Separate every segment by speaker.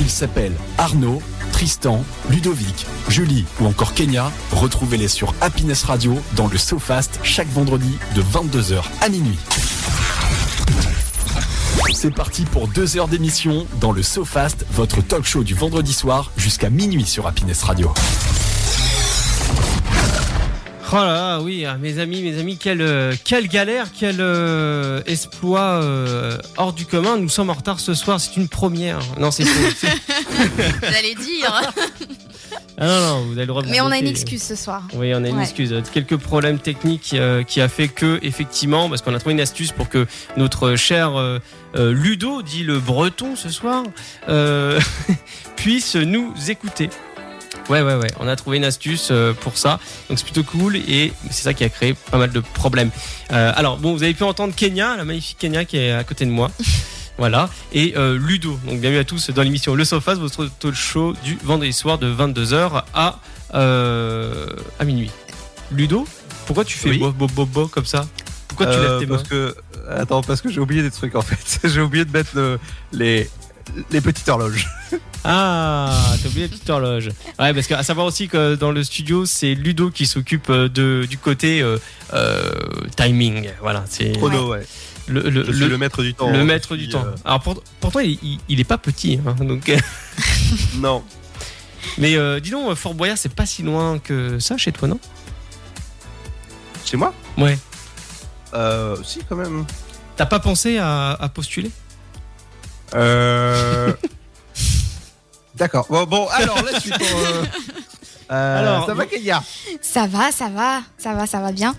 Speaker 1: Ils s'appellent Arnaud, Tristan, Ludovic, Julie ou encore Kenya. Retrouvez-les sur Happiness Radio dans le SoFast chaque vendredi de 22h à minuit. C'est parti pour deux heures d'émission dans le SoFast, votre talk show du vendredi soir jusqu'à minuit sur Happiness Radio.
Speaker 2: Oh là là, oui, ah, mes amis, mes amis, quelle, euh, quelle galère, quel euh, exploit euh, hors du commun. Nous sommes en retard ce soir, c'est une première. Non, c'est c'est-
Speaker 3: Vous allez dire.
Speaker 2: Ah non, non, vous avez le droit de
Speaker 3: Mais
Speaker 2: vous
Speaker 3: on a une
Speaker 2: moquer.
Speaker 3: excuse ce soir.
Speaker 2: Oui, on a une
Speaker 3: Ouais.
Speaker 2: excuse. Quelques problèmes techniques euh, qui a fait que, effectivement, parce qu'on a trouvé une astuce pour que notre cher euh, euh, Ludo, dit le breton ce soir, euh, puisse nous écouter. Ouais, ouais, ouais. On a trouvé une astuce euh, pour ça. Donc c'est plutôt cool et c'est ça qui a créé pas mal de problèmes. Euh, alors, bon, vous avez pu entendre Kenya, la magnifique Kenya qui est à côté de moi. Voilà, et euh, Ludo. Donc, bienvenue à tous dans l'émission Le Sofas, votre talk show du vendredi soir de 22h à, euh, à minuit. Ludo, pourquoi tu fais
Speaker 4: Oui.
Speaker 2: bo bo bo bo comme ça Pourquoi tu
Speaker 4: Euh,
Speaker 2: lèves tes mains
Speaker 4: parce que attends parce que j'ai oublié des trucs en fait. j'ai oublié de mettre le- les les petites horloges.
Speaker 2: Ah, t'as oublié la petite horloge. Ouais, parce qu'à savoir aussi que dans le studio, c'est Ludo qui s'occupe euh, de du côté euh, euh, timing. Voilà, c'est
Speaker 4: Chrono, ouais.
Speaker 2: le, le,
Speaker 4: Je suis
Speaker 2: le-
Speaker 4: le maître du temps.
Speaker 2: le
Speaker 4: hein,
Speaker 2: maître
Speaker 4: je
Speaker 2: du
Speaker 4: suis,
Speaker 2: temps.
Speaker 4: euh,
Speaker 2: Alors pour- pourtant, il, il, il est pas petit. hein, donc, euh,
Speaker 4: non.
Speaker 2: mais euh, dis donc, Fort Boyard, c'est pas si loin que ça chez toi, non
Speaker 4: Chez moi
Speaker 2: Ouais.
Speaker 4: Euh, si quand même.
Speaker 2: T'as pas pensé à, à postuler
Speaker 4: Euh... D'accord. Bon, bon, alors la suite. pour, euh, euh,
Speaker 2: Alors,
Speaker 4: ça va Kenya
Speaker 3: Ça va, ça va, ça va, ça va bien.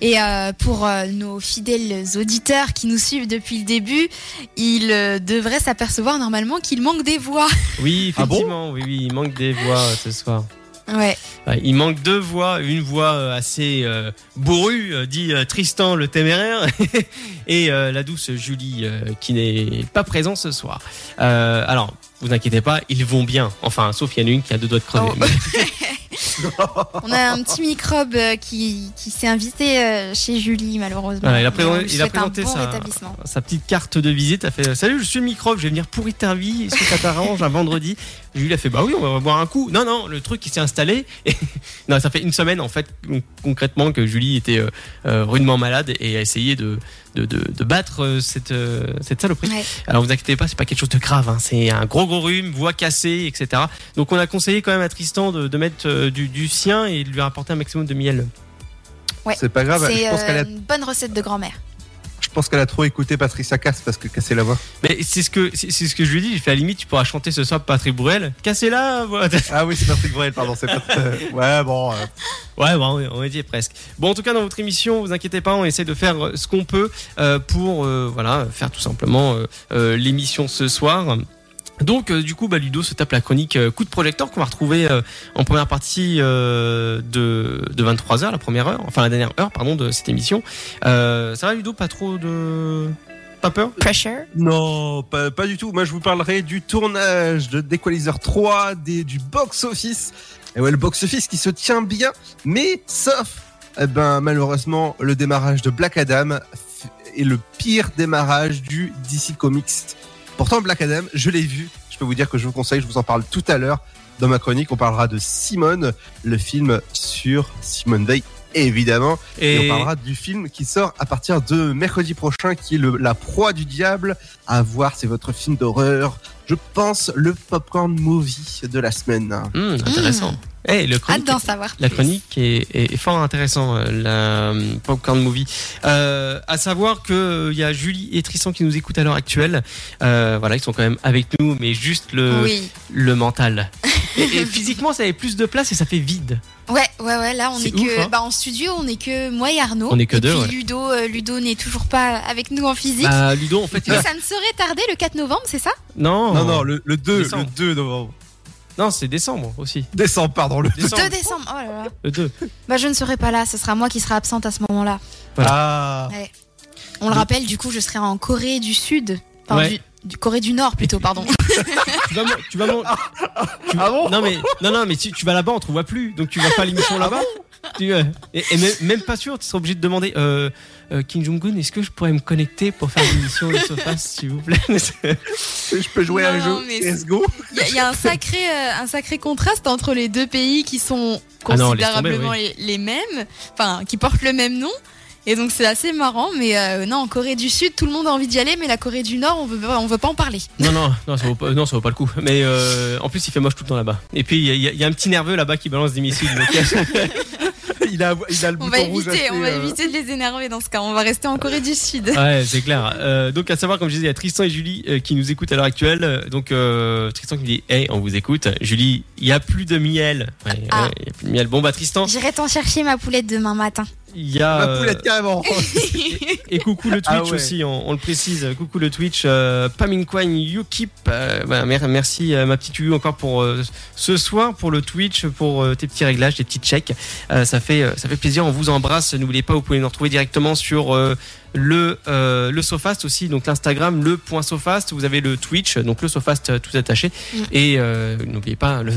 Speaker 3: Et euh, pour euh, nos fidèles auditeurs qui nous suivent depuis le début, ils euh, devraient s'apercevoir normalement qu'il manque des voix.
Speaker 2: Oui,
Speaker 4: Ah bon
Speaker 2: effectivement. oui, oui, il manque des voix euh, ce soir.
Speaker 3: Ouais,
Speaker 2: Ouais, il manque deux voix, une voix euh, assez euh, bourrue, euh, dit euh, Tristan le téméraire, et euh, la douce Julie euh, qui n'est pas présente ce soir. Euh, alors, vous inquiétez pas, ils vont bien. Enfin, sauf il y en a une qui a deux doigts de crever.
Speaker 3: Oh. on a un petit microbe euh, qui, qui s'est invité euh, chez Julie malheureusement.
Speaker 2: Voilà, Ah, il a présenté-
Speaker 3: Mais on lui
Speaker 2: il a
Speaker 3: souhaite un
Speaker 2: présenté
Speaker 3: bon
Speaker 2: ça. Ah,
Speaker 3: rétablissement.
Speaker 2: Sa petite carte de visite, elle fait euh, Salut, je suis le microbe, je vais venir pourrir ta vie. Est-ce que ça t'arrange un vendredi Julie a fait Bah oui, on va boire un coup. Non, non, le truc qui s'est installé. Et... Non, ça fait une semaine en fait, con- concrètement, que Julie était euh, euh, rudement malade et a essayé de, de, de- de battre euh, cette, euh, cette saloperie.
Speaker 3: Ouais.
Speaker 2: Alors vous inquiétez pas, c'est pas quelque chose de grave, hein. c'est un gros gros rhume, voix cassée, etc. Donc on a conseillé quand même à Tristan de, de mettre euh, du, du sien et de lui rapporter un maximum de miel.
Speaker 3: Ouais.
Speaker 4: C'est pas grave.
Speaker 3: C'est
Speaker 4: Je pense
Speaker 3: euh,
Speaker 4: qu'elle a,
Speaker 3: une bonne recette de grand-mère.
Speaker 4: je pense qu'elle a trop écouté Patricia Cass parce que casser la voix.
Speaker 2: Mais c'est ce que c'est c'est ce que je lui ai dit. J'ai fait à la limite, tu pourras chanter ce soir Patrick Bruel. Cassez-la. voilà.
Speaker 4: Ah oui, c'est Patrick Bruel, pardon, c'est pas. euh, ouais, bon. euh,
Speaker 2: Ouais, bon, on est dit presque. Bon, en tout cas, dans votre émission, vous inquiétez pas, on essaie de faire euh, ce qu'on peut euh, pour euh, voilà faire tout simplement euh, euh, l'émission ce soir. Donc, euh, du coup, bah, Ludo se tape la chronique euh, coup de projecteur qu'on va retrouver euh, en première partie euh, de, de 23h, la première heure, enfin la dernière heure, pardon, de cette émission. Euh, ça va, Ludo Pas trop de. Pas peur
Speaker 3: Pressure.
Speaker 4: Non, pas, pas du tout. Moi, je vous parlerai du tournage de d'Equalizer 3, des, du box-office. Et ouais, le box-office qui se tient bien, mais sauf, eh ben, malheureusement, le démarrage de Black Adam f- est le pire démarrage du DC Comics. Pourtant, Black Adam, je l'ai vu. Je peux vous dire que je vous conseille, je vous en parle tout à l'heure. Dans ma chronique, on parlera de Simone, le film sur Simone Veil, évidemment. Et, on parlera du film qui sort à partir de mercredi prochain, qui est le- La Proie du Diable. À voir, c'est votre film d'horreur. Je pense le popcorn movie de la semaine.
Speaker 2: Hum, intéressant. Eh, le
Speaker 3: Hâte
Speaker 2: chronique
Speaker 3: d'en savoir
Speaker 2: La
Speaker 3: plus.
Speaker 2: chronique est, est- est fort intéressant, euh, la euh, Popcorn Movie. Euh, à savoir que euh, il y a Julie et Tristan qui nous écoutent à l'heure actuelle. Euh, voilà, ils sont quand même avec nous, mais juste le,
Speaker 3: Oui.
Speaker 2: le mental. Et, et physiquement, ça avait plus de place et ça fait vide.
Speaker 3: Ouais, ouais, ouais. Là, on
Speaker 2: C'est
Speaker 3: est, que,
Speaker 2: ouf, hein.
Speaker 3: bah, en studio, on est que moi et Arnaud.
Speaker 2: On est que
Speaker 3: et
Speaker 2: deux,
Speaker 3: Puis
Speaker 2: ouais.
Speaker 3: Ludo, euh, Ludo n'est toujours pas avec nous en physique.
Speaker 2: Bah, Ludo, en fait, il
Speaker 3: Mais
Speaker 2: a...
Speaker 3: ça ne saurait tarder le 4 novembre, c'est ça
Speaker 2: non,
Speaker 4: Non, non, le, le 2, le
Speaker 2: Décembre.
Speaker 4: 2 novembre.
Speaker 2: non, c'est décembre aussi.
Speaker 4: Décembre, pardon, le 2.
Speaker 2: Décembre,
Speaker 3: 2 décembre. Oh là là.
Speaker 2: le 2.
Speaker 3: Bah, je ne serai pas là. Ce sera moi qui sera absente à ce moment-là.
Speaker 4: Ah,
Speaker 3: On le
Speaker 2: Donc-
Speaker 3: rappelle, du coup, je serai en Corée du Sud. Enfin,
Speaker 2: Ouais.
Speaker 3: du, du Corée du Nord plutôt, pardon.
Speaker 2: Tu vas, man- tu vas man- tu-
Speaker 4: Ah bon Ah
Speaker 2: non mais non non mais tu, tu vas là-bas, on te voit plus, donc tu vas pas à l'émission là-bas. Tu, euh, et, et même, même pas sûr, tu seras obligé de demander euh, euh, Kim Jong-un, est-ce que je pourrais me connecter pour faire une émission de Sofas, s'il vous plaît
Speaker 4: Je peux jouer à un
Speaker 3: Non,
Speaker 4: jeu
Speaker 3: mais
Speaker 4: Let's go
Speaker 3: Il y a- il y, a un sacré, euh, un sacré contraste entre les deux pays qui sont
Speaker 2: Ah non, laisse tomber,
Speaker 3: considérablement les, les mêmes, enfin qui portent le même nom. Et donc c'est assez marrant, mais euh, non, en Corée du Sud, tout le monde a envie d'y aller, mais la Corée du Nord, on veut, on veut pas en parler.
Speaker 2: Non, non, non, ça vaut pas, non, ça vaut pas le coup. Mais euh, en plus, il fait moche tout le temps là-bas. Et puis, il y a- il y, a- il y a un petit nerveux là-bas qui balance des missiles. donc,
Speaker 4: il a, il a le
Speaker 3: On
Speaker 4: bouton
Speaker 3: va
Speaker 4: rouge
Speaker 3: éviter,
Speaker 4: assez,
Speaker 3: on va
Speaker 4: euh,
Speaker 3: éviter de les énerver dans ce cas. On va rester en Corée du Sud.
Speaker 2: Ouais, c'est clair. Euh, donc, à savoir, comme je disais, il y a Tristan et Julie euh, qui nous écoutent à l'heure actuelle. Euh, Donc, euh, Tristan qui me dit Hey, on vous écoute. Julie, il y a plus de miel. Ouais, ouais, il
Speaker 3: Ah.
Speaker 2: y a plus de miel. Bon, bah, Tristan,
Speaker 3: J'irai t'en chercher ma poulette demain matin.
Speaker 2: il y a. euh,
Speaker 4: Ma poulette carrément
Speaker 2: Et coucou le Twitch
Speaker 4: Ah ouais.
Speaker 2: aussi, on, on le précise. Coucou le Twitch, euh, Paminquan Yukip. Euh, voilà, mer- merci euh, ma petite Yu encore pour euh, ce soir, pour le Twitch, pour euh, tes petits réglages, tes petits checks. Euh, ça, fait, euh, ça fait plaisir, on vous embrasse. N'oubliez pas, vous pouvez nous retrouver directement sur euh, le, euh, le Sofast aussi, donc l'Instagram, le point Sofast. Vous avez le Twitch, donc le Sofast euh, tout attaché.
Speaker 3: Mm.
Speaker 2: Et euh, n'oubliez pas le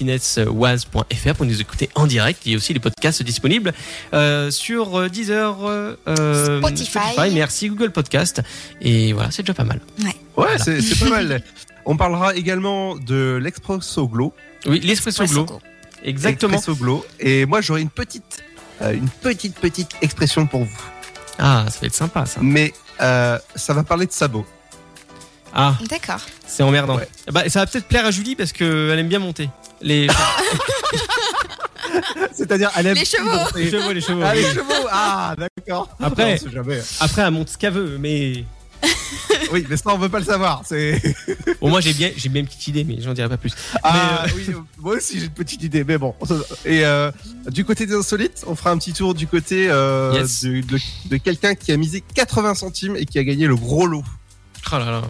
Speaker 2: www.happinesswaz.fr pour nous écouter en direct. Il y a aussi les podcasts disponibles euh, sur euh, Deezer, euh, euh,
Speaker 3: Spotify.
Speaker 2: Merci Google Podcast. Et voilà, c'est déjà pas mal.
Speaker 4: Ouais, c'est c'est pas mal. On parlera également de l'Expresso Glow.
Speaker 2: Oui, l'Espresso Glow. Exactement.
Speaker 4: Expresso Glow. Et moi, j'aurai une petite, euh, une petite, petite expression pour vous.
Speaker 2: Ah, ça va être sympa ça.
Speaker 4: Mais euh, ça va parler de sabots.
Speaker 2: Ah,
Speaker 3: D'accord.
Speaker 2: c'est emmerdant.
Speaker 4: Ouais.
Speaker 2: Bah, ça va peut-être plaire à Julie parce qu'elle aime bien monter. Les,
Speaker 4: C'est-à-dire, elle aime
Speaker 3: Les chevaux.
Speaker 2: les chevaux, les chevaux.
Speaker 4: Ah, les chevaux Ah, d'accord.
Speaker 2: Après-
Speaker 4: Non, on sait jamais.
Speaker 2: Après, elle monte ce qu'elle veut, mais.
Speaker 4: Oui, mais ça, on veut pas le savoir. C'est.
Speaker 2: Bon, moi j'ai bien, j'ai bien une petite idée, mais j'en dirai pas plus.
Speaker 4: Ah, oui, euh, moi aussi, j'ai une petite idée. Mais bon. Et euh, du côté des insolites, on fera un petit tour du côté euh,
Speaker 2: Yes.
Speaker 4: du- de, de quelqu'un qui a misé 80 centimes et qui a gagné le gros lot.
Speaker 2: Oh là là.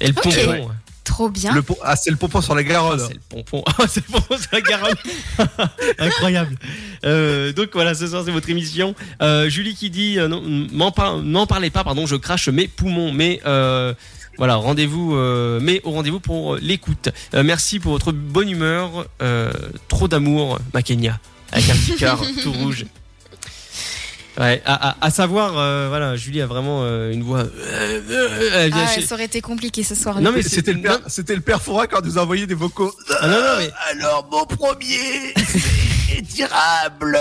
Speaker 2: Et le
Speaker 3: Ok.
Speaker 2: pompon. ouais.
Speaker 3: Trop bien.
Speaker 4: Le pom- ah, c'est le pompon sur la
Speaker 2: Ah,
Speaker 4: Garonne.
Speaker 2: c'est le pompon. Ah, c'est le pompon sur la Garonne. Incroyable. Euh, donc voilà, ce soir c'est votre émission. Euh, Julie qui dit euh, non, m'en par- n'en parlez pas, pardon, je crache mes poumons, mais euh, voilà, rendez-vous, euh, mais au rendez-vous pour euh, l'écoute. Euh, merci pour votre bonne humeur, euh, trop d'amour, ma Kenya, avec un petit cœur tout rouge. Ouais, à, à- à savoir, euh, voilà, Julie a vraiment euh, une voix. Elle vient
Speaker 3: Ah ouais,
Speaker 2: chez-
Speaker 3: ça aurait été compliqué ce soir.
Speaker 2: Non mais c'est-
Speaker 4: C'était le père, c'était le père Fourat quand il nous a envoyé des vocaux.
Speaker 2: Ah, non, non, mais
Speaker 4: Alors mon premier est durable.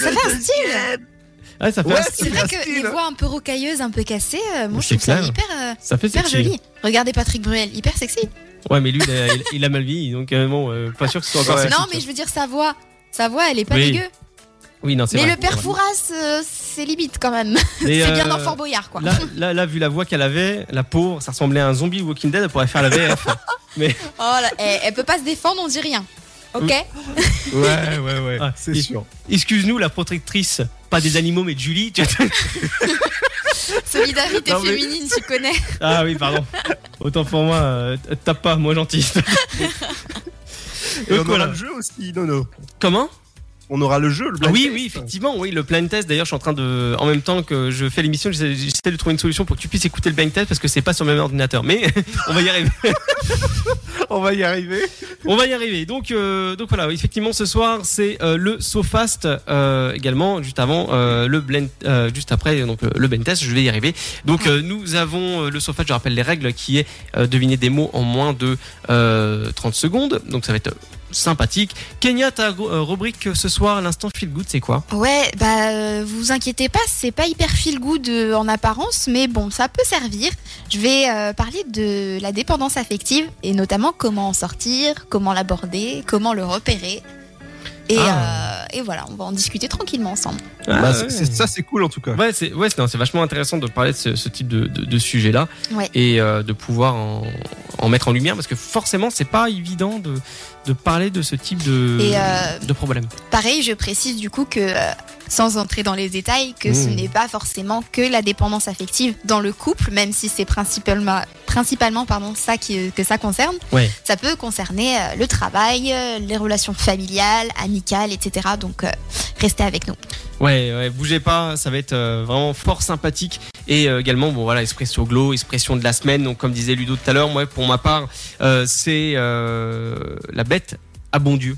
Speaker 3: Ça fait un style.
Speaker 2: ouais, Ah, ça fait
Speaker 4: Ouais,
Speaker 2: un-
Speaker 3: C'est vrai que les voix un peu rocailleuses, un peu cassées, euh, moi je
Speaker 2: C'est
Speaker 3: trouve ça
Speaker 2: clair.
Speaker 3: hyper, euh,
Speaker 2: ça fait
Speaker 3: hyper
Speaker 2: sexy.
Speaker 3: joli. Regardez Patrick Bruel, hyper sexy.
Speaker 2: Ouais, mais lui, il a, il- il a mal vieilli, donc euh, bon, euh, pas sûr que ce soit encore
Speaker 4: Ouais.
Speaker 2: sexy,
Speaker 3: non,
Speaker 2: tu
Speaker 3: mais
Speaker 2: vois.
Speaker 3: je veux dire sa voix. Sa voix, elle est pas
Speaker 2: Oui,
Speaker 3: dégueu.
Speaker 2: Oui, non, c'est
Speaker 3: Mais
Speaker 2: vrai,
Speaker 3: le père
Speaker 2: c'est vrai.
Speaker 3: Fouras, euh, c'est limite quand même.
Speaker 2: Mais,
Speaker 3: c'est bien
Speaker 2: euh,
Speaker 3: dans Fort Boyard, quoi.
Speaker 2: Là, là, là, vu la voix qu'elle avait, la pauvre, ça ressemblait à un zombie Walking Dead, elle pourrait faire la VF.
Speaker 3: Oh là, elle, elle peut pas se défendre, on dit rien. Ok
Speaker 4: Ouais ouais ouais.
Speaker 2: Ah,
Speaker 4: c'est
Speaker 2: il-
Speaker 4: sûr.
Speaker 2: Excuse-nous, la protectrice, pas des animaux, mais de Julie. tu vois.
Speaker 3: Solidarité
Speaker 4: Non, mais-
Speaker 3: féminine, tu connais.
Speaker 2: ah oui, pardon. Autant pour moi, euh, tape pas, moi gentil.
Speaker 4: Et on
Speaker 2: Donc, voilà.
Speaker 4: aura le jeu aussi, Nono.
Speaker 2: Comment
Speaker 4: On aura le jeu. Le
Speaker 2: Ah
Speaker 4: blind
Speaker 2: oui,
Speaker 4: test.
Speaker 2: oui, effectivement, oui, le blind test. D'ailleurs, je suis en train de, en même temps que je fais l'émission, j'essaie j'essaie de trouver une solution pour que tu puisses écouter le blind test parce que c'est pas sur le même ordinateur. Mais on va y arriver.
Speaker 4: On va y arriver.
Speaker 2: On va y arriver. Donc, euh, donc voilà, effectivement, ce soir, c'est euh, le SoFast euh, également, juste avant euh, le blend, euh, juste après donc euh, le blend test. Je vais y arriver. Donc, euh, nous avons euh, le SoFast. Je rappelle les règles, qui est euh, deviner des mots en moins de euh, 30 secondes. Donc, ça va être euh, sympathique. Kenya, ta euh, rubrique euh, ce soir, l'instant feel good, c'est quoi
Speaker 3: Ouais, bah euh, vous inquiétez pas, c'est pas hyper feel good euh, en apparence, mais bon, ça peut servir. Je vais euh, parler de la dépendance affective et notamment comment en sortir, comment l'aborder, comment le repérer. Et,
Speaker 2: Ah.
Speaker 3: euh, et voilà, on va en discuter tranquillement ensemble.
Speaker 4: Bah,
Speaker 2: Ah,
Speaker 4: c'est-
Speaker 2: ouais.
Speaker 4: c'est- ça c'est cool en tout cas.
Speaker 2: Ouais, c'est ouais, c'est non, c'est vachement intéressant de parler de ce, ce type de, de, de sujet-là
Speaker 3: Ouais.
Speaker 2: et euh, de pouvoir en, en mettre en lumière parce que forcément, c'est pas évident de, de parler de ce type de,
Speaker 3: Et, euh,
Speaker 2: de problème.
Speaker 3: Pareil, je précise du coup que, euh, sans entrer dans les détails, que ce
Speaker 2: Mmh.
Speaker 3: n'est pas forcément que la dépendance affective dans le couple, même si c'est principalement, principalement pardon, ça qui, que ça concerne.
Speaker 2: Ouais.
Speaker 3: Ça peut concerner euh, le travail, euh, les relations familiales, amicales, etc. Donc, euh, restez avec nous.
Speaker 2: Ouais, ouais, bougez pas, ça va être euh, vraiment fort sympathique. Et euh, également, bon voilà, expresso glow, expression de la semaine. Donc, comme disait Ludo tout à l'heure, moi, pour ma part, euh, c'est euh, la bête à bon Dieu.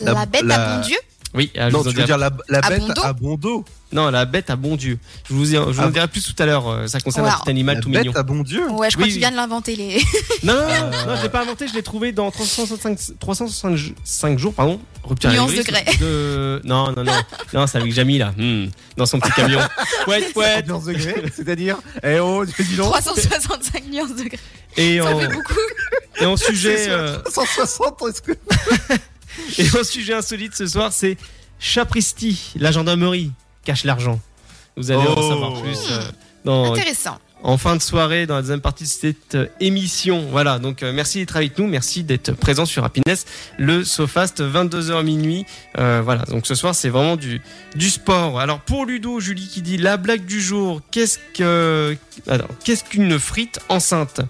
Speaker 3: La,
Speaker 4: La-
Speaker 3: bête
Speaker 4: la-
Speaker 3: à bon Dieu
Speaker 2: Oui, ah, je
Speaker 4: Non,
Speaker 2: vous en
Speaker 4: tu veux
Speaker 2: dirai-
Speaker 4: dire la, la
Speaker 3: À
Speaker 4: bête
Speaker 3: bon dos
Speaker 4: à bon dos.
Speaker 2: non, la bête à bon Dieu. Je vous, en- je vous en
Speaker 4: Ah.
Speaker 2: dirai plus tout à l'heure. euh, Ça concerne un
Speaker 3: Wow.
Speaker 2: petit animal
Speaker 4: la
Speaker 2: tout
Speaker 4: bête
Speaker 2: mignon.
Speaker 4: à bon Dieu.
Speaker 3: Ouais, je
Speaker 2: Oui,
Speaker 3: crois que tu
Speaker 2: oui.
Speaker 3: viens de l'inventer les.
Speaker 2: Non, non, non, non, je l'ai pas inventé, je l'ai trouvé dans 365, 365 jours, pardon, rupture
Speaker 3: Nuance
Speaker 2: anévrisme
Speaker 3: de
Speaker 2: de- Non, non, non, non, c'est avec Jamie là, hmm, dans son petit camion. Ouais, ouais.
Speaker 4: Ambiance de gré, c'est-à-dire, eh oh, dis donc,
Speaker 3: 365 nuances de gris.
Speaker 2: Et
Speaker 3: Ça
Speaker 2: en,
Speaker 3: fait beaucoup.
Speaker 2: et en sujet, euh,
Speaker 4: 160, est-ce que
Speaker 2: et en sujet insolite ce soir, c'est Chapristi, la gendarmerie cache l'argent. Vous allez en
Speaker 4: Oh.
Speaker 2: savoir plus euh, dans
Speaker 3: Intéressant.
Speaker 2: en fin de soirée dans la deuxième partie de cette euh, émission. Voilà, donc euh, merci d'être avec nous, merci d'être présent sur Happiness, le SoFast 22h minuit. Euh, voilà, donc ce soir c'est vraiment du, du sport. Alors pour Ludo, Julie qui dit la blague du jour, qu'est-ce que alors, qu'est-ce qu'une frite enceinte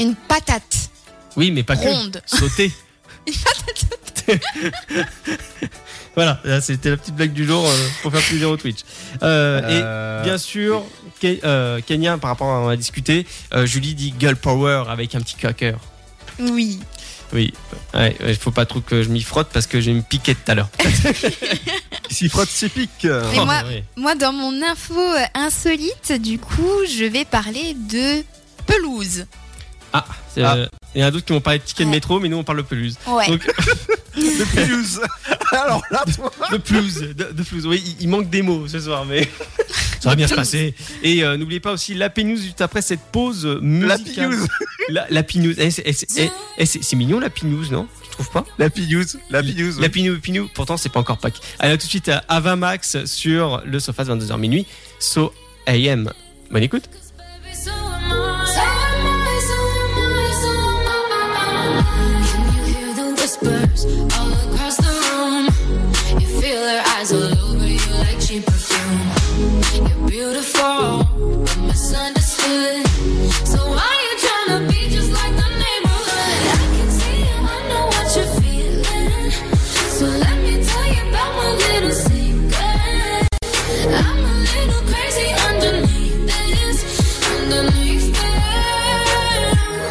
Speaker 3: Une patate
Speaker 2: Oui, mais pas que
Speaker 3: ronde.
Speaker 2: sauter. voilà, là, c'était la petite blague du jour euh, pour faire plaisir au Twitch. Euh,
Speaker 4: Bah,
Speaker 2: et Bien sûr, Ke- euh, Kenya, par rapport à on a discuté, euh, Julie dit girl power avec un petit cracker.
Speaker 3: Oui.
Speaker 2: Oui, Ouais, ouais, faut pas trop que je m'y frotte parce que j'ai une piquette tout à l'heure.
Speaker 4: S'y frotte, s'y pique.
Speaker 3: Et
Speaker 2: Oh,
Speaker 3: moi-
Speaker 2: oui.
Speaker 3: Moi, dans mon info euh, insolite, du coup, je vais parler de pelouse.
Speaker 2: Ah, c'est, euh, il y en a d'autres qui vont parler de ticket de métro, mais nous on parle de pelouse.
Speaker 3: Ouais.
Speaker 2: Donc-
Speaker 4: De Piluse. Alors là, toi,
Speaker 2: De pelouse, de, de pelouse. Oui, il, il manque des mots ce soir, mais ça va bien se passer. Et euh, n'oubliez pas aussi la pénouse juste après cette pause
Speaker 4: la
Speaker 2: musicale.
Speaker 4: Piluse.
Speaker 2: La, la pénouse. Eh, c'est- eh, c'est- eh, eh, c'est c'est mignon la pénouse, non Tu trouves pas
Speaker 4: La Piluse. La Piluse.
Speaker 2: La Pinou Pinou, pourtant c'est pas encore Pâques. Allez, à tout de suite à Ava Max sur le Sofas 22h minuit, So AM. Bonne écoute.
Speaker 5: Whispers all across the room. You feel her eyes all over you like cheap perfume. You're beautiful, but misunderstood. So why you tryna be just like the neighborhood? I can see you, I know what you're feeling. So let me tell you about my little secret. I'm a little crazy underneath this, underneath this.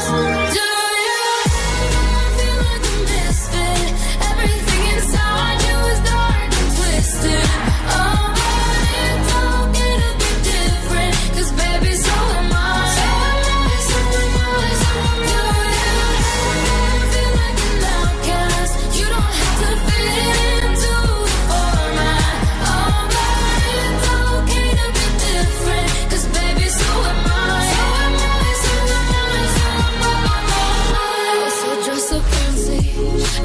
Speaker 5: Do you ever feel like a misfit? Everything inside you is dark and twisted. Oh, but it's all gonna be different, 'cause baby, so am I. So am I, so am I, so am I. Do you ever feel like an outcast? You don't have to fit into the format. Oh, but it's okay to be different, 'cause baby, so am I. So am I, so am I, so am I. So dress up fancy,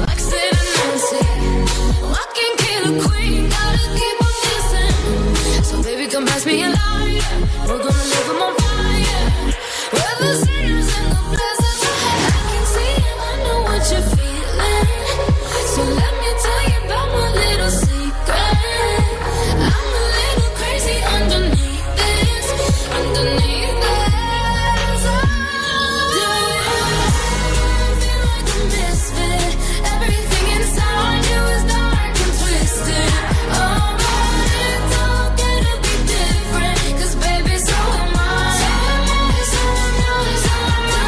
Speaker 5: like Sid and Nancy. I can kill a queen, gotta keep on dancing. So baby, come pass me a lighter. We're gonna live 'em on fire. We're the sinners and the blessed. I can see it, I know what you're feeling. So let me tell you about my little secret. I'm a little crazy underneath this, underneath this. Do you feel like a misfit? Everything inside you is dark and twisted. Oh, but it's all gonna be different, 'cause baby, so am I. So am I, so am I, so am I.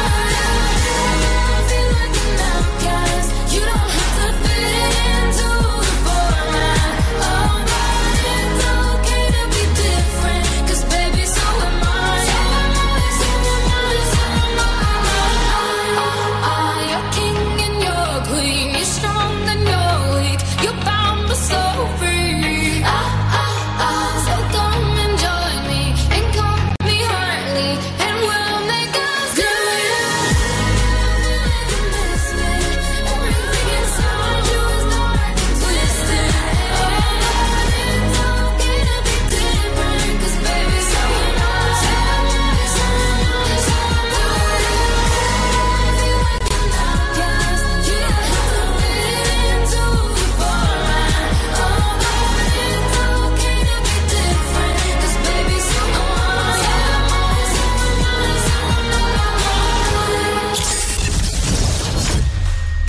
Speaker 5: Do you feel like an outcast? You don't have to fit into the format. Oh, but it's okay to be different, 'cause baby, so am I. So am I, so am I, so am I. Are you king and you're queen? You're strong and you're weak. You're bound but so free. Ah ah ah. So come and join me and call me Hartley, and we'll make us do it. Everything inside you is dark and twisted. It's okay to be different, 'cause baby, so am I. So am I, so am I, so am I.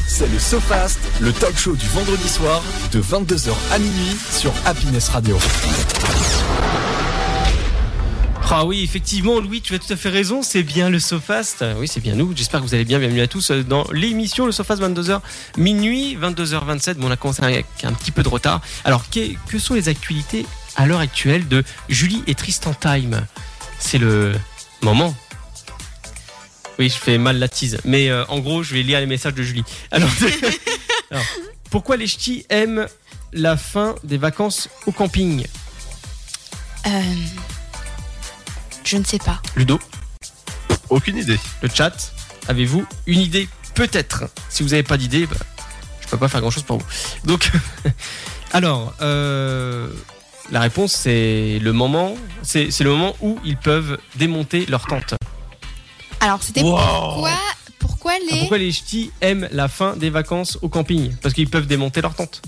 Speaker 1: C'est le SoFast, le talk show du vendredi soir de 22h à minuit sur Happiness Radio.
Speaker 2: Ah oui, effectivement, Louis, tu as tout à fait raison. C'est bien le Sofast. Euh, Oui, c'est bien nous. J'espère que vous allez bien. Bienvenue à tous euh, dans l'émission Le Sofast 22h minuit, 22h27. Bon, on a commencé avec un petit peu de retard. Alors, que, que sont les actualités à l'heure actuelle de Julie et Tristan Time C'est le moment. Oui, je fais mal la tease. Mais euh, en gros, je vais lire les messages de Julie. Alors, alors, pourquoi les ch'tis aiment la fin des vacances au camping
Speaker 3: Euh, je ne sais pas.
Speaker 2: Ludo
Speaker 4: Aucune idée.
Speaker 2: le chat. Avez-vous une idée Peut-être. Si vous n'avez pas d'idée, bah, je peux pas faire grand-chose pour vous. Donc, alors, euh, la réponse, c'est le moment. C'est c'est le moment où ils peuvent démonter leur tente.
Speaker 3: Alors, c'était
Speaker 4: Wow.
Speaker 3: pourquoi, pourquoi
Speaker 2: Ah,
Speaker 3: les.
Speaker 2: Pourquoi les ch'tis aiment la fin des vacances au camping Parce qu'ils peuvent démonter leur tente.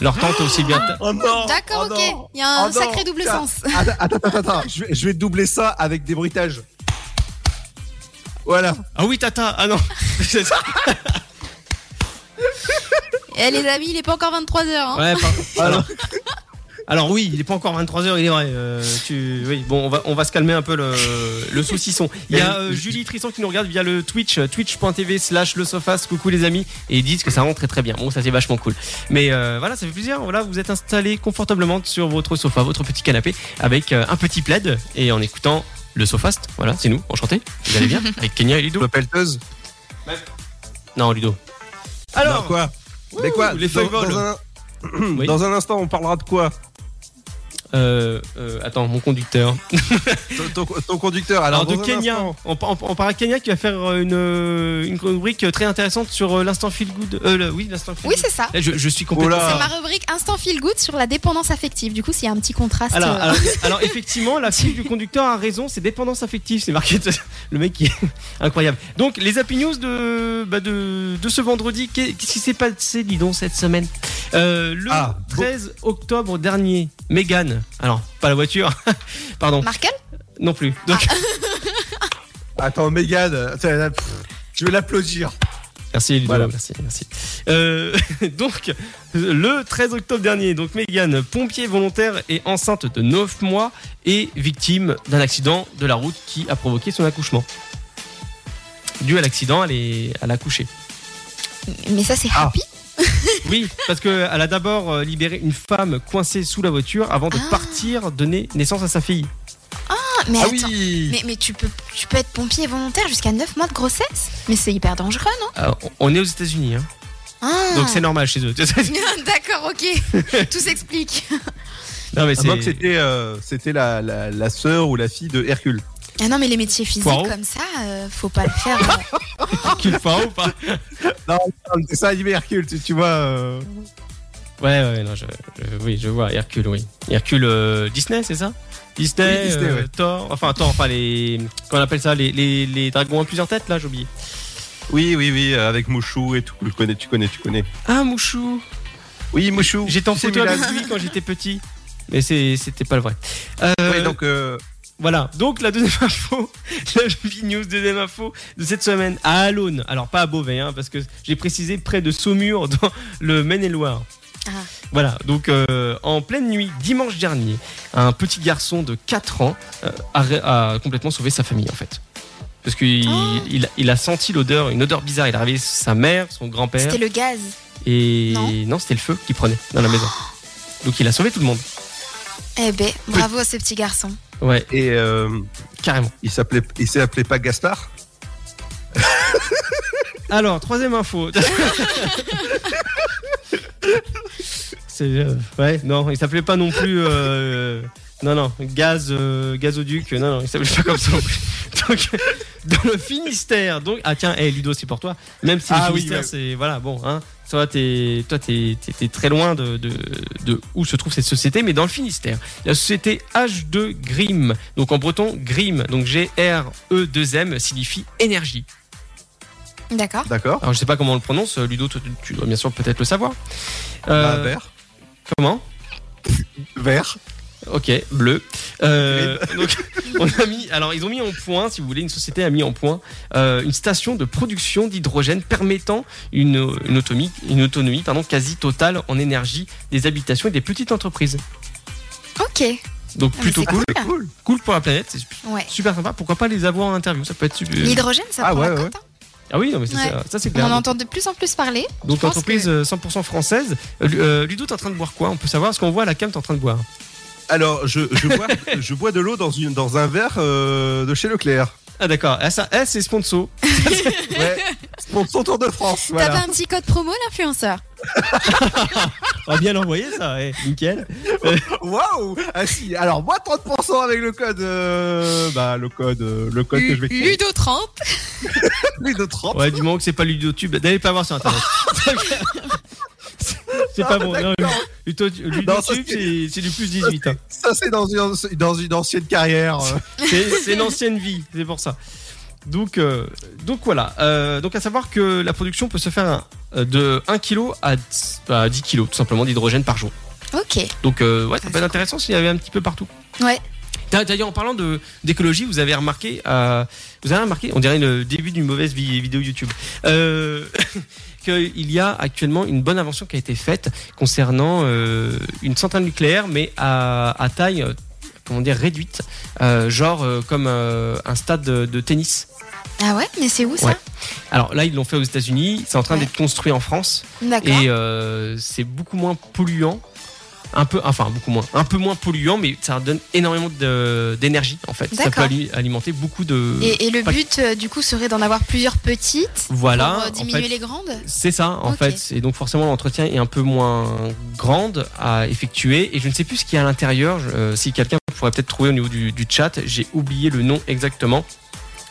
Speaker 2: Leur tente aussi bien. ta-
Speaker 4: Oh non
Speaker 3: D'accord,
Speaker 4: oh non.
Speaker 3: ok. Il y a un
Speaker 4: Oh non.
Speaker 3: sacré double
Speaker 4: Tiens.
Speaker 3: sens.
Speaker 4: Attends, attends, attends, attends. Je, vais, je vais doubler ça avec des bruitages. Voilà.
Speaker 2: Ah oui, tata Ah non C'est ça.
Speaker 3: Eh, les amis, il est pas encore 23h. Hein.
Speaker 2: Ouais, par- alors, alors oui, il est pas encore 23h, il est vrai. euh, tu, oui, bon, on va, on va se calmer un peu le, le saucisson. Il y a euh, Julie Tristan qui nous regarde via le Twitch, euh, twitch.tv slash le sofas, coucou les amis, et ils disent que ça rend très très bien. Bon, ça c'est vachement cool. Mais euh, voilà, ça fait plaisir. Voilà, vous êtes installés confortablement sur votre sofa, votre petit canapé, avec euh, un petit plaid, et en écoutant le sofast. Voilà, c'est nous, enchanté. Vous allez bien Avec Kenya et Ludo.
Speaker 4: Le pelteuse.
Speaker 2: Non, Ludo.
Speaker 4: Non,
Speaker 2: Alors,
Speaker 4: quoi Mais quoi
Speaker 2: les feuilles
Speaker 4: dans,
Speaker 2: volent.
Speaker 4: dans un...
Speaker 2: Oui.
Speaker 4: dans un instant, on parlera de quoi
Speaker 2: euh, euh, attends, mon conducteur.
Speaker 4: ton, ton- ton conducteur. Alors,
Speaker 2: Alors, de
Speaker 4: dans un
Speaker 2: Kenya,
Speaker 4: instant-
Speaker 2: on, par- on parle à Kenya qui va faire euh, une, euh, une rubrique très intéressante sur euh, l'instant feel good. Euh, le- oui, l'instant feel
Speaker 3: Oui,
Speaker 2: good.
Speaker 3: c'est ça.
Speaker 2: Eh, je, je suis complètement.
Speaker 4: Oh là.
Speaker 3: C'est ma rubrique Instant Feel Good sur la dépendance affective. Du coup, s'il y a un petit contraste.
Speaker 2: Alors,
Speaker 3: euh,
Speaker 2: alors, alors, effectivement, la fille du conducteur a raison, c'est dépendance affective, c'est marqué. de- Le mec qui est incroyable. Donc, les Happy News de, bah, de, de ce vendredi, qu'est- qu'est-ce qui s'est passé, dis donc, cette semaine Euh, Le
Speaker 4: Ah, bon.
Speaker 2: 13 octobre dernier, Megan, alors, pas la voiture, pardon,
Speaker 3: Markel
Speaker 2: non plus. Donc,
Speaker 4: Attends, Mégane. euh, pff, Je vais l'applaudir.
Speaker 2: Merci Ludo,
Speaker 4: Voilà.
Speaker 2: merci, merci. Euh, donc, le 13 octobre dernier, donc Mégane, pompier volontaire et enceinte de 9 mois et victime d'un accident de la route qui a provoqué son accouchement. Dû à l'accident, elle est, elle a accouché.
Speaker 3: Mais ça, c'est
Speaker 4: Ah.
Speaker 3: Happy.
Speaker 2: Oui, parce qu'elle a d'abord euh, libéré une femme coincée sous la voiture avant de
Speaker 3: Ah.
Speaker 2: partir donner naissance à sa fille.
Speaker 3: Ah, mais
Speaker 4: Ah
Speaker 3: attends.
Speaker 4: oui
Speaker 3: Mais, mais tu, peux, tu peux être pompier volontaire jusqu'à 9 mois de grossesse Mais c'est hyper dangereux, non
Speaker 2: Alors, on est aux États-Unis, hein,
Speaker 3: Ah.
Speaker 2: donc c'est normal chez eux.
Speaker 3: D'accord, ok. Tout s'explique.
Speaker 2: non, mais
Speaker 4: Ah, moi, que c'était euh, c'était la, la, la sœur ou la fille de Hercule.
Speaker 3: Ah non, mais les métiers physiques
Speaker 2: Poirot.
Speaker 3: comme ça, euh, faut pas le faire. euh.
Speaker 2: qu'il faut ou pas
Speaker 4: Non,
Speaker 2: Ah,
Speaker 4: c'est ça, animé Hercule, tu, tu vois. euh,
Speaker 2: Ouais, ouais, non, je, je- oui, je vois, Hercule, oui. Hercule euh, Disney, c'est ça Disney,
Speaker 4: Oui, Disney,
Speaker 2: euh,
Speaker 4: ouais.
Speaker 2: Thor, enfin Thor, enfin les. Comment on appelle ça les, les, les dragons à plusieurs têtes, là, j'ai oublié.
Speaker 4: Oui, oui, oui, euh, avec Mouchou et tout. Je connais, tu connais, tu connais.
Speaker 2: Ah, Mouchou
Speaker 4: Oui, Mouchou.
Speaker 2: J'étais en
Speaker 4: Tu sais,
Speaker 2: photo avec
Speaker 4: Milan.
Speaker 2: lui quand j'étais petit. Mais c'est- c'était pas le vrai. Euh,
Speaker 4: Ouais, donc, euh,
Speaker 2: Voilà, donc la deuxième info, la Julie news deuxième info de cette semaine à Alone. Alors pas à Beauvais, hein, parce que j'ai précisé près de Saumur dans le Maine-et-Loire.
Speaker 3: Ah.
Speaker 2: Voilà, donc euh, en pleine nuit, dimanche dernier, un petit garçon de 4 ans euh, a, ré- a complètement sauvé sa famille en fait. Parce qu'il
Speaker 3: Oh.
Speaker 2: il, a- il a senti l'odeur, une odeur bizarre. Il a réveillé sa mère, son grand-père.
Speaker 3: C'était le gaz.
Speaker 2: Et
Speaker 3: Non. Oh.
Speaker 2: c'était le feu qu'il prenait dans la maison. Donc il a sauvé tout le monde.
Speaker 3: Eh ben, bravo à ce petit garçon.
Speaker 2: Ouais,
Speaker 4: et euh,
Speaker 2: carrément.
Speaker 4: il s'appelait, il s'appelait pas Gaspard.
Speaker 2: Alors, troisième info. C'est, euh, ouais, non, il s'appelait pas non plus. euh, non, non, gaz, euh, gazoduc. euh, Non, non, il s'appelait pas comme ça. non plus. Donc, dans le Finistère. Donc, ah tiens, hey, Ludo, c'est pour toi. Même si
Speaker 4: Ah
Speaker 2: le
Speaker 4: oui,
Speaker 2: Finistère,
Speaker 4: ouais.
Speaker 2: c'est voilà, bon, hein. Toi, t'es, toi, t'es, t'es- t'es très loin de, de, de où se trouve cette société, mais dans le Finistère, la société H2 Grimm. Donc en breton, Grimm, donc G-R-E-2-M signifie énergie.
Speaker 3: D'accord.
Speaker 4: D'accord.
Speaker 2: Alors je sais pas comment on le prononce, euh, Ludo, toi, tu, tu dois bien sûr peut-être le savoir. Euh,
Speaker 4: Ah, vert.
Speaker 2: comment
Speaker 4: Vert.
Speaker 2: Ok, bleu. Euh, donc on a mis, alors ils ont mis en point, si vous voulez, une société a mis en point euh, une station de production d'hydrogène permettant une, une autonomie, une autonomie pardon, quasi totale en énergie des habitations et des petites entreprises.
Speaker 3: Ok. Ah,
Speaker 2: Donc
Speaker 3: mais
Speaker 2: plutôt
Speaker 3: c'est
Speaker 2: cool.
Speaker 3: cool. hein.
Speaker 4: Cool.
Speaker 2: Cool pour la planète, c'est
Speaker 3: Ouais.
Speaker 2: super sympa. Pourquoi pas les avoir en interview Ça peut être super.
Speaker 3: L'hydrogène, ça
Speaker 4: Ah
Speaker 3: prend
Speaker 4: ouais,
Speaker 3: la
Speaker 4: ouais.
Speaker 3: cote, hein.
Speaker 2: Ah oui, non, mais c'est
Speaker 3: Ouais.
Speaker 2: ça, ça, c'est
Speaker 3: On
Speaker 2: clair.
Speaker 3: en entend de plus en plus parler.
Speaker 2: Donc
Speaker 3: Je pense
Speaker 2: entreprise
Speaker 3: que-
Speaker 2: euh, 100% française. Euh, Lu- euh, Ludo, t'es en train de boire quoi On peut savoir ce qu'on voit à la cam, t'es en train de boire.
Speaker 4: Alors, je, je bois, je bois de l'eau dans, une, dans un verre euh, de chez Leclerc.
Speaker 2: Ah d'accord. Ah, ça, eh, c'est sponsor.
Speaker 4: Ouais. Sponsor Tour de France,
Speaker 3: T'as
Speaker 4: voilà.
Speaker 3: pas un petit code promo, l'influenceur
Speaker 2: On va bien l'envoyer ça. eh, Nickel.
Speaker 4: Waouh Ah si, alors moi 30% avec le code... euh, bah, le code, euh, le code que je vais créer.
Speaker 3: Ludo 30.
Speaker 4: Plus de 30.
Speaker 2: Ouais, du moment que c'est pas LudoTube, d'aller pas voir sur internet. c'est pas bon. Non, Ludo-
Speaker 4: Non, ça,
Speaker 2: LudoTube,
Speaker 4: c'est-
Speaker 2: c'est c'est du plus 18. hein.
Speaker 4: Ça, c'est dans une, dans une ancienne carrière. euh.
Speaker 2: C'est c'est une ancienne vie, c'est pour ça. Donc, euh, donc voilà. Euh, donc à savoir que la production peut se faire euh, de 1 kg à, dix- à 10 kg tout simplement d'hydrogène par jour.
Speaker 3: Ok.
Speaker 2: Donc euh, ouais, ça peut être intéressant s'il y avait un petit peu partout.
Speaker 3: Ouais.
Speaker 2: D'a- D'ailleurs, en parlant de d'écologie, vous avez remarqué, euh, vous avez remarqué, on dirait le début d'une mauvaise vi- vidéo YouTube, euh, qu'il y a actuellement une bonne invention qui a été faite concernant euh, une centrale nucléaire, mais à, à taille, euh, comment dire, réduite, euh, genre euh, comme euh, un stade de, de tennis.
Speaker 3: Ah ouais, mais c'est où ça
Speaker 2: Ouais. Alors là, ils l'ont fait aux États-Unis, c'est en train
Speaker 3: Ouais.
Speaker 2: d'être construit en France
Speaker 3: D'accord.
Speaker 2: et euh, c'est beaucoup moins polluant un peu enfin beaucoup moins un peu moins polluant mais ça donne énormément de- d'énergie en fait ça peut
Speaker 3: D'accord.
Speaker 2: ali- alimenter beaucoup de
Speaker 3: Et, et le
Speaker 2: pas-
Speaker 3: but, euh, du coup, serait d'en avoir plusieurs petites pour
Speaker 2: voilà
Speaker 3: euh,
Speaker 2: en
Speaker 3: diminuer
Speaker 2: fait
Speaker 3: les grandes
Speaker 2: c'est ça en
Speaker 3: Ok.
Speaker 2: fait et donc forcément l'entretien est un peu moins grande à effectuer et je ne sais plus ce qu'il y a à l'intérieur Je- euh, si quelqu'un pourrait peut-être trouver au niveau du, du chat j'ai oublié le nom exactement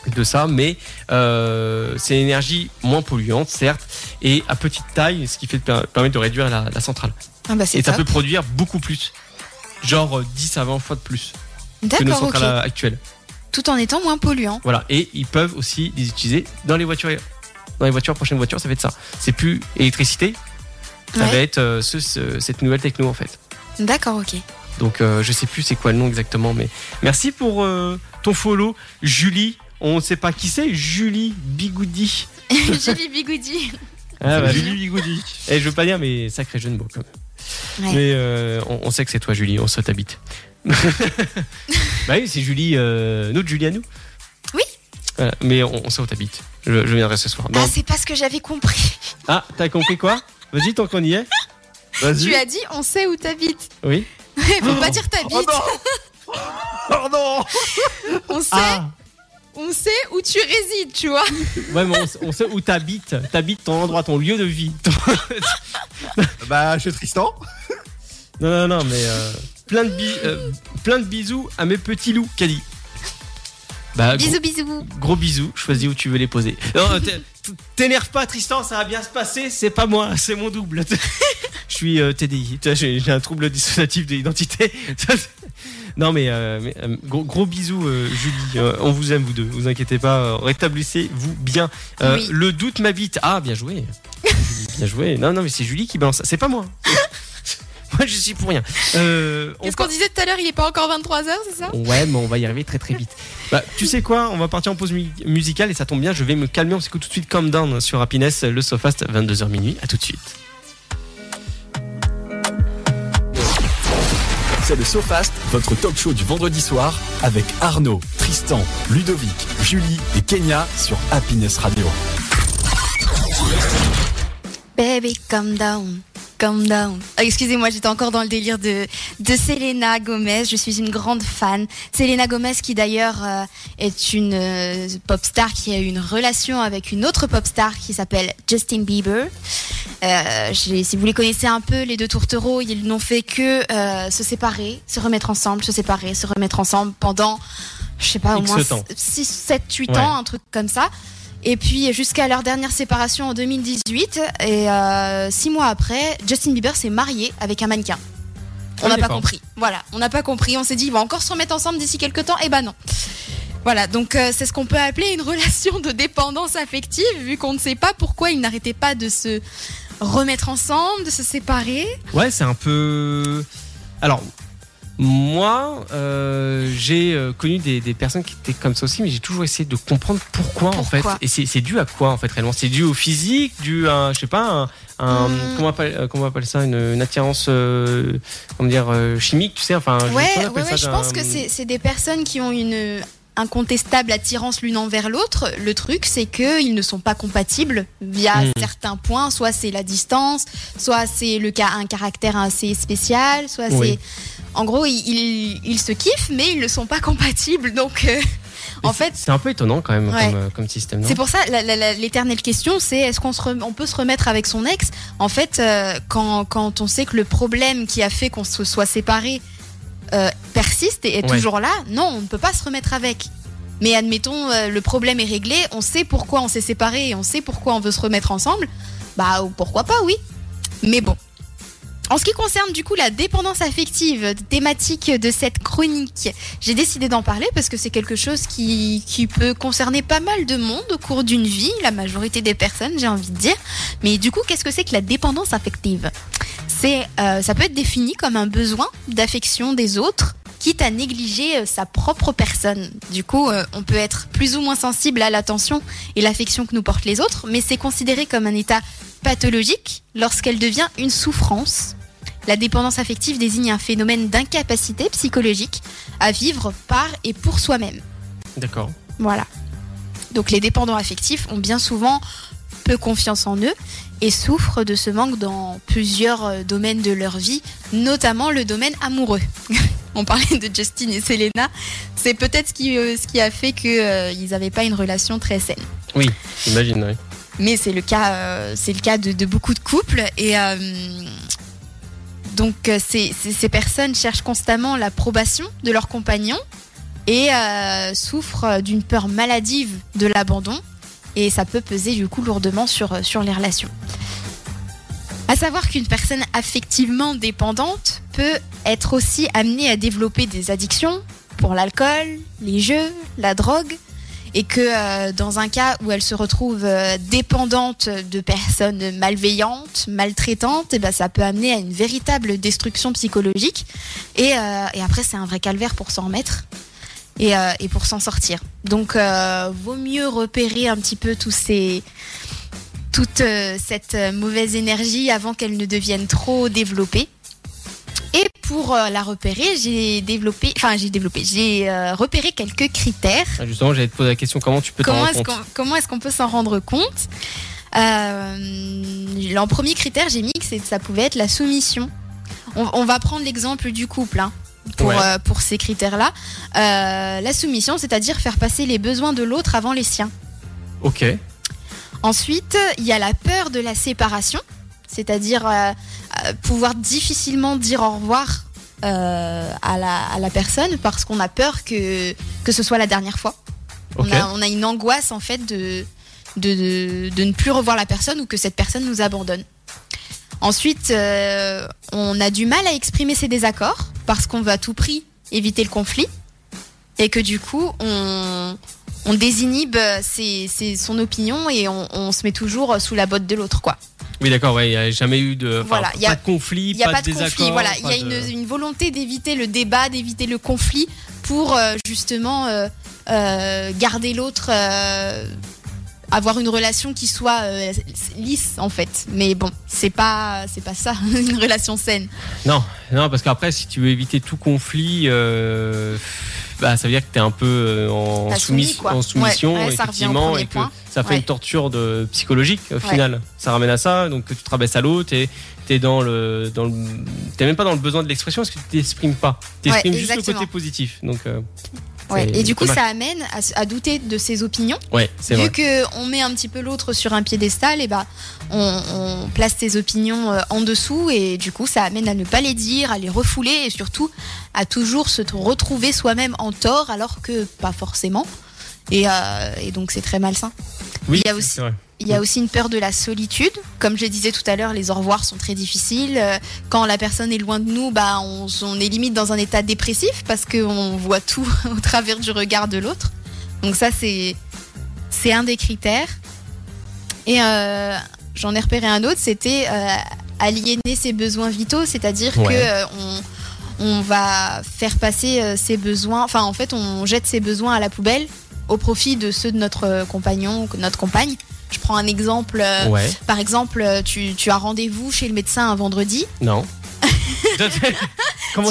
Speaker 2: de ça mais euh, c'est une énergie moins polluante certes et à petite taille ce qui fait permet de réduire la- la centrale
Speaker 3: Ah bah
Speaker 2: et
Speaker 3: c'est
Speaker 2: ça
Speaker 3: top.
Speaker 2: peut produire beaucoup plus. Genre euh, 10 à 20 fois de plus que nos
Speaker 3: D'accord, ok.
Speaker 2: centrales euh, actuelles.
Speaker 3: Tout en étant moins polluant.
Speaker 2: Voilà. Et ils peuvent aussi les utiliser dans les voitures. Dans les voitures, prochaines voitures, ça va être ça. C'est plus électricité, ça
Speaker 3: Ouais.
Speaker 2: va être euh, ce- ce- cette nouvelle techno en fait.
Speaker 3: D'accord, ok.
Speaker 2: Donc euh, je sais plus c'est quoi le nom exactement, mais merci pour euh, ton follow, Julie. On ne sait pas qui c'est, Julie Bigoudi.
Speaker 3: Julie Bigoudi.
Speaker 2: Ah, bah,
Speaker 4: Julie Bigoudi.
Speaker 2: Eh, je veux pas dire, mais sacré jeu de mots quand même.
Speaker 3: Ouais.
Speaker 2: Mais euh, on, on sait que c'est toi, Julie, on se t'habite. bah oui, c'est Julie, euh, notre Julie à nous.
Speaker 3: Oui.
Speaker 2: Voilà, mais on, on sait où t'habites. Je, je viendrai ce soir. Non.
Speaker 3: Ah, c'est pas ce que j'avais compris.
Speaker 2: Ah, t'as compris quoi Vas-y, tant qu'on y est.
Speaker 4: Vas-y.
Speaker 3: Tu as dit, on sait où t'habites.
Speaker 2: Oui.
Speaker 3: Faut pas dire
Speaker 4: Oh
Speaker 3: t'habites.
Speaker 4: non Oh non
Speaker 3: on sait,
Speaker 2: Ah
Speaker 3: on sait où tu résides, tu vois.
Speaker 2: Ouais, mais on, s- on sait où t'habites. T'habites ton endroit, ton lieu de vie. Ton-
Speaker 4: Bah, je suis Tristan.
Speaker 2: Non, non, non, mais. euh, plein, de bi- euh, plein de bisous à mes petits loups, Caddy. Bah, gros-
Speaker 3: Bisous, bisous.
Speaker 2: Gros bisous, choisis où tu veux les poser. Non, t'é- T'énerve pas, Tristan, ça va bien se passer, c'est pas moi, c'est mon double. Je suis euh, TDI, Tu vois, j'ai j'ai un trouble dissociatif de l'identité. Non, mais, euh, mais, euh, gros, gros bisous, euh, Julie. Euh, on vous aime, vous deux, vous inquiétez pas, euh, rétablissez-vous bien. Euh,
Speaker 3: Oui.
Speaker 2: Le doute m'habite. Ah, bien joué. Julie, bien joué. Non, non, mais c'est Julie qui balance ça, c'est pas moi. moi, je suis pour rien. Euh, on
Speaker 3: Qu'est-ce qu'on disait tout à l'heure Il est pas encore 23h, c'est ça
Speaker 2: Ouais, mais on va y arriver très très vite. Bah, tu sais quoi On va partir en pause mu- musicale et ça tombe bien, je vais me calmer. On s'écoute tout de suite Calm Down sur Happiness, le Sofast, 22h minuit. À tout de suite.
Speaker 1: C'est le SoFast, votre talk show du vendredi soir avec Arnaud, Tristan, Ludovic, Julie et Kenya sur Happiness Radio.
Speaker 3: Baby, calm down. Calm down. Ah, Excusez-moi, j'étais encore dans le délire de, de Selena Gomez. Je suis une grande fan. Selena Gomez, qui d'ailleurs euh, est une euh, pop star qui a eu une relation avec une autre pop star qui s'appelle Justin Bieber. Euh, j'ai- si vous les connaissez un peu, les deux tourtereaux, ils n'ont fait que euh, se séparer, se remettre ensemble, se séparer, se remettre ensemble pendant, je sais pas, au
Speaker 2: X
Speaker 3: moins
Speaker 2: temps.
Speaker 3: 6, 7, 8
Speaker 2: Ouais.
Speaker 3: ans, un truc comme ça. Et puis jusqu'à leur dernière séparation en 2018, et euh, six mois après, Justin Bieber s'est marié avec un mannequin. On
Speaker 2: Ah,
Speaker 3: n'a pas
Speaker 2: d'accord.
Speaker 3: compris. Voilà, on n'a pas compris. On s'est dit, ils vont encore se remettre ensemble d'ici quelques temps. Et ben non. Voilà, donc euh, c'est ce qu'on peut appeler une relation de dépendance affective, vu qu'on ne sait pas pourquoi ils n'arrêtaient pas de se remettre ensemble, de se séparer.
Speaker 2: Ouais, c'est un peu. Alors, Moi, euh, j'ai euh, connu des, des personnes qui étaient comme ça aussi, mais j'ai toujours essayé de comprendre pourquoi, en fait.
Speaker 3: Pourquoi
Speaker 2: Et c'est c'est dû à quoi en fait réellement C'est dû au physique, dû à, je sais pas, un, un-
Speaker 3: Hmm.
Speaker 2: comment, on appelle, euh, comment on appelle ça, une, une attirance, euh, comment dire, euh, chimique, tu sais, enfin. je-
Speaker 3: Ouais,
Speaker 2: comment on
Speaker 3: ouais,
Speaker 2: appelle ça,
Speaker 3: ouais, je
Speaker 2: d'un-
Speaker 3: pense que c'est c'est des personnes qui ont une incontestable attirance l'une envers l'autre. Le truc, c'est qu'ils ne sont pas compatibles via
Speaker 2: Hmm.
Speaker 3: certains points. Soit c'est la distance, soit c'est le cas un caractère assez spécial, soit
Speaker 2: Oui.
Speaker 3: c'est. En gros, ils, ils, ils se kiffent, mais ils ne sont pas compatibles. Donc, euh, en fait,
Speaker 2: C'est un peu étonnant quand même
Speaker 3: Ouais.
Speaker 2: comme, euh, comme système. non
Speaker 3: c'est pour ça, la- la- la- l'éternelle question, c'est est-ce qu'on se rem- on peut se remettre avec son ex En fait, euh, quand, quand on sait que le problème qui a fait qu'on se soit séparés euh, persiste et est
Speaker 2: Ouais.
Speaker 3: toujours là, non, on ne peut pas se remettre avec. Mais admettons, euh, le problème est réglé, on sait pourquoi on s'est séparés et on sait pourquoi on veut se remettre ensemble, bah ou pourquoi pas, oui. Mais bon. En ce qui concerne du coup la dépendance affective, thématique de cette chronique, j'ai décidé d'en parler parce que c'est quelque chose qui, qui peut concerner pas mal de monde au cours d'une vie, la majorité des personnes, j'ai envie de dire. Mais du coup, qu'est-ce que c'est que la dépendance affective C'est, euh, ça peut être défini comme un besoin d'affection des autres, quitte à négliger euh, sa propre personne. Du coup, euh, on peut être plus ou moins sensible à l'attention et l'affection que nous portent les autres, mais c'est considéré comme un état pathologique lorsqu'elle devient une souffrance. La dépendance affective désigne un phénomène d'incapacité psychologique à vivre par et pour soi-même.
Speaker 2: D'accord.
Speaker 3: Voilà. Donc les dépendants affectifs ont bien souvent peu confiance en eux et souffrent de ce manque dans plusieurs euh, domaines de leur vie, notamment le domaine amoureux. On parlait de Justin et Selena, c'est peut-être ce qui, euh, ce qui a fait qu'ils n'avaient pas une relation très saine.
Speaker 2: J'imagine, oui.
Speaker 3: Mais c'est le cas, euh, c'est le cas de, de beaucoup de couples et euh, donc euh, ces, ces- ces personnes cherchent constamment l'approbation de leurs compagnons et euh, souffrent euh, d'une peur maladive de l'abandon et ça peut peser du coup lourdement sur, euh, sur les relations. À savoir qu'une personne affectivement dépendante peut être aussi amenée à développer des addictions pour l'alcool, les jeux, la drogue et que euh, dans un cas où elle se retrouve euh, dépendante de personnes malveillantes, maltraitantes, et ben ça peut amener à une véritable destruction psychologique. Et, euh, et après, c'est un vrai calvaire pour s'en remettre et, euh, et pour s'en sortir. Donc, euh, vaut mieux repérer un petit peu tous ces toute euh, cette euh, mauvaise énergie avant qu'elle ne devienne trop développée. Et pour euh, la repérer, j'ai développé, enfin j'ai développé, j'ai euh, repéré quelques critères
Speaker 2: Ah, Justement, j'allais te poser la question comment tu peux t'en
Speaker 3: comment
Speaker 2: rendre
Speaker 3: est-ce
Speaker 2: compte
Speaker 3: qu'on comment est-ce qu'on peut s'en rendre compte Euh, En premier critère, j'ai mis que c'est- ça pouvait être la soumission. On, on va prendre l'exemple du couple. hein, Pour,
Speaker 2: Ouais.
Speaker 3: euh, pour ces critères-là, Euh, la soumission, c'est-à-dire faire passer les besoins de l'autre avant les siens.
Speaker 2: Ok.
Speaker 3: Ensuite, il y a la peur de la séparation, c'est-à-dire euh, euh, pouvoir difficilement dire au revoir euh, à, la, à la personne parce qu'on a peur que, que ce soit la dernière fois.
Speaker 2: Ok.
Speaker 3: On, a, on a une angoisse en fait de, de, de- de ne plus revoir la personne ou que cette personne nous abandonne. Ensuite, euh, on a du mal à exprimer ses désaccords parce qu'on veut à tout prix éviter le conflit et que du coup, on, on désinhibe euh, ses- ses- son opinion et on, on se met toujours sous la botte de l'autre. quoi.
Speaker 2: Oui, d'accord, ouais, il n'y a jamais eu de. enfin,
Speaker 3: Voilà, il y a-
Speaker 2: pas de conflit,
Speaker 3: Il n'y a pas, de
Speaker 2: désaccord.
Speaker 3: conflit, voilà. Il y
Speaker 2: pas
Speaker 3: a une,
Speaker 2: de-
Speaker 3: une volonté d'éviter le débat, d'éviter le conflit pour euh, justement euh, euh, garder l'autre, euh, avoir une relation qui soit euh, lisse en fait. Mais bon, c'est pas, c'est pas ça une relation saine.
Speaker 2: Non, non, parce qu'après, si tu veux éviter tout conflit, euh, bah, ça veut dire que tu es un peu euh, en,
Speaker 3: T'as soumis,
Speaker 2: soumis-
Speaker 3: quoi.
Speaker 2: en soumission,
Speaker 3: Ouais, ouais, ça revient au
Speaker 2: effectivement,
Speaker 3: premier
Speaker 2: et que
Speaker 3: point.
Speaker 2: ça fait
Speaker 3: Ouais.
Speaker 2: une torture de, psychologique au final. Ça ramène à ça, donc que tu te rabaisses à l'autre et t'es dans le, dans le- t'es même pas dans le besoin de l'expression parce que tu t'exprimes pas. Tu t'exprimes
Speaker 3: Ouais,
Speaker 2: juste le
Speaker 3: exactement.
Speaker 2: côté positif. Donc, euh,
Speaker 3: Ouais.
Speaker 2: C'est
Speaker 3: Et du coup,
Speaker 2: dommage.
Speaker 3: ça amène à, s- à douter de ses opinions.
Speaker 2: ouais, c'est
Speaker 3: Vu
Speaker 2: vrai.
Speaker 3: qu'on met un petit peu l'autre sur un piédestal, et bah, on, on place ses opinions euh, en dessous et du coup, ça amène à ne pas les dire, à les refouler et surtout à toujours se t- retrouver soi-même en tort alors que pas forcément. Et, euh, et donc, c'est très malsain.
Speaker 2: Oui,
Speaker 3: il y a aussi-
Speaker 2: c'est vrai.
Speaker 3: Il y a aussi une peur de la solitude. Comme je disais tout à l'heure, les au revoir sont très difficiles. Euh, Quand la personne est loin de nous, bah, on, on est limite dans un état dépressif parce qu'on voit tout au travers du regard de l'autre. Donc ça, c'est c'est un des critères. Et euh, j'en ai repéré un autre, c'était euh, aliéner ses besoins vitaux, c'est-à-dire
Speaker 2: Ouais.
Speaker 3: que euh, on- on va faire passer euh, ses besoins. Enfin, en fait, on jette ses besoins à la poubelle au profit de ceux de notre euh, compagnon ou que- notre compagne. Je prends un exemple. euh,
Speaker 2: Ouais.
Speaker 3: Par exemple, euh, tu, tu as rendez-vous chez le médecin un vendredi.
Speaker 2: Non. comment, tu,
Speaker 3: Tiens.
Speaker 2: comment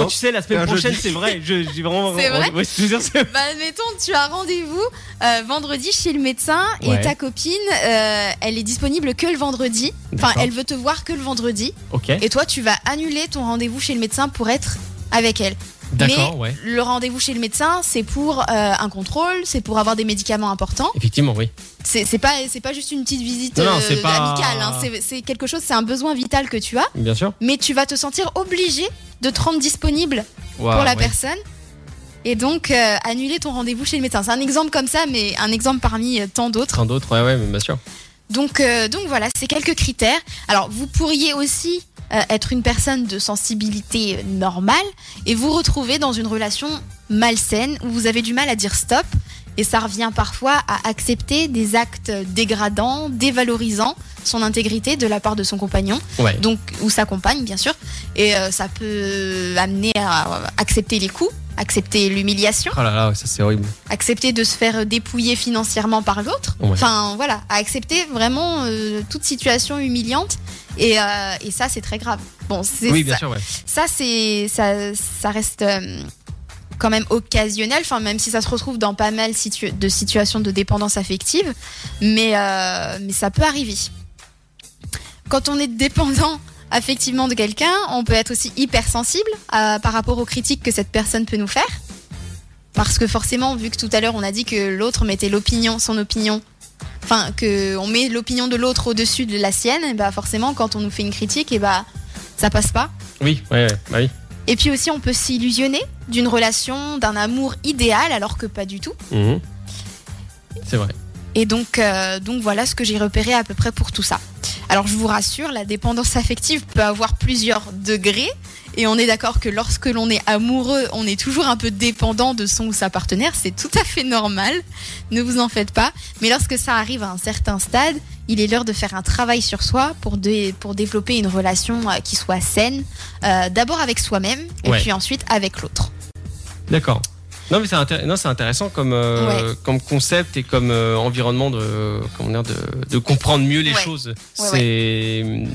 Speaker 4: Non.
Speaker 2: tu sais, la semaine
Speaker 4: Un jeudi.
Speaker 2: prochaine, c'est vrai. Je- J'ai vraiment.
Speaker 3: C'est vrai
Speaker 2: Ouais, je veux dire, c'est-
Speaker 3: Bah, admettons, tu as rendez-vous euh, vendredi chez le médecin
Speaker 2: Ouais.
Speaker 3: et ta copine, euh, elle est disponible que le vendredi. Enfin,
Speaker 2: D'accord.
Speaker 3: elle veut te voir que le vendredi.
Speaker 2: Ok.
Speaker 3: Et toi, tu vas annuler ton rendez-vous chez le médecin pour être avec elle.
Speaker 2: D'accord,
Speaker 3: Mais
Speaker 2: ouais.
Speaker 3: Le rendez-vous chez le médecin, c'est pour euh, un contrôle, c'est pour avoir des médicaments importants.
Speaker 2: Effectivement, oui.
Speaker 3: C'est c'est pas, c'est pas juste une petite visite
Speaker 2: Non, non,
Speaker 3: euh,
Speaker 2: c'est pas-
Speaker 3: amicale. hein. C'est- C'est quelque chose, c'est un besoin vital que tu as.
Speaker 2: Bien sûr.
Speaker 3: Mais tu vas te sentir obligé de te rendre disponible
Speaker 2: Ah
Speaker 3: pour la personne. Et donc, euh, annuler ton rendez-vous chez le médecin. C'est un exemple comme ça, mais un exemple parmi euh, tant d'autres.
Speaker 2: Train d'autres, ouais, ouais, mais bien sûr.
Speaker 3: Donc, euh, donc voilà, c'est quelques critères. Alors, vous pourriez aussi euh, être une personne de sensibilité normale et vous retrouver dans une relation malsaine où vous avez du mal à dire stop. Et ça revient parfois à accepter des actes dégradants, dévalorisant son intégrité de la part de son compagnon,
Speaker 2: Ouais.
Speaker 3: donc ou sa compagne bien sûr. Et euh, ça peut amener à accepter les coups, accepter l'humiliation
Speaker 2: Oh là là, ouais, ça c'est horrible.
Speaker 3: accepter de se faire dépouiller financièrement par l'autre.
Speaker 2: Ouais.
Speaker 3: Enfin, voilà, à accepter vraiment euh, toute situation humiliante. Et, euh, et ça, c'est très grave. Bon, c'est
Speaker 2: Oui, bien
Speaker 3: ça,
Speaker 2: sûr, ouais.
Speaker 3: ça, c'est ça, ça reste euh, quand même occasionnel. Enfin, même si ça se retrouve dans pas mal situ- de situations de dépendance affective, mais euh, mais ça peut arriver. Quand on est dépendant affectivement de quelqu'un, on peut être aussi hypersensible euh, par rapport aux critiques que cette personne peut nous faire. Parce que forcément, vu que tout à l'heure on a dit que l'autre mettait l'opinion, son opinion, enfin que on met l'opinion de l'autre au-dessus de la sienne, et bah forcément quand on nous fait une critique, et bah ça passe pas.
Speaker 2: Oui, ouais, ouais, bah oui.
Speaker 3: Et puis aussi, on peut s'illusionner d'une relation, d'un amour idéal, alors que pas du tout.
Speaker 2: Mhm. C'est vrai.
Speaker 3: Et donc, euh, donc voilà ce que j'ai repéré à peu près pour tout ça. Alors je vous rassure, la dépendance affective peut avoir plusieurs degrés. Et on est d'accord que lorsque l'on est amoureux, on est toujours un peu dépendant de son ou sa partenaire. C'est tout à fait normal. Ne vous en faites pas. Mais lorsque ça arrive à un certain stade, il est l'heure de faire un travail sur soi pour, dé- pour développer une relation euh, qui soit saine. euh, D'abord avec soi-même et
Speaker 2: Ouais.
Speaker 3: puis ensuite avec l'autre.
Speaker 2: D'accord. Non, mais c'est intér- non, c'est intéressant comme, euh, comme concept et comme euh, environnement de, comment dire, de, de comprendre mieux les
Speaker 3: Ouais.
Speaker 2: choses.
Speaker 3: ouais.
Speaker 2: c'est.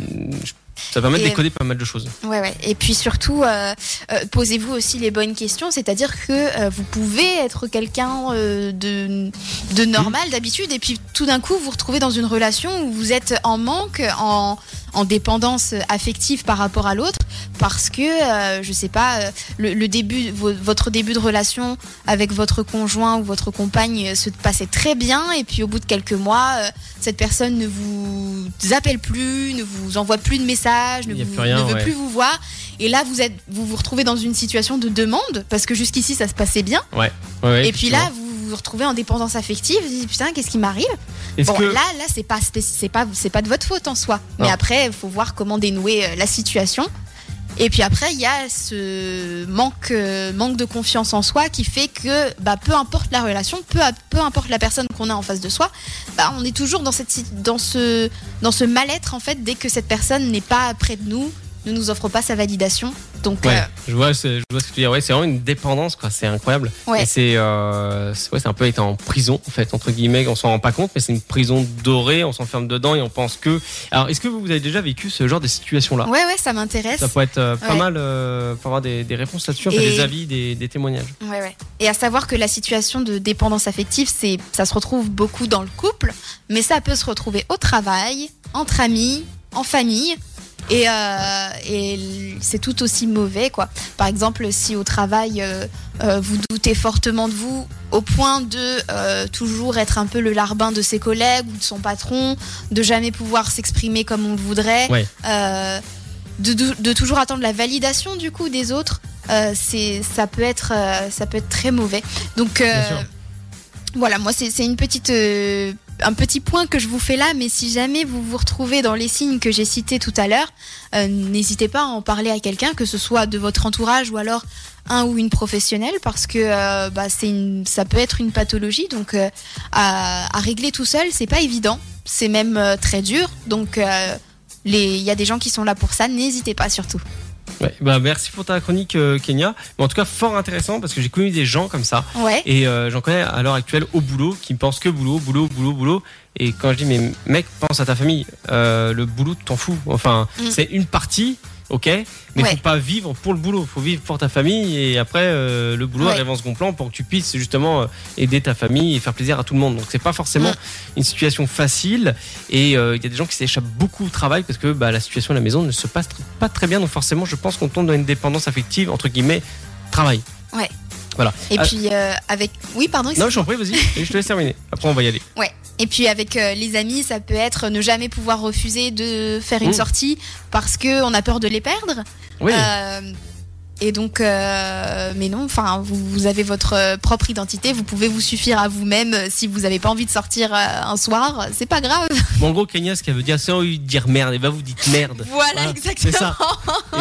Speaker 2: Ça permet de
Speaker 3: Et-
Speaker 2: décoder pas mal de choses.
Speaker 3: Ouais, ouais. Et puis surtout, euh, euh, posez-vous aussi les bonnes questions, c'est-à-dire que euh, vous pouvez être quelqu'un euh, de,
Speaker 2: Mhm.
Speaker 3: de normal d'habitude, et puis tout d'un coup, vous vous retrouvez dans une relation où vous êtes en manque, en, en dépendance affective par rapport à l'autre, parce que, euh, je sais pas, euh, le, le début, vo- votre début de relation avec votre conjoint ou votre compagne euh, se passait très bien, et puis au bout de quelques mois, euh, cette personne ne vous appelle plus, ne vous envoie plus de messages, ne,
Speaker 2: Il y a
Speaker 3: vous-
Speaker 2: plus rien,
Speaker 3: ne veut
Speaker 2: ouais.
Speaker 3: plus vous voir. Et là, vous êtes, vous vous retrouvez dans une situation de demande parce que jusqu'ici ça se passait bien.
Speaker 2: Ouais, ouais,
Speaker 3: et puis là, vous vous retrouvez en dépendance affective. Vous dites putain, qu'est-ce qui m'arrive
Speaker 2: effectivement. Est-ce
Speaker 3: Bon,
Speaker 2: que- Ah.
Speaker 3: là, là, c'est pas, spéc- c'est pas, c'est pas de votre faute en soi. Mais
Speaker 2: Non.
Speaker 3: après, il faut voir comment dénouer euh, la situation. Et puis après, il y a ce manque, euh, manque de confiance en soi qui fait que, bah, peu importe la relation, peu, à- peu importe la personne qu'on a en face de soi, bah, on est toujours dans cette, si- dans ce, dans ce mal-être en fait dès que cette personne n'est pas près de nous, ne nous offre pas sa validation. Donc,
Speaker 2: Ouais,
Speaker 3: euh,
Speaker 2: je vois, c'est- je vois ce que tu dis. Ouais, c'est vraiment une dépendance, quoi. C'est incroyable.
Speaker 3: Ouais.
Speaker 2: Et c'est, euh, c'est- ouais, c'est un peu être en prison, en fait, entre guillemets. On s'en rend pas compte, mais c'est une prison dorée. On s'enferme dedans et on pense que. Alors, est-ce que vous, vous avez déjà vécu ce genre de situation-là
Speaker 3: euh, ouais, ouais, ça m'intéresse.
Speaker 2: Ça pourrait être euh, pas
Speaker 3: Ouais.
Speaker 2: mal euh, pour avoir des, des réponses là-dessus, enfin,
Speaker 3: Et-
Speaker 2: des avis, des, des témoignages.
Speaker 3: Ouais, ouais. Et à savoir que la situation de dépendance affective, c'est, ça se retrouve beaucoup dans le couple, mais ça peut se retrouver au travail, entre amis, en famille. Et, euh, et l- c'est tout aussi mauvais, quoi. Par exemple, si au travail, euh, euh, vous doutez fortement de vous, au point de euh, toujours être un peu le larbin de ses collègues ou de son patron, de jamais pouvoir s'exprimer comme on le voudrait,
Speaker 2: Ouais.
Speaker 3: euh, de, de- de toujours attendre la validation du coup des autres, euh, c'est ça peut être euh, ça peut être très mauvais. Donc euh,
Speaker 2: Bien sûr.
Speaker 3: voilà, moi c'est c'est une petite euh, un petit point que je vous fais là, mais si jamais vous vous retrouvez dans les signes que j'ai cités tout à l'heure, euh, n'hésitez pas à en parler à quelqu'un, que ce soit de votre entourage ou alors un ou une professionnelle, parce que euh, bah, c'est une, ça peut être une pathologie, donc euh, à, à régler tout seul, c'est pas évident, c'est même euh, très dur, donc euh, les- il y a des gens qui sont là pour ça, n'hésitez pas surtout.
Speaker 2: Ouais, bah, merci pour ta chronique, euh, Kenya. Mais en tout cas, fort intéressant parce que j'ai connu des gens comme ça.
Speaker 3: Ouais.
Speaker 2: Et euh, j'en connais à l'heure actuelle au boulot qui ne pensent que boulot, boulot, boulot, boulot. Et quand je dis, mais mec, pense à ta famille. Euh, le boulot, t'en fous. Enfin,
Speaker 3: Mm.
Speaker 2: c'est une partie, ok, mais
Speaker 3: Ouais.
Speaker 2: faut pas vivre pour le boulot. Faut vivre pour ta famille et après, euh, le boulot
Speaker 3: Ouais.
Speaker 2: arrive en second plan pour que tu puisses justement euh, aider ta famille et faire plaisir à tout le monde. Donc, c'est pas forcément
Speaker 3: Mm.
Speaker 2: une situation facile. Et euh, il y a des gens qui s'échappent beaucoup au travail parce que bah, la situation à la maison ne se passe tr- pas très bien. Donc, forcément, je pense qu'on tombe dans une dépendance affective, entre guillemets, travail.
Speaker 3: Et
Speaker 2: Ah.
Speaker 3: puis euh, avec, oui pardon.
Speaker 2: Non, je t'en prie, vas-y, je te laisse terminer. Après, on va y aller.
Speaker 3: Et puis avec euh, les amis, ça peut être ne jamais pouvoir refuser de faire une
Speaker 2: Mm.
Speaker 3: sortie parce que on a peur de les perdre.
Speaker 2: Oui.
Speaker 3: Euh, et donc, euh, mais non, enfin, vous, vous avez votre euh, propre identité, vous pouvez vous suffire à vous-même euh, si vous n'avez pas envie de sortir euh, un soir, c'est pas grave.
Speaker 2: Bon, en gros, Kenya, ce qu'elle veut dire, c'est envie de dire merde. Et bah, vous dites merde.
Speaker 3: Voilà,
Speaker 2: Ah,
Speaker 3: exactement.
Speaker 2: c'est ça.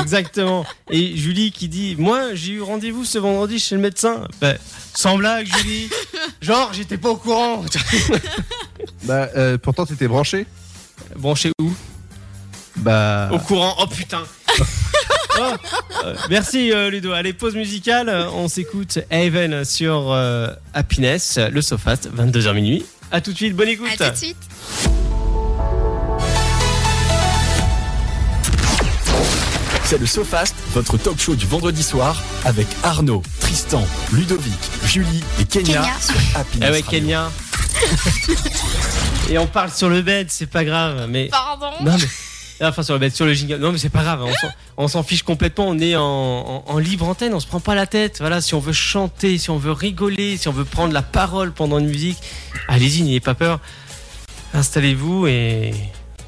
Speaker 2: Exactement. Et Julie qui dit Moi, j'ai eu rendez-vous ce vendredi chez le médecin. Bah, sans blague, Julie. Genre, j'étais pas au courant.
Speaker 4: Bah, euh, pourtant, t'étais branché.
Speaker 2: Branché où
Speaker 4: Bah.
Speaker 2: Au courant. Oh putain. Oh, euh, merci euh, Ludo. Allez, pause musicale. Euh, On s'écoute Haven sur euh, Happiness, le Sofast, 22h minuit. À tout de suite. Bonne écoute.
Speaker 3: À tout de suite.
Speaker 1: C'est le SoFast, votre talk show du vendredi soir avec Arnaud, Tristan, Ludovic, Julie et Kenya,
Speaker 3: Kenya.
Speaker 1: sur Happiness
Speaker 2: Ah ouais,
Speaker 1: Radio.
Speaker 2: Kenya. Et on parle sur le bed, c'est pas grave. Mais
Speaker 3: Pardon.
Speaker 2: Non mais enfin sur le bête, sur le jingle. Non mais c'est pas grave, hein, on s'en- on s'en fiche complètement. On est en, en- en libre antenne, on se prend pas la tête. Voilà, si on veut chanter, si on veut rigoler, si on veut prendre la parole pendant une musique, allez-y, n'ayez pas peur. Installez-vous et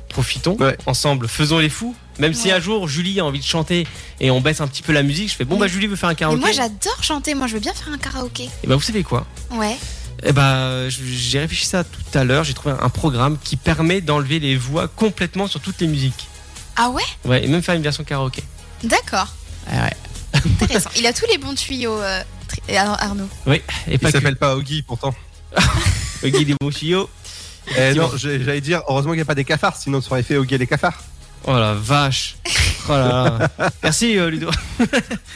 Speaker 2: profitons
Speaker 4: Ouais.
Speaker 2: ensemble. Faisons les fous. Même si
Speaker 3: Ouais.
Speaker 2: un jour Julie a envie de chanter et on baisse un petit peu la musique, je fais bon bah Julie veut faire un
Speaker 3: Mais
Speaker 2: karaoké.
Speaker 3: Mm. moi, j'adore chanter. Moi, je veux bien faire un karaoké.
Speaker 2: et bah vous savez quoi
Speaker 3: Ouais.
Speaker 2: eh ben, je- j'ai réfléchi ça tout à l'heure. J'ai trouvé un programme qui permet d'enlever les voix complètement sur toutes les musiques.
Speaker 3: Ah ouais
Speaker 2: Ouais, et même faire une version karaoké.
Speaker 3: D'accord.
Speaker 2: Ah ouais.
Speaker 3: Intéressant. Il a tous les bons tuyaux, euh, Tri- euh, Arnaud.
Speaker 2: Et
Speaker 4: Il
Speaker 2: pas que
Speaker 4: s'appelle pas Oggy pourtant.
Speaker 2: le Guy des Bouchillots.
Speaker 4: Eh non, j'ai- j'allais dire, heureusement qu'il n'y a pas des cafards, sinon ça aurait fait Oggy et les cafards.
Speaker 2: Oh la vache. Oh là là. Merci euh, Ludo.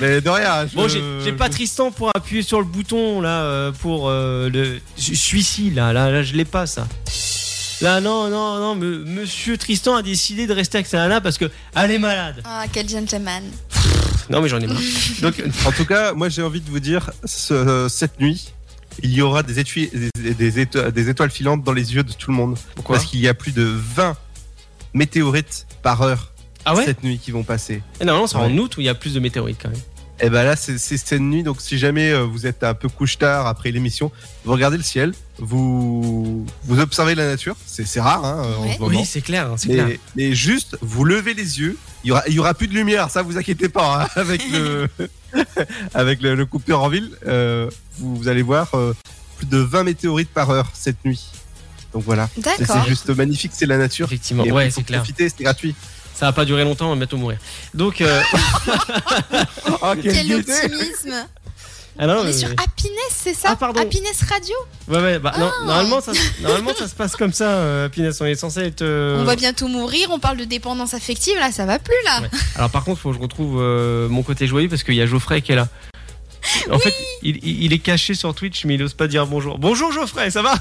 Speaker 4: Mais de rien. je-
Speaker 2: Bon, j'ai j'ai pas Tristan pour appuyer sur le bouton là euh, pour euh, le je suis ici là là là je l'ai pas ça. Là non non non me- monsieur Tristan a décidé de rester avec sa nana parce que elle est malade.
Speaker 3: Ah, quel gentleman.
Speaker 2: Non mais j'en ai marre. Donc
Speaker 4: En tout cas, moi j'ai envie de vous dire, ce- cette nuit, il y aura des, étui- des, des éto- des étoiles filantes dans les yeux de tout le monde.
Speaker 2: Pourquoi
Speaker 4: Parce qu'il y a plus de 20 météorites par heure
Speaker 2: Ah ouais
Speaker 4: cette nuit qui vont passer.
Speaker 2: Eh, Non non c'est en
Speaker 4: Ouais.
Speaker 2: août où il y a plus de météorites quand même.
Speaker 4: Et ben là, c'est c'est cette nuit, donc si jamais euh, vous êtes un peu couche-tard après l'émission, vous regardez le ciel, vous, vous observez la nature, c'est c'est rare hein, en
Speaker 3: Ouais.
Speaker 4: ce moment.
Speaker 2: Oui c'est clair hein, c'est clair.
Speaker 4: Mais, mais juste, vous levez les yeux, il y aura, il y aura plus de lumière, ça vous inquiétez pas, hein, avec le, avec le, le coupeur en ville, euh, vous, vous allez voir euh, plus de 20 météorites par heure cette nuit. Donc voilà, c'est
Speaker 3: D'accord.
Speaker 4: c'est juste magnifique, c'est la nature.
Speaker 2: Effectivement
Speaker 4: Et
Speaker 2: ouais
Speaker 4: il faut
Speaker 2: c'est clair.
Speaker 4: profiter, c'est gratuit.
Speaker 2: Ça va pas durer longtemps on va bientôt mourir. Donc euh,
Speaker 4: Oh, quelle
Speaker 3: Quel
Speaker 4: gaieté
Speaker 3: optimisme.
Speaker 2: ah, non,
Speaker 3: On est
Speaker 2: mais-
Speaker 3: sur Happiness, c'est ça
Speaker 2: Ah, pardon.
Speaker 3: Happiness Radio
Speaker 2: Ouais, ouais, bah, non,
Speaker 3: Ah.
Speaker 2: normalement, ça, se- normalement ça se passe comme ça, euh, Happiness. On est censé être. euh,
Speaker 3: On va bientôt mourir, on parle de dépendance affective, là ça va plus là.
Speaker 2: Ouais. Alors, par contre, faut que je retrouve euh, mon côté joyeux parce qu'il y a Geoffrey qui est là. En fait, il, il- il est caché sur Twitch, mais il n'ose pas dire bonjour. Bonjour Geoffrey, ça va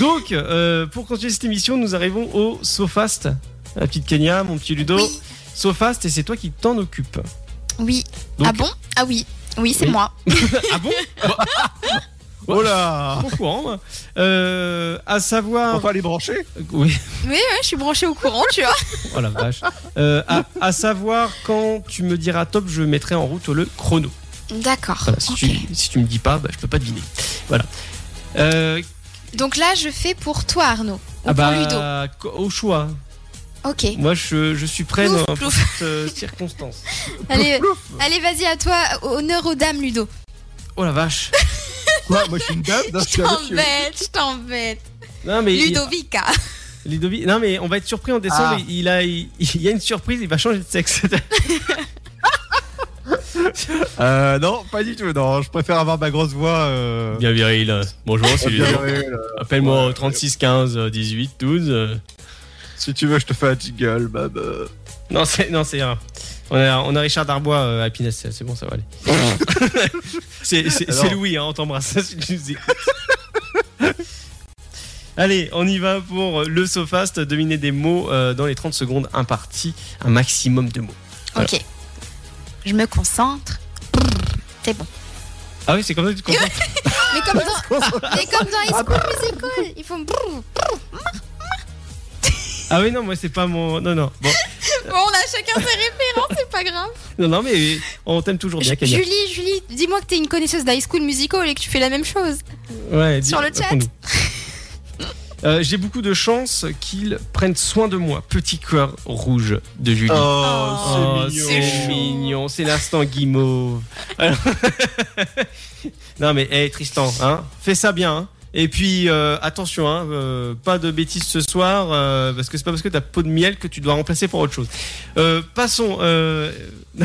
Speaker 2: Donc, euh, pour continuer cette émission, nous arrivons au SoFast. La petite Kenya, mon petit Ludo.
Speaker 3: Oui,
Speaker 2: SoFast, et c'est toi qui t'en occupes.
Speaker 3: oui.
Speaker 2: Donc-
Speaker 3: Ah bon Ah oui, oui c'est
Speaker 2: Oui.
Speaker 3: moi.
Speaker 2: Ah bon
Speaker 4: Oh là
Speaker 2: Pas au courant, moi. Euh, à savoir.
Speaker 4: Enfin, les brancher
Speaker 2: Oui.
Speaker 3: Oui, oui, je suis branchée au courant, tu vois.
Speaker 2: Oh la vache. Euh, à, à savoir, quand tu me diras top, je mettrai en route le chrono.
Speaker 3: D'accord.
Speaker 2: Voilà, si,
Speaker 3: ok.
Speaker 2: tu, si tu me dis pas, bah, je peux pas deviner. Voilà. Euh,
Speaker 3: Donc là je fais pour toi Arnaud. Ou
Speaker 2: ah
Speaker 3: pour Ludo.
Speaker 2: bah, au choix.
Speaker 3: Ok.
Speaker 2: Moi, je, je suis prêt
Speaker 3: Plouf,
Speaker 2: dans
Speaker 3: plouf.
Speaker 2: cette euh, circonstance.
Speaker 3: Allez, allez vas-y à toi, honneur aux dames Ludo.
Speaker 2: Oh la vache.
Speaker 4: Quoi Moi je suis une dame non, je
Speaker 3: Je
Speaker 4: suis un monsieur.
Speaker 3: t'embête, je t'embête.
Speaker 2: Non mais il-
Speaker 3: Ludovica.
Speaker 2: Ludovic- non mais on va être surpris en décembre.
Speaker 4: Ah.
Speaker 2: Il a, il, il y a une surprise. Il va changer de sexe.
Speaker 4: Euh, non, pas du tout, non, je préfère avoir ma grosse voix. euh,
Speaker 2: Bien viril. Bonjour, c'est
Speaker 4: bien virée, là.
Speaker 2: Appelle-moi
Speaker 4: au
Speaker 2: 36 15 18 12. Euh,
Speaker 4: Si tu veux, je te fais un jingle, bah, bah.
Speaker 2: Non, c'est, non, c'est rien. On a, on a Richard Darbois euh, à Pinès, c'est c'est bon, ça va aller. c'est, c'est- c'est
Speaker 4: Alors.
Speaker 2: Louis, hein, on t'embrasse. si tu nous écoutes. Allez, on y va pour euh, le Sofast, dominer des mots euh, dans les 30 secondes imparties, un maximum de mots. Voilà.
Speaker 3: Ok. Je me concentre. C'est bon.
Speaker 2: Ah oui, c'est comme ça que tu te concentres.
Speaker 3: Mais comme dans, mais comme dans High
Speaker 2: bah.
Speaker 3: School Musical, ils font. brrr.
Speaker 2: Ah oui, non, moi c'est pas mon. Non, non. Bon.
Speaker 3: Bon, on a chacun ses références, c'est pas grave.
Speaker 2: Non, non, mais on t'aime toujours bien, Kenya.
Speaker 3: Julie, Julie, dis-moi que t'es une connaisseuse d'High School Musical et que tu fais la même chose.
Speaker 2: Ouais, dis-
Speaker 3: Sur le chat.
Speaker 2: raconte-nous. Euh, J'ai beaucoup de chance qu'ils prennent soin de moi. Petit cœur rouge de Julie.
Speaker 4: Oh,
Speaker 2: Oh,
Speaker 4: c'est
Speaker 2: c'est
Speaker 4: mignon.
Speaker 2: mignon, c'est l'instant guimauve. Alors- non mais hey, Tristan, hein, fais ça bien. hein. Et puis euh, attention, hein, euh, pas de bêtises ce soir, euh, parce que c'est pas parce que t'as peau de miel que tu dois remplacer par autre chose. Euh, passons. euh,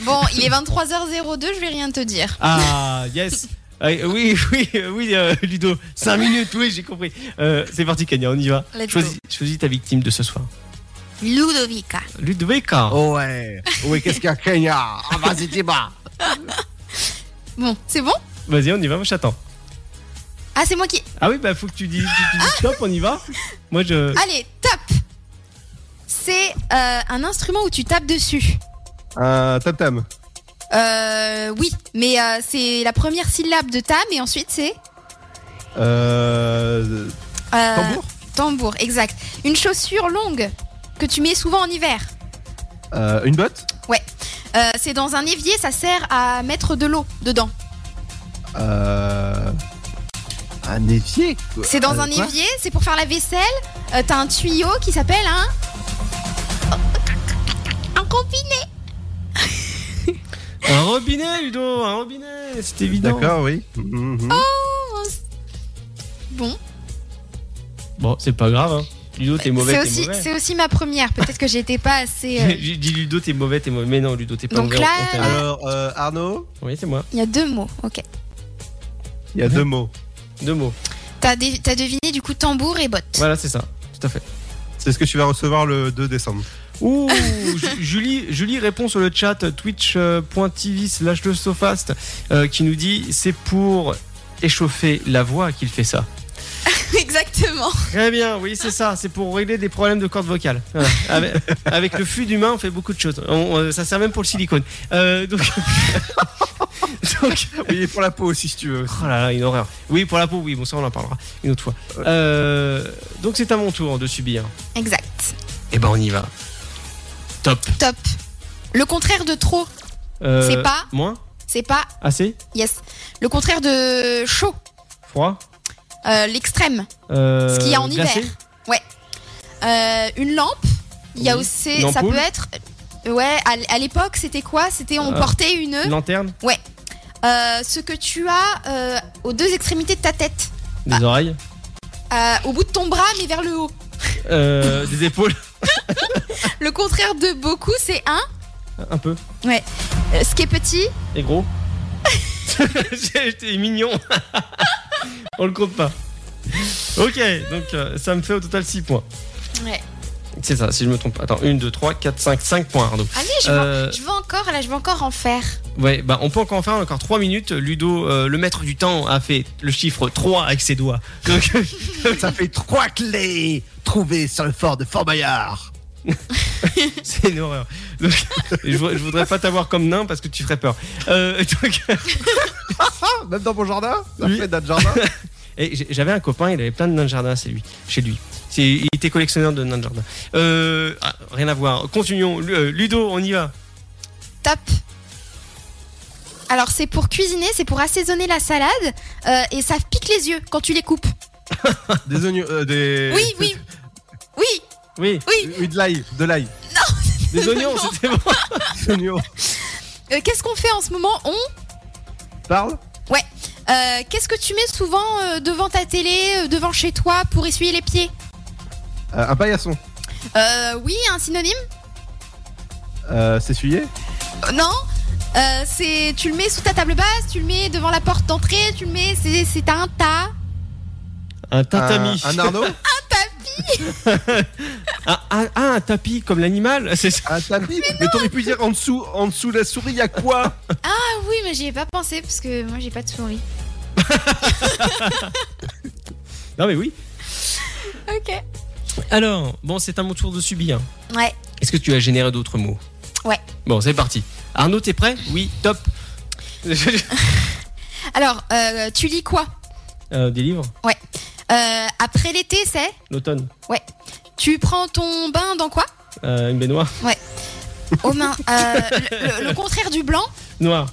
Speaker 3: Bon, il est 23h02, je vais rien te dire.
Speaker 2: Ah yes. Ah, Oui, oui, euh, oui, euh, Ludo. 5 minutes, oui, j'ai compris. Euh, c'est parti, Kenya, on y va.
Speaker 3: Let's
Speaker 2: Choisis, choisis ta victime de ce soir.
Speaker 3: Ludovica.
Speaker 2: Ludovica.
Speaker 4: Oh ouais. Oui, qu'est-ce qu'il y a, Kenya Ah, vas-y, dis-moi.
Speaker 3: Bon, c'est bon
Speaker 2: Vas-y, on y va, moi j'attends.
Speaker 3: Ah, c'est moi qui.
Speaker 2: Ah oui, bah faut que tu dises, que tu dises stop, on y va. Moi je.
Speaker 3: Allez, top C'est euh, un instrument où tu tapes dessus.
Speaker 4: Un tam-tam.
Speaker 3: Euh, oui, mais euh, c'est la première syllabe de tam et ensuite c'est.
Speaker 4: Euh,
Speaker 3: euh,
Speaker 4: tambour
Speaker 3: Tambour, exact. Une chaussure longue que tu mets souvent en hiver.
Speaker 4: Euh, Une botte
Speaker 3: Euh, c'est dans un évier, ça sert à mettre de l'eau dedans.
Speaker 4: Euh, Un évier quoi.
Speaker 3: C'est dans
Speaker 4: Euh,
Speaker 3: un
Speaker 4: quoi
Speaker 3: évier, c'est pour faire la vaisselle. Euh, T'as un tuyau qui s'appelle un. Un combiné.
Speaker 2: Un robinet, Ludo, un robinet, c'est évident.
Speaker 4: D'accord, oui. Mhm.
Speaker 3: Bon,
Speaker 2: Bon, c'est pas grave, hein. Ludo, t'es mauvais,
Speaker 3: c'est
Speaker 2: t'es
Speaker 3: aussi,
Speaker 2: mauvais.
Speaker 3: c'est aussi ma première. Peut-être que j'étais pas assez. euh,
Speaker 2: J'ai dit Ludo, t'es mauvais, t'es mauvais. Mais non, Ludo, t'es pas
Speaker 3: Donc
Speaker 2: mauvais.
Speaker 3: là,
Speaker 2: on t'aime.
Speaker 4: Alors, euh, Arnaud,
Speaker 2: Oui, c'est moi.
Speaker 3: Il y a deux mots, ok.
Speaker 4: il y a deux mots.
Speaker 2: Deux mots.
Speaker 3: T'as dé- t'as deviné du coup tambour et botte.
Speaker 2: Voilà, c'est ça. Tout à fait.
Speaker 4: C'est ce que tu vas recevoir le 2 décembre.
Speaker 2: Ouh, Ju- Julie, Julie répond sur le chat twitch.tv slash le sofast euh, qui nous dit c'est pour échauffer la voix qu'il fait ça.
Speaker 3: Exactement.
Speaker 2: Très bien, oui, c'est ça. C'est pour régler des problèmes de cordes vocales. Voilà. Avec, avec le flux d'humain, on fait beaucoup de choses. On- on- ça sert même pour le silicone. Euh, donc, donc-
Speaker 4: Oui, et pour la peau aussi, si tu veux.
Speaker 2: oh là là, une horreur. Oui, pour la peau, oui, bon, ça, on en parlera une autre fois. Euh, donc, c'est à mon tour de subir.
Speaker 3: Exact.
Speaker 2: Eh ben, on y va. Top.
Speaker 3: Top. Le contraire de trop,
Speaker 2: Euh,
Speaker 3: C'est pas-
Speaker 2: Moins
Speaker 3: c'est pas
Speaker 2: Assez
Speaker 3: yes. Le contraire de chaud,
Speaker 2: Froid
Speaker 3: euh, l'extrême.
Speaker 2: Euh,
Speaker 3: Ce qu'il y a en
Speaker 2: glacé
Speaker 3: hiver. Euh, une lampe. Il y a
Speaker 2: Oui.
Speaker 3: aussi,
Speaker 2: Une
Speaker 3: ça
Speaker 2: ampoule.
Speaker 3: peut être. Ouais, à l- à l'époque, c'était quoi C'était on
Speaker 2: Euh,
Speaker 3: portait une.
Speaker 2: Lanterne
Speaker 3: euh, ce que tu as euh, aux deux extrémités de ta tête,
Speaker 2: Des oreilles
Speaker 3: Euh, au bout de ton bras, mais vers le haut.
Speaker 2: Euh, Des épaules
Speaker 3: Le contraire de beaucoup, c'est un.
Speaker 2: Un peu
Speaker 3: euh, ce qui est petit,
Speaker 2: Et gros J'étais mignon On le compte pas. Ok, donc euh, ça me fait au total 6 points.
Speaker 3: Ouais.
Speaker 2: C'est ça, si je me trompe pas. Attends, 1, 2, 3, 4, 5, 5 points, Arnaud.
Speaker 3: Allez, Ah je,
Speaker 2: Euh,
Speaker 3: veux, je veux encore, là, je veux encore en faire.
Speaker 2: Ouais, bah on peut encore en faire encore 3 minutes. Ludo, euh, le maître du temps, a fait le chiffre 3 avec ses doigts. Donc,
Speaker 4: Ça fait trois clés trouvées sur le fort de Fort Bayard.
Speaker 2: C'est une horreur. Donc, je, vou- je voudrais pas t'avoir comme nain parce que tu ferais peur. Euh, donc,
Speaker 4: Ah, même dans mon jardin Ça
Speaker 2: Oui.
Speaker 4: fait date jardin
Speaker 2: et j'ai- J'avais un copain, il avait plein de nains de jardin c'est lui, chez lui. C'est- Il était collectionneur de nains de jardin. Euh, ah, rien à voir. Continuons. Lu- euh, Ludo, on y va.
Speaker 3: Top. Alors, c'est pour cuisiner, c'est pour assaisonner la salade, euh, et ça pique les yeux quand tu les coupes.
Speaker 4: Des oignons, euh, des...
Speaker 3: Oui, oui. Oui,
Speaker 2: Oui,
Speaker 3: oui.
Speaker 4: Oui, de l'ail, de l'ail.
Speaker 2: des oignons,
Speaker 3: Non.
Speaker 2: c'était bon.
Speaker 4: Des oignons.
Speaker 3: Euh, qu'est-ce qu'on fait en ce moment On.
Speaker 4: Parle
Speaker 3: euh, qu'est-ce que tu mets souvent euh, devant ta télé, euh, devant chez toi pour essuyer les pieds
Speaker 4: Euh, Un paillasson.
Speaker 3: Euh, oui, un synonyme
Speaker 4: Euh, S'essuyer
Speaker 3: Euh, Non Euh, c'est tu le mets sous ta table basse, tu le mets devant la porte d'entrée, tu le mets c'est c'est un tas.
Speaker 2: Un tatami.
Speaker 4: Un, un Arnaud
Speaker 2: Un, Ah, ah, ah, un tapis comme l'animal, c'est ça
Speaker 4: Ah, tapis Mais t'aurais pu dire en dessous, en dessous de la souris, il y a quoi
Speaker 3: Ah oui, mais j'y ai pas pensé parce que moi j'ai pas de souris.
Speaker 2: Non mais oui.
Speaker 3: Ok.
Speaker 2: Alors, bon, c'est à mon tour de subir.
Speaker 3: Ouais.
Speaker 2: Est-ce que tu as généré d'autres mots
Speaker 3: Ouais.
Speaker 2: Bon, c'est parti. Arnaud, t'es prêt Oui, top.
Speaker 3: Alors, euh, tu lis quoi
Speaker 2: Euh, des livres
Speaker 3: Euh, Après l'été, c'est
Speaker 2: L'automne
Speaker 3: Tu prends ton bain dans quoi
Speaker 2: Euh, Une baignoire
Speaker 3: Aux mains. Euh, le, le- le contraire du blanc.
Speaker 2: Noir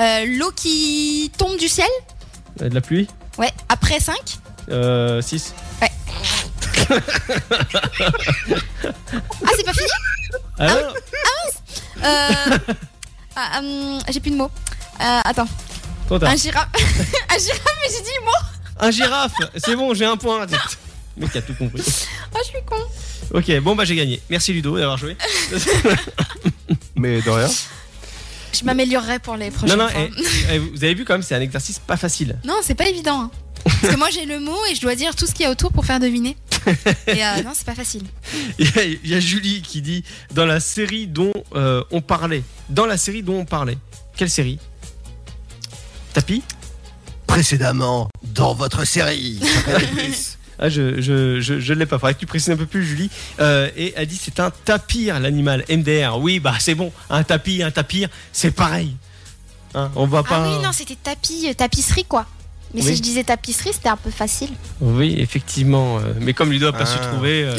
Speaker 3: Euh, L'eau qui tombe du ciel.
Speaker 2: Euh, De la pluie Euh,
Speaker 3: Ouais. Après 5.
Speaker 2: 6
Speaker 3: Ah, c'est pas fini
Speaker 2: Alors
Speaker 3: Euh, ah, hum, J'ai plus de mots. Euh, attends.
Speaker 2: Trop tard.
Speaker 3: Un girafe. un girafe, mais j'ai dit le mot.
Speaker 2: Un girafe C'est bon, j'ai un point. Mais qui a tout compris.
Speaker 3: Ah, je suis con.
Speaker 2: Ok, bon, bah j'ai gagné. Merci Ludo d'avoir joué.
Speaker 4: Mais de rien.
Speaker 3: Je m'améliorerai pour les
Speaker 2: Non,
Speaker 3: prochaines
Speaker 2: non,
Speaker 3: fois.
Speaker 2: eh, eh, vous avez vu quand même, c'est un exercice pas facile.
Speaker 3: Non, c'est pas évident. hein. Parce que moi j'ai le mot et je dois dire tout ce qu'il y a autour pour faire deviner. Et euh, non, c'est pas facile.
Speaker 2: Il y, a- il y a Julie qui dit dans la série dont euh, on parlait. Dans la série dont on parlait. Quelle série Tapis
Speaker 4: Précédemment, dans votre série.
Speaker 2: ah, Je je, je, je l'ai pas. Faudrait que tu précises un peu plus, Julie. Euh, et elle dit c'est un tapir l'animal. MDR. Oui, bah c'est bon. Un tapir, un tapir, c'est pareil. Hein, on va
Speaker 3: Ah
Speaker 2: pas.
Speaker 3: oui, non, c'était tapis, euh, tapisserie quoi. Mais
Speaker 2: Oui.
Speaker 3: si je disais tapisserie, c'était un peu facile.
Speaker 2: Oui, effectivement. euh, mais comme Ludo a pas
Speaker 4: Ah.
Speaker 2: su trouver. euh,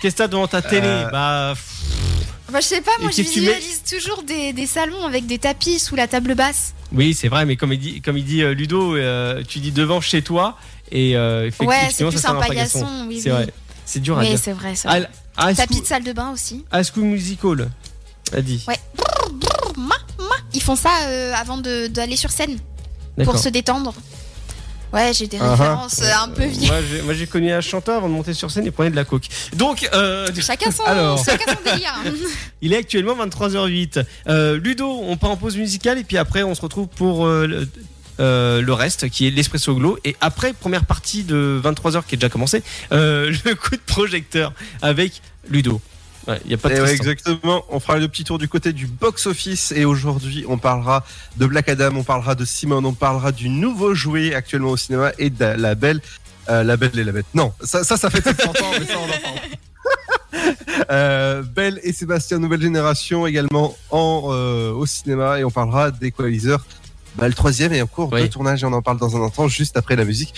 Speaker 2: Qu'est-ce que t'as devant ta télé
Speaker 4: Euh.
Speaker 2: Bah, pff,
Speaker 3: Bah, je sais pas,
Speaker 2: Et
Speaker 3: moi je
Speaker 2: qu'est-ce que tu mets
Speaker 3: visualise toujours des, des salons avec des tapis sous la table basse.
Speaker 2: oui, c'est vrai, mais comme il dit, comme il dit euh, Ludo, euh, tu dis devant chez toi, et euh, effectivement,
Speaker 3: Ouais, c'est plus
Speaker 2: ça sert
Speaker 3: un paillasson, oui.
Speaker 2: C'est
Speaker 3: oui.
Speaker 2: vrai. C'est dur à
Speaker 3: Oui,
Speaker 2: dire.
Speaker 3: c'est vrai, c'est
Speaker 2: Ah,
Speaker 3: vrai.
Speaker 2: elle- High
Speaker 3: Tapis
Speaker 2: School,
Speaker 3: de salle de bain aussi.
Speaker 2: High School Musical, a dit.
Speaker 3: Ouais. Ma, ma. Ils font ça euh, avant de- d'aller sur scène pour
Speaker 2: D'accord. Uh-huh.
Speaker 3: se détendre. Ouais, j'ai des
Speaker 4: Ah, ah.
Speaker 3: références euh, un peu vieilles.
Speaker 2: Moi, j'ai- Moi, j'ai connu un chanteur avant de monter sur scène et prenait de la coke. Donc, euh,
Speaker 3: Chacun son,
Speaker 2: Alors.
Speaker 3: chacun son délire.
Speaker 2: il est actuellement 23h08. Euh, Ludo, on part en pause musicale et puis après, on se retrouve pour euh, le, euh, le reste qui est l'espresso glow. Et après, première partie de 23h qui est déjà commencée, euh, le coup de projecteur avec Ludo. Il n'y a pas de
Speaker 4: Eh ouais,
Speaker 2: Tristan.
Speaker 4: exactement. On fera le petit tour du côté du box-office et aujourd'hui on parlera de Black Adam, on parlera de Simone, on parlera du nouveau jouet actuellement au cinéma et de la belle, euh, la belle et la bête. Non, ça, ça, ça fait 700 ans, mais ça on en parle. Euh, Belle et Sébastien, nouvelle génération également en, euh, au cinéma et on parlera d'Equalizer. Bah, le troisième est en cours de
Speaker 2: Oui.
Speaker 4: tournage et on en parle dans un instant juste après la musique.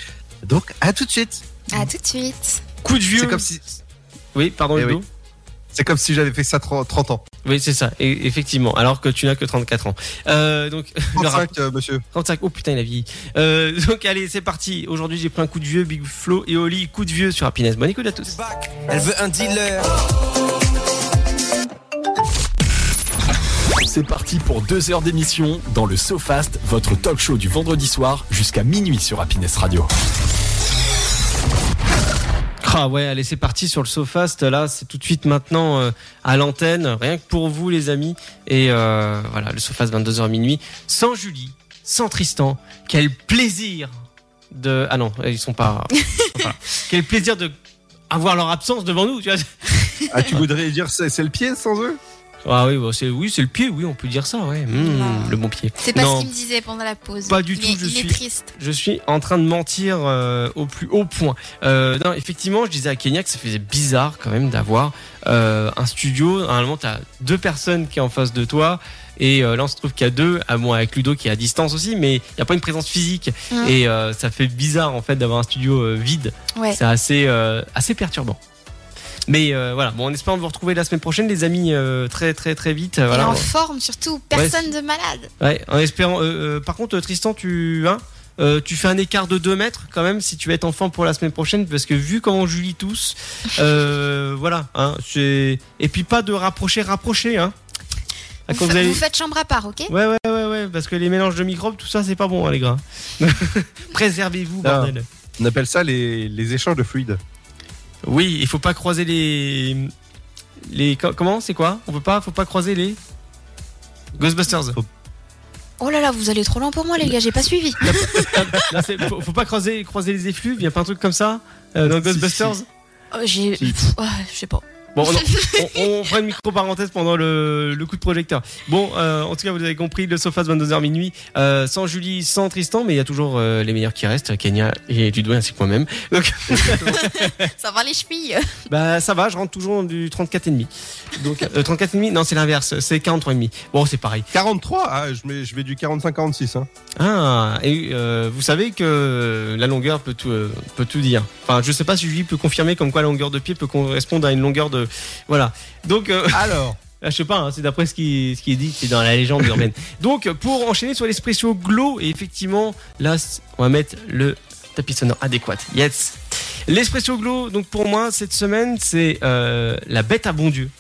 Speaker 4: Donc à tout de suite.
Speaker 3: à tout de suite.
Speaker 2: Coup de vieux.
Speaker 4: C'est comme si,
Speaker 2: Oui, pardon,
Speaker 4: Eh
Speaker 2: Ludo.
Speaker 4: oui. c'est comme si j'avais fait ça 30 30 ans.
Speaker 2: Oui, c'est ça, et- effectivement. Alors que tu n'as que 34 ans. Euh, donc, le rapport-
Speaker 4: 35, euh, monsieur.
Speaker 2: 35. Oh putain, il a vieilli. Euh, donc allez, c'est parti. Aujourd'hui, j'ai plein coup de vieux. Big Flo et Oli, coup de vieux sur Happiness. Bonne écoute à tous.
Speaker 6: Elle veut un dealer.
Speaker 1: C'est parti pour deux heures d'émission dans le SoFast, votre talk show du vendredi soir jusqu'à minuit sur Happiness Radio.
Speaker 2: Ah ouais, allez, c'est parti sur le SoFast. Là, c'est tout de suite maintenant euh, à l'antenne. Rien que pour vous, les amis. Et euh, voilà, le SoFast 22h minuit. Sans Julie, sans Tristan. Quel plaisir de. Ah non, ils sont pas. ils sont pas là. Quel plaisir de avoir leur absence devant nous. Tu vois
Speaker 4: Ah, tu voudrais dire c'est c'est le pied sans eux
Speaker 2: ah oui, bah, c'est oui, c'est le pied. Oui, on peut dire ça. Ouais, Mmh,
Speaker 3: Non.
Speaker 2: le bon pied.
Speaker 3: C'est pas
Speaker 2: Non.
Speaker 3: ce qu'il me disait pendant la pause.
Speaker 2: Pas du
Speaker 3: il
Speaker 2: tout,
Speaker 3: Est,
Speaker 2: je
Speaker 3: il
Speaker 2: suis-
Speaker 3: est triste.
Speaker 2: Je suis en train de mentir euh, au plus haut point. Euh, non, effectivement, je disais à Kenya que ça faisait bizarre quand même d'avoir euh, un studio. Normalement, tu as deux personnes qui est en face de toi. Et euh, là, on se trouve qu'il y a deux, à moins avec Ludo qui est à distance aussi, mais il n'y a pas une présence physique.
Speaker 3: Mhm.
Speaker 2: Et euh, ça fait bizarre en fait d'avoir un studio euh, vide.
Speaker 3: Ouais.
Speaker 2: C'est assez, euh, assez perturbant. Mais euh, voilà, bon, en espérant de vous retrouver la semaine prochaine, les amis, euh, très très très vite. euh,
Speaker 3: Il est
Speaker 2: voilà.
Speaker 3: en forme surtout. Personne de malade.
Speaker 2: Ouais, en espérant. euh, euh, par contre, euh, Tristan, tu, hein, euh, tu fais un écart de 2 mètres quand même si tu veux être enfant pour la semaine prochaine, parce que vu comment on Julie tous, euh, voilà. Hein, c'est- Et puis pas de rapprocher, rapprocher. Hein, Ah,
Speaker 3: Vous,
Speaker 2: quand vous
Speaker 3: fa-
Speaker 2: allez-
Speaker 3: vous faites chambre à part, ok
Speaker 2: Ouais, ouais, ouais, ouais, parce que les mélanges de microbes, tout ça, c'est pas bon, hein, les gars. Préservez-vous,
Speaker 4: Ah.
Speaker 2: bordel.
Speaker 4: On appelle ça les, les échanges de fluides.
Speaker 2: Oui, il faut pas croiser les. les... co- Comment C'est quoi On peut pas, faut pas croiser les. Ghostbusters.
Speaker 3: Oh là là, vous allez trop lent pour moi, les gars. J'ai pas suivi.
Speaker 2: Là, c'est- faut, faut pas croiser, croiser les effluves, il y a pas un truc comme ça euh, dans
Speaker 4: Si,
Speaker 2: Ghostbusters
Speaker 4: si.
Speaker 3: Oh, J'ai.
Speaker 2: Si.
Speaker 3: Pff, oh, je sais pas.
Speaker 2: Bon, non, on, on fera une micro-parenthèse pendant le, le coup de projecteur. Bon, euh, en tout cas, vous avez compris, le Sofas 22h minuit, euh, sans Julie, sans Tristan, mais il y a toujours euh, les meilleurs qui restent, Kenya et Dudouin ainsi que moi-même. Donc,
Speaker 3: Ça va les chevilles.
Speaker 2: bah, ça va, je rentre toujours du 34,5. Donc, euh, 34,5 Non, c'est l'inverse, c'est 43,5. Bon, c'est pareil.
Speaker 4: 43 Ah, je, mets- je vais du 45-46. Hein.
Speaker 2: Ah, et euh, vous savez que la longueur peut tout, euh, peut tout dire. Enfin, je sais pas si Julie peut confirmer comme quoi la longueur de pied peut correspondre à une longueur de. Voilà. Donc. euh,
Speaker 4: Alors,
Speaker 2: Ah, je sais pas, hein, c'est d'après ce qui, ce qui est dit, c'est dans la légende urbaine. Donc, pour enchaîner sur l'espresso glow, et effectivement, là, c- on va mettre le tapis sonore adéquat. Yes! L'espresso glow, donc pour moi, cette semaine, c'est euh, la bête à bon Dieu.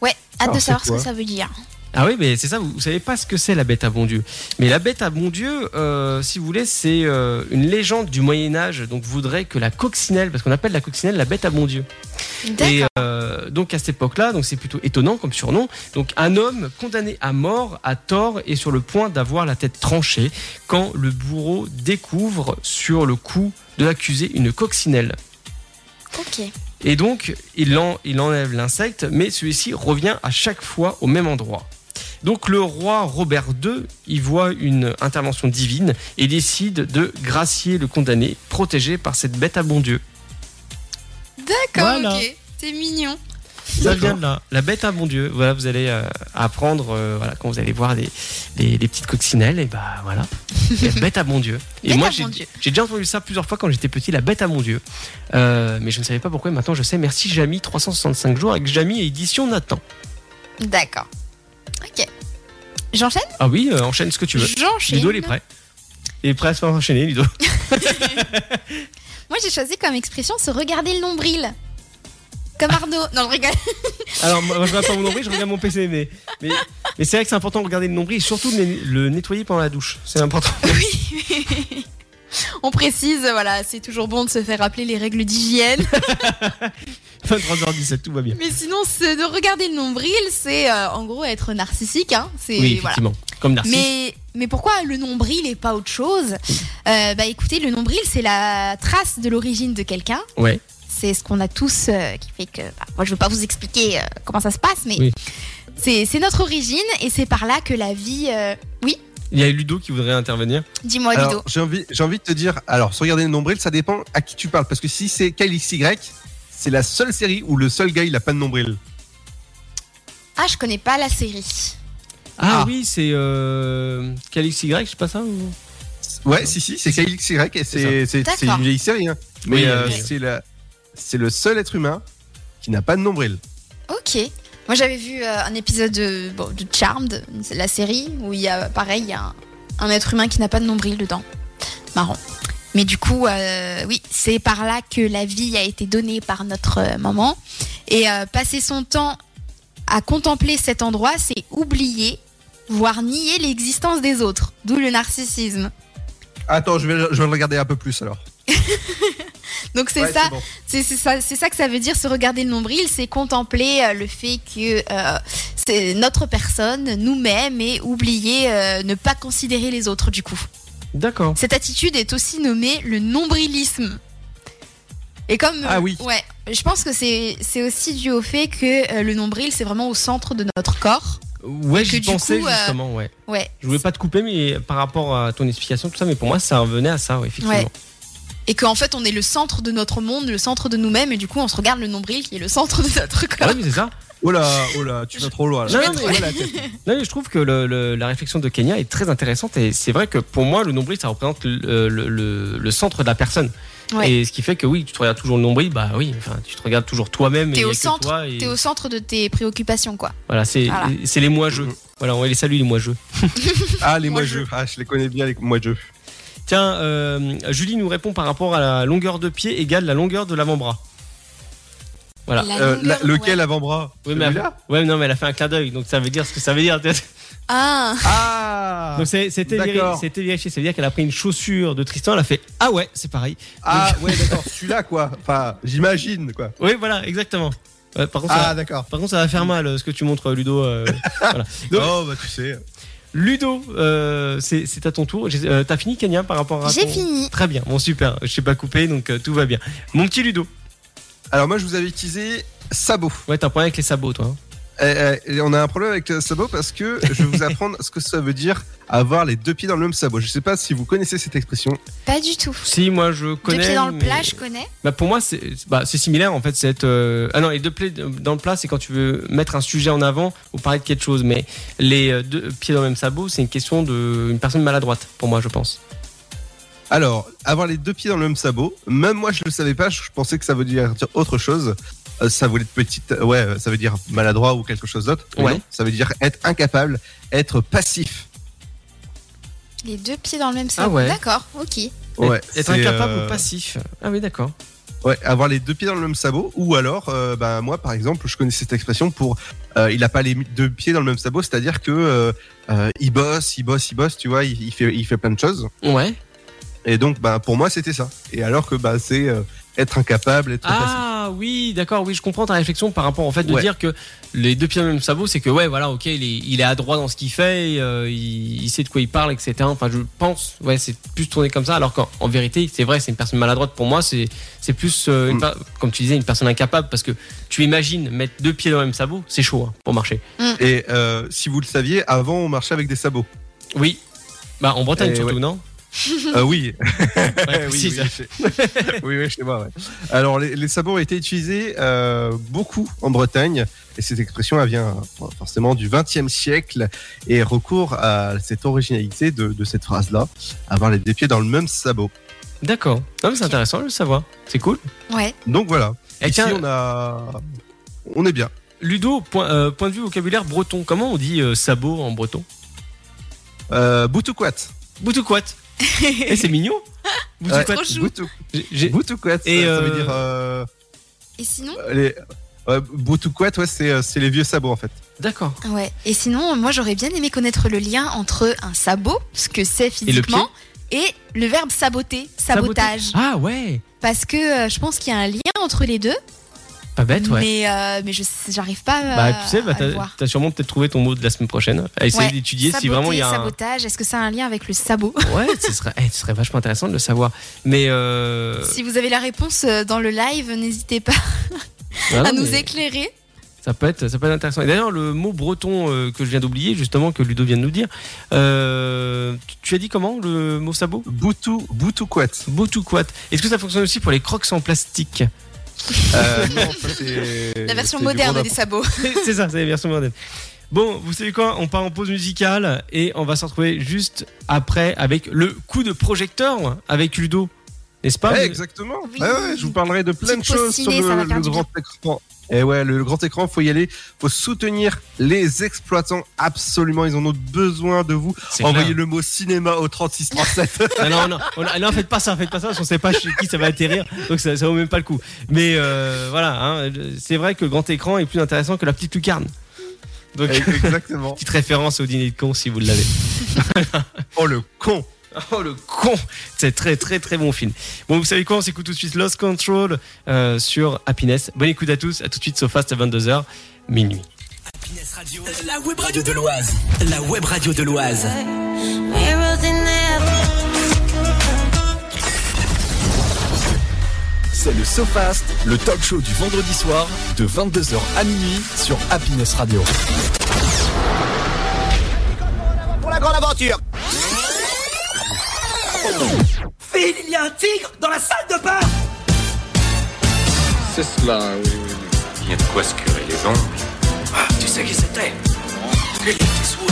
Speaker 3: Ouais, hâte
Speaker 4: Alors,
Speaker 3: de
Speaker 4: c'est
Speaker 3: savoir ce que
Speaker 4: quoi
Speaker 3: ça veut dire.
Speaker 2: Ah oui, mais c'est ça, vous, vous savez pas ce que c'est la bête à bon Dieu. Mais la bête à bon Dieu, euh, si vous voulez, c'est euh, une légende du Moyen-Âge, donc voudrait que la coccinelle, parce qu'on appelle la coccinelle la bête à bon Dieu. Et
Speaker 3: D'accord.
Speaker 2: euh, donc à cette époque-là, donc c'est plutôt étonnant comme surnom. Donc un homme condamné à mort à tort et sur le point d'avoir la tête tranchée quand le bourreau découvre sur le cou de l'accusé une coccinelle.
Speaker 3: Ok.
Speaker 2: Et donc il, en- il enlève l'insecte, mais celui-ci revient à chaque fois au même endroit. Donc le roi Robert II y voit une intervention divine et décide de gracier le condamné, protégé par cette bête à bon Dieu.
Speaker 3: D'accord,
Speaker 2: Voilà.
Speaker 3: ok. C'est mignon.
Speaker 2: Ça vient de là. La bête à bon Dieu. Voilà, vous allez euh, apprendre euh, voilà, quand vous allez voir des, des- des petites coccinelles. Et bah voilà. La bête à bon Dieu. Et
Speaker 3: Bête
Speaker 2: moi,
Speaker 3: à
Speaker 2: j'ai
Speaker 3: bon Dieu.
Speaker 2: j'ai déjà entendu ça plusieurs fois quand j'étais petit, la bête à mon Dieu. Euh, mais je ne savais pas pourquoi. et Maintenant, je sais. Merci, Jamy. 365 jours avec Jamy et édition Nathan.
Speaker 3: D'accord. Ok. J'enchaîne
Speaker 2: Ah oui, euh, enchaîne ce que tu veux.
Speaker 3: J'enchaîne.
Speaker 2: Ludo, il est prêt. Il est prêt à se faire enchaîner, Ludo.
Speaker 3: Moi, j'ai choisi comme expression se regarder le nombril. Comme Arnaud. Non, je rigole.
Speaker 2: Alors, moi, je regarde pas mon nombril, je regarde mon PC. Mais, mais, mais c'est vrai que c'est important de regarder le nombril et surtout de le- le nettoyer pendant la douche. C'est important.
Speaker 3: On précise, voilà, c'est toujours bon de se faire rappeler les règles d'hygiène.
Speaker 2: 23h17, tout va bien.
Speaker 3: Mais sinon, se- de regarder le nombril, c'est euh, en gros être narcissique. Hein. C'est
Speaker 2: Oui,
Speaker 3: voilà.
Speaker 2: effectivement. Comme Narcisse.
Speaker 3: Mais, mais pourquoi le nombril et pas autre chose Euh, Bah écoutez, le nombril, c'est la trace de l'origine de quelqu'un.
Speaker 2: Ouais.
Speaker 3: C'est ce qu'on a tous euh, qui fait que. bah, moi, je veux pas vous expliquer euh, comment ça se passe, mais
Speaker 2: Oui.
Speaker 3: c'est c'est notre origine et c'est par là que la vie. euh, Oui,
Speaker 2: Il y a Ludo qui voudrait intervenir.
Speaker 3: dis-moi,
Speaker 4: alors,
Speaker 3: Ludo.
Speaker 4: j'ai envie, j'ai envie de te dire, alors, sans regarder le nombril, ça dépend à qui tu parles. Parce que si c'est Kyle XY, c'est la seule série où le seul gars, il a pas de nombril.
Speaker 3: Ah, je connais pas la série.
Speaker 2: Ah,
Speaker 4: Ah.
Speaker 2: oui, c'est euh, Calix Y, je sais pas ça ou-
Speaker 4: Ouais, si, si, c'est Kyle XY et c'est c'est-
Speaker 3: D'accord.
Speaker 4: c'est une vieille série. hein. Mais
Speaker 2: Oui,
Speaker 4: euh,
Speaker 2: oui.
Speaker 4: c'est la- c'est le seul être humain qui n'a pas de nombril.
Speaker 3: Ok. Moi, j'avais vu euh, un épisode de, bon, de Charmed, la série, où il y a, pareil, il y a un, un être humain qui n'a pas de nombril dedans. Marrant. Mais du coup, euh, oui, c'est par là que la vie a été donnée par notre euh, maman. Et euh, passer son temps à contempler cet endroit, c'est oublier, voire nier l'existence des autres. D'où le narcissisme.
Speaker 4: Attends, je vais, je vais le regarder un peu plus alors.
Speaker 3: Donc c'est
Speaker 4: Ouais,
Speaker 3: ça,
Speaker 4: bon.
Speaker 3: C'est c'est ça, c'est ça que ça veut dire se regarder le nombril, c'est contempler euh, le fait que euh, c'est notre personne, nous-mêmes, et oublier, euh, ne pas considérer les autres du coup.
Speaker 2: D'accord.
Speaker 3: Cette attitude est aussi nommée le nombrilisme. Et comme
Speaker 4: Ah oui.
Speaker 3: ouais, je pense que c'est c'est aussi dû au fait que euh, le nombril c'est vraiment au centre de notre corps.
Speaker 2: Ouais,
Speaker 3: Et que
Speaker 2: j'y
Speaker 3: du
Speaker 2: pensais
Speaker 3: coup, euh,
Speaker 2: justement, ouais.
Speaker 3: Ouais.
Speaker 2: Je voulais pas te couper, mais par rapport à ton explication, tout ça, mais pour moi, ça revenait à ça, ouais, effectivement.
Speaker 3: Ouais. Et qu'en fait on est le centre de notre monde, le centre de nous-mêmes, et du coup on se regarde le nombril qui est le centre de notre
Speaker 2: Ah
Speaker 3: corps.
Speaker 2: ouais, mais c'est ça.
Speaker 4: Oh là, oh là, tu vas trop loin. là.
Speaker 2: Je vais
Speaker 4: Oh
Speaker 2: trop
Speaker 4: là, la tête.
Speaker 2: Non, mais je trouve que le- le- la réflexion de Kenya est très intéressante et c'est vrai que pour moi, le nombril, ça représente le, euh, le- le- le centre de la personne.
Speaker 3: Ouais.
Speaker 2: Et ce qui fait que oui, tu te regardes toujours le nombril, bah oui, enfin, tu te regardes toujours toi-même et
Speaker 3: T'es
Speaker 2: il y a
Speaker 3: au
Speaker 2: que
Speaker 3: centre,
Speaker 2: toi et-
Speaker 3: T'es au centre de tes préoccupations quoi.
Speaker 2: Voilà, c'est
Speaker 3: Voilà.
Speaker 2: c'est les moi-jeux.
Speaker 4: Mm.
Speaker 2: Voilà, on les salue, les moi-jeux.
Speaker 4: Ah, les
Speaker 3: Moi,
Speaker 4: moi jeux. Ah, je les connais bien, les moi jeux.
Speaker 2: Tiens, euh, Julie nous répond par rapport à la longueur de pied égale la longueur de l'avant-bras. Ah,
Speaker 3: La
Speaker 4: Euh, la-
Speaker 3: longueur-
Speaker 4: lequel
Speaker 3: ouais.
Speaker 4: avant-bras
Speaker 2: Oui, mais
Speaker 4: Celui-là
Speaker 2: Ouais, mais non, mais elle a fait un clin d'œil, donc ça veut dire ce que ça veut dire.
Speaker 3: Ah.
Speaker 4: Ah
Speaker 2: donc c'est- c'était
Speaker 4: d'accord.
Speaker 2: vérifié, c'était vérifié. Ça veut dire qu'elle a pris une chaussure de Tristan, elle a fait Ah ouais, c'est pareil.
Speaker 4: Ah, ouais, d'accord, celui-là, quoi. Enfin, j'imagine, quoi.
Speaker 2: Oui, voilà, exactement. Ouais, par, contre, ça,
Speaker 4: Ah, d'accord.
Speaker 2: par contre, ça va faire mal euh, ce que tu montres, Ludo. euh, voilà. Donc,
Speaker 4: Oh, bah, tu sais.
Speaker 2: Ludo, euh, c'est c'est à ton tour. J'ai- euh, T'as fini, Kenya, par rapport à.
Speaker 3: J'ai
Speaker 2: ton-
Speaker 3: fini.
Speaker 2: Très bien, bon, super. Je t'ai pas coupé, donc euh, tout va bien. Mon petit Ludo.
Speaker 4: Alors moi, je vous avais teasé sabot.
Speaker 2: Ouais, t'as un problème avec les sabots, toi. hein.
Speaker 4: Euh, euh, on a un problème avec le sabot parce que je vais vous apprendre ce que ça veut dire avoir les deux pieds dans le même sabot. Je sais pas si vous connaissez cette expression.
Speaker 3: Pas du tout.
Speaker 2: Si, moi, je
Speaker 3: Deux
Speaker 2: connais.
Speaker 3: pieds dans le
Speaker 2: mais-
Speaker 3: plat, je connais.
Speaker 2: Bah, pour moi, c'est bah, c'est similaire en fait. c'est être, euh, Ah non, les deux pieds dans le plat, c'est quand tu veux mettre un sujet en avant ou parler de quelque chose. Mais les euh, deux pieds dans le même sabot, c'est une question d'une personne maladroite, pour moi, je pense.
Speaker 4: Alors, avoir les deux pieds dans le même sabot, même moi je le savais pas, je pensais que ça veut dire dire autre chose. Euh, Ça voulait être petite, ouais, euh, ça veut dire maladroit ou quelque chose d'autre. Mais
Speaker 2: Ouais.
Speaker 4: non, Ça veut dire être incapable, être passif.
Speaker 3: Les deux pieds dans le même sac.
Speaker 2: Ah ouais.
Speaker 3: D'accord, ok.
Speaker 4: Ouais,
Speaker 2: Être
Speaker 4: c'est,
Speaker 2: incapable
Speaker 4: euh,
Speaker 2: ou passif. Ah oui, d'accord.
Speaker 4: Ouais, avoir les deux pieds dans le même sabot. Ou alors, euh, bah, moi par exemple, je connais cette expression pour euh, il a pas les mi- deux pieds dans le même sabot, c'est-à-dire que euh, euh, il bosse, il bosse, il bosse, tu vois, il, il fait, il fait plein de choses.
Speaker 2: Ouais.
Speaker 4: Et donc, bah, pour moi c'était ça. Et alors que bah, c'est euh, être incapable, être passif.
Speaker 2: Ah oui, d'accord, oui, je comprends ta réflexion par rapport en fait de
Speaker 4: Ouais.
Speaker 2: dire que les deux pieds dans le même sabot, c'est que ouais, voilà, ok, il est, il est adroit dans ce qu'il fait, et, euh, il, il sait de quoi il parle, etc. Enfin, je pense, ouais, c'est plus tourné comme ça, alors qu'en en vérité, c'est vrai, c'est une personne maladroite pour moi, c'est c'est plus, euh, une
Speaker 4: Mm.
Speaker 2: per- comme tu disais, une personne incapable, parce que tu imagines mettre deux pieds dans le même sabot, c'est chaud hein, pour marcher.
Speaker 4: Et euh, si vous le saviez, avant on marchait avec des sabots.
Speaker 2: Oui, bah en Bretagne
Speaker 4: Eh
Speaker 2: surtout,
Speaker 4: ouais.
Speaker 2: non
Speaker 4: Euh, oui.
Speaker 2: Ouais,
Speaker 4: Eh oui,
Speaker 2: précise.
Speaker 4: oui, chez- oui, oui, chez moi, ouais. Alors, les, les sabots ont été utilisés euh, beaucoup en Bretagne, et cette expression elle vient euh, forcément du XXe siècle et recourt à cette originalité de, de cette phrase-là, avoir les deux pieds dans le même sabot.
Speaker 2: D'accord, non, mais c'est intéressant de le savoir, c'est cool.
Speaker 3: Ouais.
Speaker 4: Donc voilà.
Speaker 2: Et
Speaker 4: Ici,
Speaker 2: Eh, tiens,
Speaker 4: on a, on est bien.
Speaker 2: Ludo, point, euh, point de vue vocabulaire breton, comment on dit euh, sabot en breton
Speaker 4: Euh, Boutouquat.
Speaker 2: Boutouquat. Eh, c'est mignon. Boutouquat.
Speaker 3: trop chou.
Speaker 4: Boutou-
Speaker 2: J'ai- j'ai-
Speaker 4: Boutouquat.
Speaker 2: Et,
Speaker 4: ça, ça
Speaker 2: euh,
Speaker 4: veut dire. Euh,
Speaker 3: Et sinon,
Speaker 4: les... ouais, Boutouquat, ouais, c'est euh, c'est les vieux sabots en fait.
Speaker 2: D'accord.
Speaker 3: ouais. Et sinon, moi j'aurais bien aimé connaître le lien entre un sabot, ce que c'est
Speaker 2: le
Speaker 3: physiquement, et le, verbe saboter, sabotage.
Speaker 2: Ah ouais.
Speaker 3: Parce que euh, je pense qu'il y a un lien entre les deux,
Speaker 2: Pas bête, ouais.
Speaker 3: mais, euh, mais je j'arrive pas euh,
Speaker 2: Bah, tu sais, bah,
Speaker 3: à le
Speaker 2: t'as
Speaker 3: voir.
Speaker 2: t'as sûrement peut-être trouvé ton mot de la semaine prochaine. À essayer
Speaker 3: Ouais.
Speaker 2: d'étudier si
Speaker 3: Saboter,
Speaker 2: vraiment il y a un.
Speaker 3: sabotage, est-ce que ça a un lien avec le sabot
Speaker 2: Ouais, ce serait, eh, ce serait vachement intéressant de le savoir. Mais. Euh...
Speaker 3: Si vous avez la réponse euh, dans le live, n'hésitez pas
Speaker 2: bah non,
Speaker 3: à nous
Speaker 2: mais
Speaker 3: éclairer.
Speaker 2: ça, peut être, ça peut être intéressant. Et d'ailleurs, le mot breton euh, que je viens d'oublier, justement, que Ludo vient de nous dire, euh, tu- tu as dit comment le mot sabot
Speaker 4: Boutou, Boutouquat.
Speaker 2: Boutouquat. Est-ce que ça fonctionne aussi pour les crocs en plastique
Speaker 4: Euh, non, ça, c'est-
Speaker 3: La version
Speaker 4: c'est du
Speaker 3: moderne
Speaker 4: Grenoble.
Speaker 3: des sabots.
Speaker 2: c'est ça, c'est la version moderne. Bon, vous savez quoi On part en pause musicale et on va se retrouver juste après avec le coup de projecteur avec Ludo, n'est-ce pas
Speaker 4: Ouais,
Speaker 2: Vous-
Speaker 4: exactement.
Speaker 3: Oui.
Speaker 4: Ouais, ouais, je vous parlerai de plein de
Speaker 3: Petite
Speaker 4: choses
Speaker 3: pause
Speaker 4: sur
Speaker 3: ciné, ça va
Speaker 4: le,
Speaker 3: faire
Speaker 4: le
Speaker 3: du
Speaker 4: grand écran. Et ouais, le, le grand écran, faut y aller. Faut soutenir les exploitants absolument. Ils en ont besoin de vous.
Speaker 2: C'est
Speaker 4: Envoyez
Speaker 2: clair.
Speaker 4: le mot cinéma au 3637.
Speaker 2: Non, non, non, on a- non, faites pas ça, faites pas ça, parce qu'on sait pas chez qui ça va atterrir, donc ça, ça vaut même pas le coup. Mais euh, voilà, hein, c'est vrai que le grand écran est plus intéressant que la petite lucarne.
Speaker 4: Eh,
Speaker 2: Donc,
Speaker 4: Exactement.
Speaker 2: petite référence au dîner de con si vous l'avez.
Speaker 4: Oh le con.
Speaker 2: Oh le con C'est très très très bon film. Bon vous savez quoi, on s'écoute tout de suite Lost Control euh, sur Happiness. Bonne écoute à tous, à tout de suite Sofast à 22h, minuit.
Speaker 6: Happiness Radio, la web radio de l'Oise. La web radio de l'Oise.
Speaker 1: C'est le SoFast, le talk show du vendredi soir de 22h à minuit sur Happiness Radio.
Speaker 6: Phil, il y a un tigre dans la salle de bain
Speaker 7: C'est cela, oui, oui, oui. Il y a de quoi se curer les ongles.
Speaker 6: Tu sais qui c'était Clint Eastwood.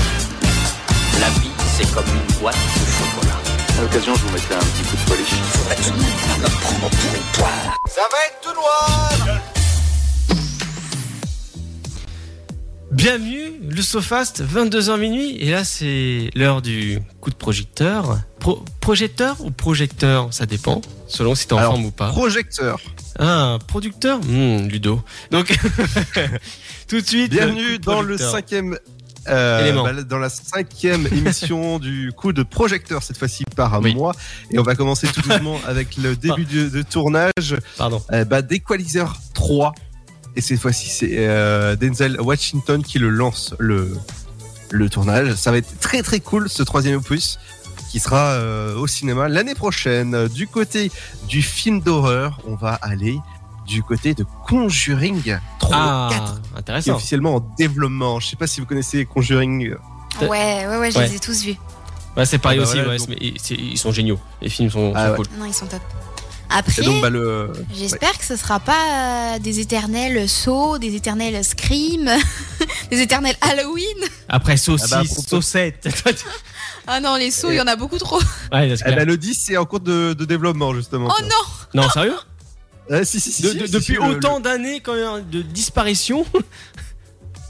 Speaker 6: La vie, c'est comme une boîte de chocolat.
Speaker 7: À l'occasion, je vous mettrai un petit coup de polish.
Speaker 2: Bienvenue, le Sofast, 22h minuit, et là c'est l'heure du coup de projecteur. Pro- projecteur ou projecteur, ça dépend, selon si t'es en
Speaker 4: Alors,
Speaker 2: forme ou pas.
Speaker 4: Projecteur.
Speaker 2: Un producteur Hmm, Ludo. Donc, tout de suite. le
Speaker 4: Bienvenue
Speaker 2: coup de
Speaker 4: dans le
Speaker 2: projecteur.
Speaker 4: cinquième. euh,
Speaker 2: Élément.
Speaker 4: bah, dans la cinquième émission du coup de projecteur, cette fois-ci par
Speaker 2: Oui.
Speaker 4: mois. Et on va commencer tout doucement avec le début de- de tournage.
Speaker 2: Pardon.
Speaker 4: euh, bah, d'Equalizer 3. Et cette fois-ci, c'est euh, Denzel Washington qui le lance, le, le tournage. Ça va être très très cool ce troisième opus qui sera euh, au cinéma l'année prochaine. Du côté du film d'horreur, on va aller du côté de Conjuring 3
Speaker 2: Ah,
Speaker 4: 4 qui est
Speaker 2: intéressant.
Speaker 4: officiellement en développement. Je sais pas si vous connaissez Conjuring.
Speaker 2: Peut-
Speaker 3: Ouais, ouais, ouais, je
Speaker 2: Ouais.
Speaker 3: les ai tous vus.
Speaker 2: Ouais, c'est pareil
Speaker 4: Ah bah
Speaker 2: aussi,
Speaker 4: voilà,
Speaker 2: ouais,
Speaker 4: donc-
Speaker 2: mais ils- c'est- ils sont géniaux. Les films sont,
Speaker 4: Ah
Speaker 2: sont
Speaker 4: ouais.
Speaker 2: cool.
Speaker 3: Non, ils sont top.
Speaker 4: Et
Speaker 3: Après,
Speaker 4: donc bah le
Speaker 3: j'espère que ce sera pas euh, des éternels sauts, des éternels screams, des éternels Halloween.
Speaker 2: Après saucisse,
Speaker 4: Ah bah, à propos-
Speaker 2: saucette.
Speaker 3: Ah non, les sauts, il y en a beaucoup trop.
Speaker 2: ouais, c'est
Speaker 4: Eh
Speaker 2: clair.
Speaker 4: ben, le 10 est en cours de, de développement justement.
Speaker 3: Oh non
Speaker 2: Ah bah, Non, sérieux
Speaker 4: Euh, si, si, si,
Speaker 2: De-
Speaker 4: si,
Speaker 2: de-
Speaker 4: si, si,
Speaker 2: Depuis
Speaker 4: le-
Speaker 2: autant d'années quand même, de disparition.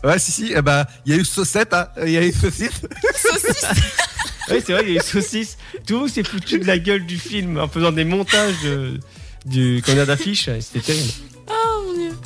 Speaker 4: le- Ouais, si, si. eh ben, il y a eu Saucette, hein, il y a eu Saucisse.
Speaker 3: Saucisse
Speaker 2: oui, c'est vrai, il y a les saucisses. Tout le monde s'est foutu de la gueule du film en faisant des montages de, du qu'on a d'affiches. C'était terrible.
Speaker 3: Oh mon dieu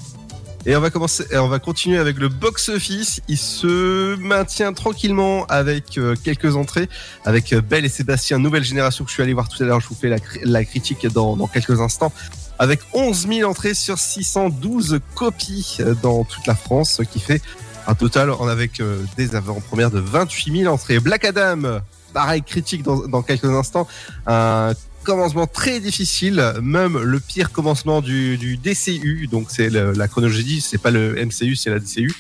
Speaker 4: Et on va commencer, et on va continuer avec le box office. Il se maintient tranquillement avec euh, quelques entrées, avec euh, Belle et Sébastien, nouvelle génération que je suis allé voir tout à l'heure. Je vous fais la, cri- la critique dans, dans quelques instants. Avec 11 000 entrées sur 612 copies euh, dans toute la France, ce qui fait un total en avec euh, des avant-premières de 28 000 entrées. Black Adam, pareil critique dans, dans quelques instants. Un commencement très difficile, même le pire commencement du, du DCU, donc c'est le- la chronologie, c'est pas le MCU, c'est la DCU.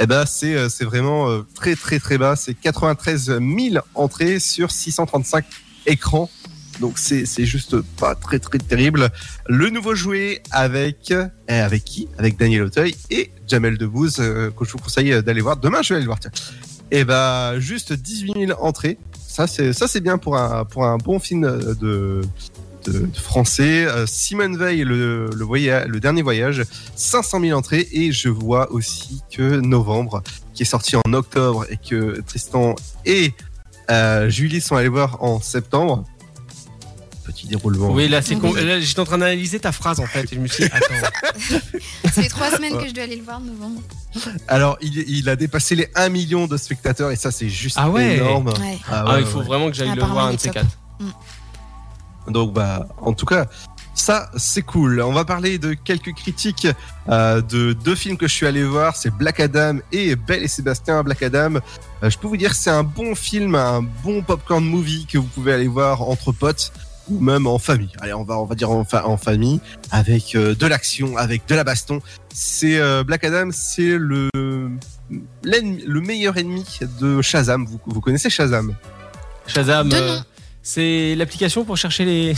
Speaker 4: Eh ben, c'est euh, c'est vraiment euh, très très très bas, c'est 93 000 entrées sur 635 écrans. Donc c'est c'est juste pas très très terrible. Le nouveau jouet avec euh, avec qui Avec Daniel Auteuil et Jamel Debbouze euh, que je vous conseille euh, d'aller voir demain. Je vais aller le voir. Tiens. Et ben juste 18 000 entrées ça c'est ça c'est bien pour un pour un bon film euh, de de, de français. Euh, Simone Veil, le, le, voyage, le dernier voyage, 500 000 entrées. Et je vois aussi que Novembre, qui est sorti en octobre et que Tristan et euh, Julie sont allés voir en septembre. Petit déroulement.
Speaker 2: Oui, là, c'est con-
Speaker 3: Oui.
Speaker 2: là, j'étais en train d'analyser ta phrase en fait. Et je me suis dit, attends.
Speaker 3: Ça fait trois semaines que je dois aller le voir en novembre.
Speaker 4: Alors, il, il a dépassé les 1 million de spectateurs et ça, c'est juste
Speaker 2: Ah ouais.
Speaker 4: énorme.
Speaker 3: Ouais.
Speaker 2: Ah,
Speaker 4: ouais,
Speaker 2: il faut
Speaker 4: ouais.
Speaker 2: vraiment que j'aille le
Speaker 3: Apparemment,
Speaker 2: voir
Speaker 3: il
Speaker 2: un
Speaker 3: est
Speaker 2: de ces
Speaker 3: top.
Speaker 2: quatre.
Speaker 4: Donc bah en tout cas ça c'est cool. On va parler de quelques critiques euh, de deux films que je suis allé voir, c'est Black Adam et Belle et Sébastien Black Adam. Euh, je peux vous dire que c'est un bon film, un bon popcorn movie que vous pouvez aller voir entre potes ou même en famille. Allez, on va on va dire en, fa- en famille avec euh, de l'action, avec de la baston. C'est euh, Black Adam, c'est le l'ennemi- le meilleur ennemi de Shazam. Vous, vous connaissez Shazam
Speaker 2: Shazam,
Speaker 3: De
Speaker 2: euh,
Speaker 3: nom.
Speaker 2: c'est l'application pour chercher les.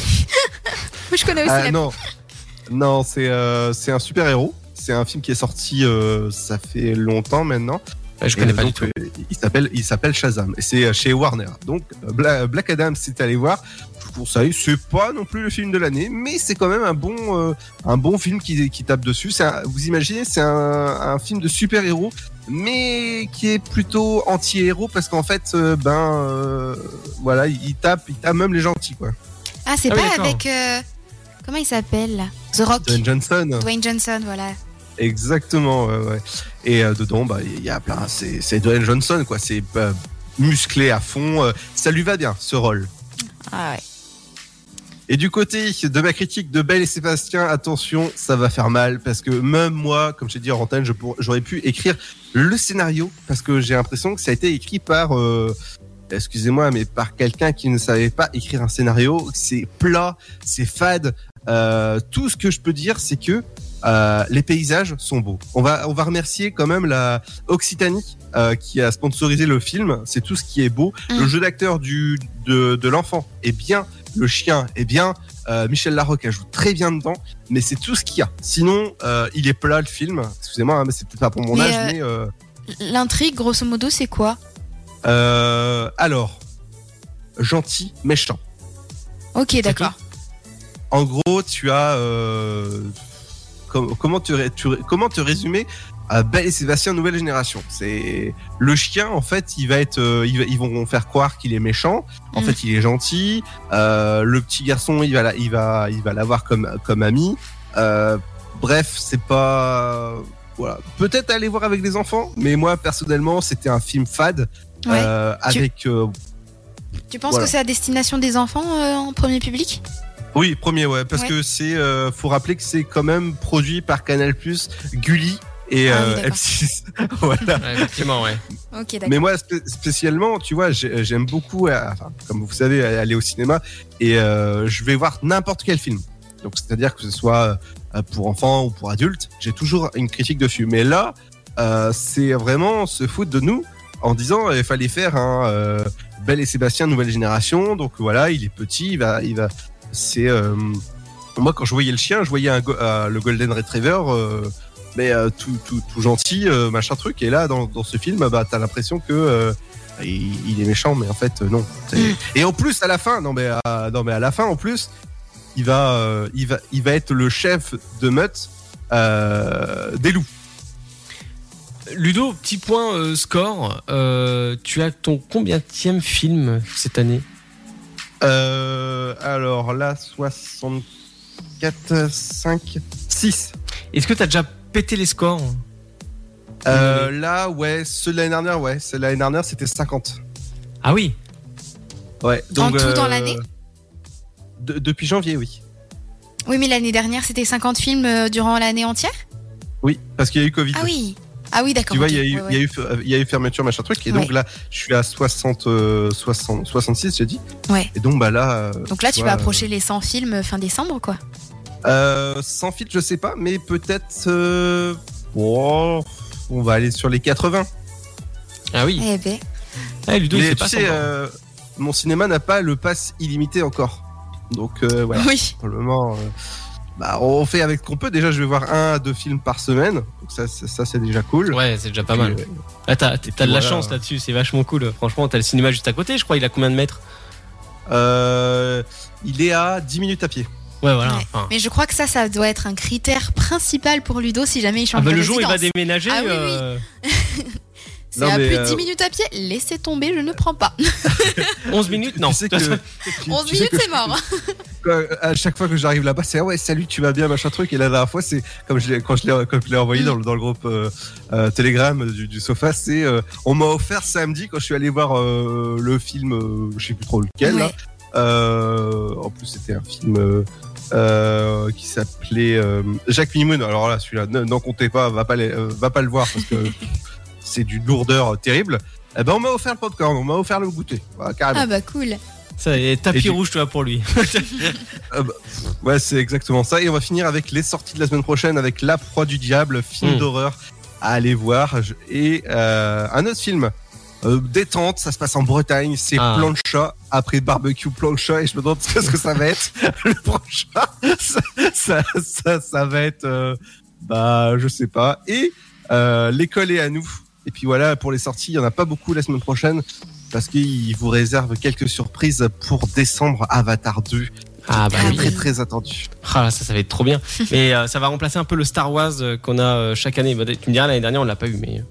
Speaker 3: Moi, je connais aussi
Speaker 4: Ah,
Speaker 3: la...
Speaker 4: non, non, c'est euh, c'est un super héros. C'est un film qui est sorti, euh, ça fait longtemps maintenant.
Speaker 2: Ah, Je connais
Speaker 4: Et
Speaker 2: pas du
Speaker 4: donc,
Speaker 2: tout.
Speaker 4: euh, Il s'appelle, il s'appelle Shazam. Et c'est euh, chez Warner. Donc euh, Bla- Black Adam, c'est allé voir. Je vous conseille. C'est pas non plus le film de l'année, mais c'est quand même un bon, euh, un bon film qui, qui tape dessus. C'est un- vous imaginez, c'est un, un film de super héros, mais qui est plutôt anti-héros parce qu'en fait, euh, ben, euh, voilà, il tape, il tape même les gentils quoi.
Speaker 3: Ah, c'est
Speaker 2: Ah oui,
Speaker 3: pas
Speaker 2: d'accord.
Speaker 3: avec... euh, Comment il s'appelle, là The Rock
Speaker 4: Dwayne Johnson.
Speaker 3: Dwayne Johnson, voilà.
Speaker 4: Exactement, ouais, ouais. Et euh, dedans, bah, il y a plein. C'est c'est Dwayne Johnson, quoi. C'est euh, musclé à fond. euh, ça lui va bien, ce rôle.
Speaker 3: Ah ouais.
Speaker 4: Et du côté de ma critique de Belle et Sébastien, attention, ça va faire mal parce que même moi, comme j'ai dit en antenne, je pour- j'aurais pu écrire le scénario parce que j'ai l'impression que ça a été écrit par, euh, excusez-moi, mais par quelqu'un qui ne savait pas écrire un scénario. C'est plat, c'est fade. Euh, tout ce que je peux dire, c'est que euh, les paysages sont beaux. On va, on va remercier quand même la Occitanie euh, qui a sponsorisé le film. C'est tout ce qui est beau.
Speaker 3: Mm.
Speaker 4: Le jeu d'acteur du de, de l'enfant est bien le chien est bien. Euh, Michel Larocque ajoute très bien dedans, mais c'est tout ce qu'il y a. Sinon, euh, il est plat le film. Excusez-moi, hein, mais c'est peut-être pas pour mon
Speaker 3: Mais,
Speaker 4: âge,
Speaker 3: euh,
Speaker 4: mais euh,
Speaker 3: L'intrigue, grosso modo, c'est quoi
Speaker 4: euh, alors gentil, méchant.
Speaker 3: Ok, d'accord.
Speaker 4: En gros, tu as euh, com- comment te ré- tu ré- comment te résumer à Belle et Sébastien nouvelle génération. C'est le chien en fait, il va être, euh, il va- ils vont faire croire qu'il est méchant. En
Speaker 3: Mm.
Speaker 4: fait, il est gentil. Euh, le petit garçon, il va, la- il va, il va l'avoir comme comme ami. Euh, bref, c'est pas voilà. Peut-être aller voir avec des enfants, mais moi personnellement, c'était un film fade
Speaker 3: Ouais.
Speaker 4: euh,
Speaker 3: Tu-
Speaker 4: avec euh,
Speaker 3: tu penses
Speaker 4: voilà.
Speaker 3: que c'est à destination des enfants euh, en premier public
Speaker 4: Oui, premier, ouais, parce
Speaker 3: Ouais.
Speaker 4: que c'est, euh, faut rappeler que c'est quand même produit par Canal Gulli et
Speaker 3: Ah oui,
Speaker 4: euh,
Speaker 3: d'accord.
Speaker 4: M6. voilà.
Speaker 2: Ouais, effectivement, ouais.
Speaker 3: Ok, d'accord.
Speaker 4: Mais moi spé- spécialement, tu vois, j'ai- j'aime beaucoup, euh, enfin, comme vous savez, aller au cinéma et euh, je vais voir n'importe quel film. Donc c'est-à-dire que ce soit euh, pour enfants ou pour adultes, j'ai toujours une critique dessus. Mais là, euh, c'est vraiment se foutre de nous en disant il fallait faire un euh, Belle et Sébastien nouvelle génération. Donc voilà, il est petit, il va, il va. C'est euh, moi quand je voyais le chien, je voyais un go- euh, le Golden Retriever. euh, mais euh, tout, tout, tout gentil, euh, machin truc. Et là, dans, dans ce film, bah, t'as l'impression que euh, il, il est méchant, mais en fait, euh, non. C'est-
Speaker 3: Mm.
Speaker 4: Et en plus, à la fin, non mais, à, non mais à la fin, en plus, il va, euh, il va, il va être le chef de meute euh, des loups.
Speaker 2: Ludo, petit point euh, score. Euh, tu as ton combienième film cette année
Speaker 4: Euh, alors là, 64, 5, 6.
Speaker 2: Est-ce que tu as déjà pété les scores
Speaker 4: Euh, Là, ouais, ceux de l'année dernière, ouais, ceux de l'année dernière, c'était 50.
Speaker 2: Ah oui.
Speaker 4: Ouais. euh,
Speaker 3: En tout, dans l'année
Speaker 4: de- Depuis janvier, oui.
Speaker 3: Oui, mais l'année dernière, c'était 50 films euh, durant l'année entière
Speaker 4: Oui, parce qu'il y a eu Covid.
Speaker 3: Ah oui. Ah oui, d'accord.
Speaker 4: Tu vois,
Speaker 3: ok,
Speaker 4: il y, a eu-
Speaker 3: ouais, ouais.
Speaker 4: il y a eu fer- il y a eu fermeture, machin truc. Et donc
Speaker 3: Ouais.
Speaker 4: là, je suis à 60, euh, 60, 66, j'ai dit.
Speaker 3: Ouais.
Speaker 4: Et donc, bah là. euh,
Speaker 3: Donc là, tu
Speaker 4: vois,
Speaker 3: vas approcher les 100 films euh, fin décembre, quoi.
Speaker 4: Euh, sans filtre, je sais pas, mais peut-être. euh, bon, on va aller sur les 80.
Speaker 2: Ah oui.
Speaker 3: Eh ben.
Speaker 2: Ah, Ludo, c'est
Speaker 4: mais tu
Speaker 2: pas
Speaker 4: sais,
Speaker 2: sympa.
Speaker 4: euh, mon cinéma n'a pas le pass illimité encore. Donc, euh, voilà.
Speaker 3: Oui.
Speaker 4: Pour le moment, euh, bah, on fait avec ce qu'on peut. Déjà, je vais voir un à deux films par semaine. Donc, ça, ça, ça, c'est déjà cool.
Speaker 2: Ouais, c'est déjà pas
Speaker 4: Puis,
Speaker 2: mal.
Speaker 4: euh,
Speaker 2: Ah, t'as t'as de la
Speaker 4: voilà.
Speaker 2: chance là-dessus, c'est vachement cool. Franchement, t'as le cinéma juste à côté, je crois. Il a combien de mètres
Speaker 4: euh, il est à 10 minutes à pied.
Speaker 2: Ouais, voilà.
Speaker 3: Ouais.
Speaker 2: enfin.
Speaker 3: Mais je crois que ça, ça doit être un critère principal pour Ludo si jamais il
Speaker 2: Ah
Speaker 3: change
Speaker 2: bah,
Speaker 3: de
Speaker 2: le jour où il va
Speaker 3: résidence.
Speaker 2: déménager,
Speaker 3: Ah oui, oui.
Speaker 2: euh,
Speaker 3: C'est
Speaker 4: Non,
Speaker 3: à
Speaker 4: mais,
Speaker 3: plus de
Speaker 4: euh,
Speaker 3: 10 minutes à pied. Laissez tomber, je ne prends pas.
Speaker 2: 11 minutes, non.
Speaker 4: Tu sais que,
Speaker 3: 11
Speaker 4: tu sais
Speaker 3: minutes,
Speaker 4: que
Speaker 3: c'est mort. hein.
Speaker 4: Quand- à chaque fois que j'arrive là-bas, c'est ah ouais, salut, tu vas bien, machin truc. Et la dernière fois, c'est comme je l'ai, quand je l'ai, comme je l'ai
Speaker 3: Mm.
Speaker 4: envoyé dans le, dans le groupe euh, euh, Telegram du, du sofa, c'est euh, on m'a offert samedi quand je suis allé voir euh, le film, euh, je sais plus trop lequel. là.
Speaker 3: Ouais.
Speaker 4: Euh, en plus, c'était un film euh, euh, qui s'appelait euh, Jacques Mimoun. Alors là, celui-là, ne- n'en comptez pas, va pas, les- euh, va pas le voir parce que c'est du lourdeur terrible. Eh ben, on m'a offert le popcorn, on m'a offert le goûter, Voilà, carrément.
Speaker 3: Ah bah cool.
Speaker 2: Ça, et tapis
Speaker 4: Et tu-
Speaker 2: rouge, tu vois, pour lui.
Speaker 4: Ouais, c'est exactement ça. Et on va finir avec les sorties de la semaine prochaine avec La Proie du Diable, film
Speaker 2: Hmm.
Speaker 4: d'horreur à aller voir. Je- Et euh, un autre film, euh, détente, ça se passe en Bretagne, c'est
Speaker 2: Ah.
Speaker 4: Plancha, après barbecue Plancha. Et je me demande ce que- ce que ça va être. Le Plancha, ça, ça, ça, ça va être, euh, bah, je sais pas. Et euh, l'école est à nous. Et puis voilà, pour les sorties, il y en a pas beaucoup la semaine prochaine. Parce qu'ils vous réservent quelques surprises pour décembre Avatar 2.
Speaker 2: Ah bah
Speaker 4: Très,
Speaker 3: oui.
Speaker 4: très, très attendu.
Speaker 2: Ah, ça, ça va être trop bien. Mais euh, ça va remplacer un peu le Star Wars euh, qu'on a euh, chaque année. Bah, tu me diras, l'année dernière, on l'a pas eu, mais.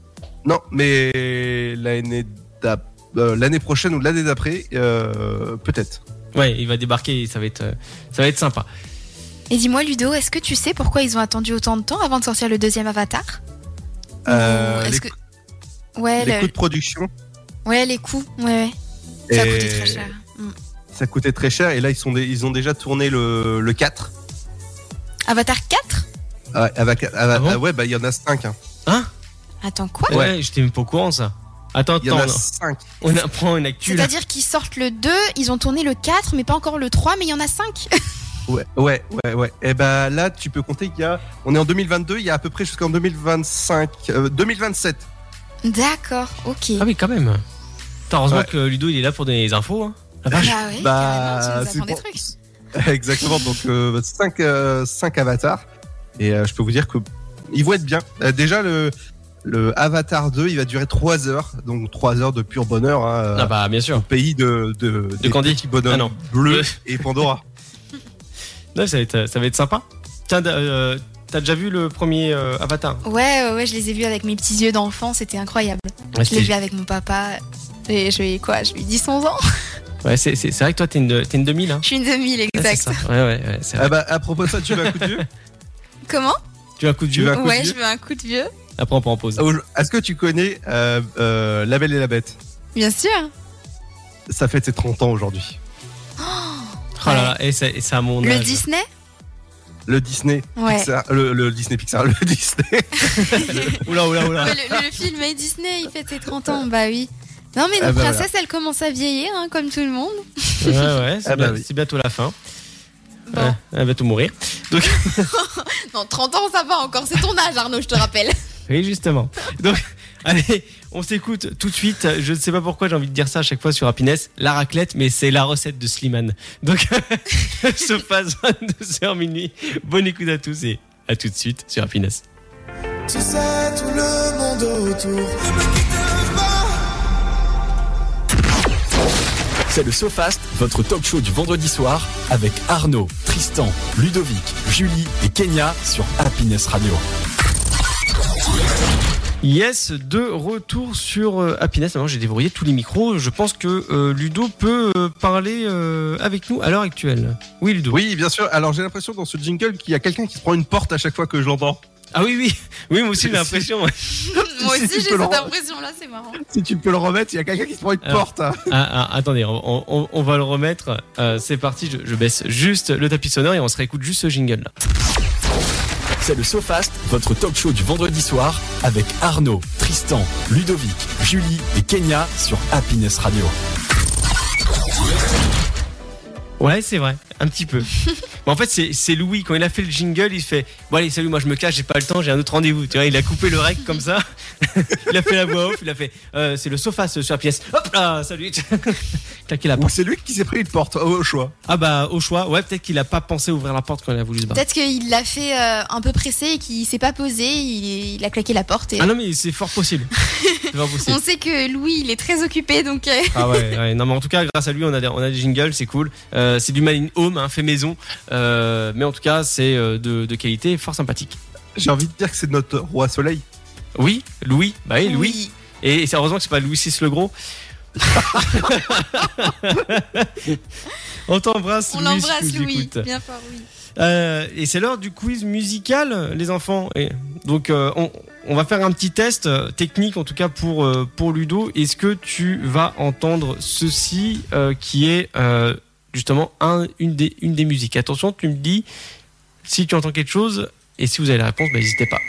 Speaker 4: Non, mais l'année d'ap- euh, l'année prochaine ou l'année d'après, euh, peut-être.
Speaker 2: Ouais, il va débarquer et ça va être, euh, ça va être sympa.
Speaker 3: Et dis-moi, Ludo, est-ce que tu sais pourquoi ils ont attendu autant de temps avant de sortir le deuxième Avatar
Speaker 4: Euh,
Speaker 3: Ou
Speaker 4: les,
Speaker 3: est-ce que- Ouais,
Speaker 4: les
Speaker 3: le-
Speaker 4: coûts de production,
Speaker 3: ouais, les coûts. Ouais, ouais. Ça a coûté
Speaker 4: Et-
Speaker 3: très cher.
Speaker 4: ça coûtait très cher. Et là, ils, sont dé- ils ont déjà tourné le, le 4.
Speaker 3: Avatar 4
Speaker 4: Ah, ouais, avec- ah,
Speaker 2: Ah bon
Speaker 4: ah ouais, bah, il y en a 5.
Speaker 3: Attends, quoi
Speaker 2: Ouais, j'étais même pas au courant, ça. Attends,
Speaker 4: Il y en
Speaker 2: attends,
Speaker 4: a 5.
Speaker 2: on on apprend une actu. là.
Speaker 3: C'est-à-dire qu'ils sortent le 2, ils ont tourné le 4, mais pas encore le 3, mais il y en a 5.
Speaker 4: Ouais, ouais, ouais, ouais. Et bah là, tu peux compter qu'il y a. On est en 2022, il y a à peu près jusqu'en 2025. euh, 2027.
Speaker 3: D'accord, ok.
Speaker 2: Ah oui, quand même. Attends, Heureusement
Speaker 4: Ouais.
Speaker 2: que Ludo, il est là pour donner les infos. hein.
Speaker 3: Bah ouais,
Speaker 4: Ah, Bah,
Speaker 3: carrément, tu nous
Speaker 4: c'est
Speaker 3: apprends des
Speaker 4: pour-
Speaker 3: trucs.
Speaker 4: Exactement, donc 5 cinq, euh, cinq avatars. Et euh, je peux vous dire que ils vont être bien. Euh, déjà, le, le Avatar 2, il va durer 3 heures. Donc 3 heures de pur bonheur. hein,
Speaker 2: Ah bah, bien sûr.
Speaker 4: au pays de, de, des
Speaker 2: Candy.
Speaker 4: petits bonhommes
Speaker 2: Ah non.
Speaker 4: bleus
Speaker 2: Euh.
Speaker 4: et Pandora.
Speaker 2: Non, ça, va être, ça va être sympa. Tiens, euh, t'as déjà vu le premier euh, Avatar
Speaker 3: Ouais, ouais, ouais, je les ai vus avec mes petits yeux d'enfant, c'était incroyable.
Speaker 4: Ah,
Speaker 2: Ouais,
Speaker 3: Je l'ai vu
Speaker 2: c'était-
Speaker 3: avec mon papa. Et je lui quoi, je lui dis 11 ans
Speaker 2: ouais, c'est c'est- c'est vrai que toi, t'es une, t'es une demi, là.
Speaker 3: Je suis une demi,
Speaker 2: Ouais, c'est
Speaker 3: exact.
Speaker 2: ça. Ouais, ouais, ouais, c'est vrai.
Speaker 4: ah bah, à propos de ça, tu vas à coup de vieux
Speaker 3: Comment
Speaker 2: Tu as un coup de
Speaker 4: tu
Speaker 2: vieux.
Speaker 4: vas- Un coup de
Speaker 3: Ouais,
Speaker 4: vieux
Speaker 3: je veux un coup de vieux.
Speaker 2: Après, on prend en pause.
Speaker 4: Est-ce que tu connais euh, euh, La Belle et la Bête
Speaker 3: Bien sûr.
Speaker 4: Ça fait ses 30 ans aujourd'hui.
Speaker 2: Oh là là, et c'est et c'est à mon
Speaker 3: Le
Speaker 2: âge.
Speaker 3: Disney
Speaker 4: Le Disney
Speaker 3: Ouais.
Speaker 4: Pixar, le, le Disney Pixar, le Disney.
Speaker 2: Oula, oula, oula.
Speaker 3: Ouais, le, le film est Disney, il fait ses 30 ans, bah oui. Non mais nos
Speaker 4: Ah bah
Speaker 3: princesses, elles commencent à vieillir, hein, comme tout le monde.
Speaker 2: Ouais, ouais, c'est
Speaker 4: Ah bah
Speaker 2: bien-
Speaker 4: oui.
Speaker 2: c'est bientôt la fin.
Speaker 3: pas.
Speaker 2: Ah, Elle va tout mourir.
Speaker 3: Non, 30 ans, ça va encore. C'est ton âge, Arnaud, je te rappelle.
Speaker 2: Oui, justement. Donc, allez, on s'écoute tout de suite. Je ne sais pas pourquoi j'ai envie de dire ça à chaque fois sur Happiness, la raclette, mais c'est la recette de Slimane. Donc, se passe 22h minuit. Bonne écoute à tous et à tout de suite sur Happiness.
Speaker 8: Tu sais, tout le monde autour.
Speaker 1: C'est le SoFast, votre talk show du vendredi soir avec Arnaud, Tristan, Ludovic, Julie et Kenya sur Happiness Radio.
Speaker 2: Yes, de retour sur euh, Happiness. Alors, j'ai déverrouillé tous les micros. Je pense que euh, Ludo peut euh, parler euh, avec nous à l'heure actuelle. Oui, Ludo.
Speaker 4: Oui, bien sûr. Alors j'ai l'impression dans ce jingle qu'il y a quelqu'un qui se prend une porte à chaque fois que je l'entends.
Speaker 2: Ah oui, oui. Oui, moi aussi, j'ai l'impression.
Speaker 3: Moi
Speaker 4: Si,
Speaker 3: aussi,
Speaker 4: tu
Speaker 3: j'ai
Speaker 4: peux le
Speaker 3: cette
Speaker 4: rendre.
Speaker 3: impression-là, c'est marrant.
Speaker 4: Si tu peux le remettre, il y a quelqu'un qui se prend une
Speaker 2: Alors.
Speaker 4: porte. hein.
Speaker 2: Ah, ah, attendez, on, on- on va le remettre. Euh, c'est parti, je, je baisse juste le tapis sonore et on se réécoute juste ce jingle là.
Speaker 1: C'est le SoFast, votre talk show du vendredi soir avec Arnaud, Tristan, Ludovic, Julie et Kenya sur Happiness Radio.
Speaker 2: Ouais, c'est vrai, un petit peu. Mais en fait, c'est c'est Louis, quand il a fait le jingle, il fait Bon, allez, salut, moi je me cache, j'ai pas le temps, j'ai un autre rendez-vous. Tu vois, il a coupé le rec comme ça, il a fait la voix off, il a fait Euh, C'est le sofa ce, sur la pièce. Hop là, salut Claquer la
Speaker 4: Ou
Speaker 2: porte.
Speaker 4: c'est lui qui s'est pris une porte au au choix.
Speaker 2: Ah bah, au choix, ouais, peut-être qu'il a pas pensé ouvrir la porte quand il a voulu se barrer.
Speaker 3: Peut-être qu'il l'a fait euh, un peu pressé et qu'il s'est pas posé, il, il a claqué la porte. Et...
Speaker 2: Ah non, mais c'est fort possible. C'est fort possible.
Speaker 3: On sait que Louis, il est très occupé, donc euh,
Speaker 2: Ah ouais, ouais. non mais en tout cas grâce à lui on a des, on a des jingles, c'est cool. Euh, c'est du man in home, hein, fait maison, Euh, mais en tout cas c'est euh, de, de qualité, fort sympathique.
Speaker 4: J'ai envie de dire que c'est notre roi soleil.
Speaker 2: Oui, Louis, bah oui, Louis.
Speaker 3: oui.
Speaker 2: Et, c'est heureusement que c'est pas Louis VI le gros. on t'embrasse,
Speaker 3: on
Speaker 2: Louis, si
Speaker 3: l'embrasse,
Speaker 2: tu nous
Speaker 3: Louis.
Speaker 2: écoutes.
Speaker 3: Bien fort, oui.
Speaker 2: Euh, et c'est l'heure du quiz musical, les enfants. Et donc, euh, on, on va faire un petit test euh, technique, en tout cas pour, euh, pour Ludo. Est-ce que tu vas entendre ceci euh, qui est euh, justement un, une, des, une des musiques Attention, tu me dis si tu entends quelque chose et si vous avez la réponse, bah, n'hésitez pas.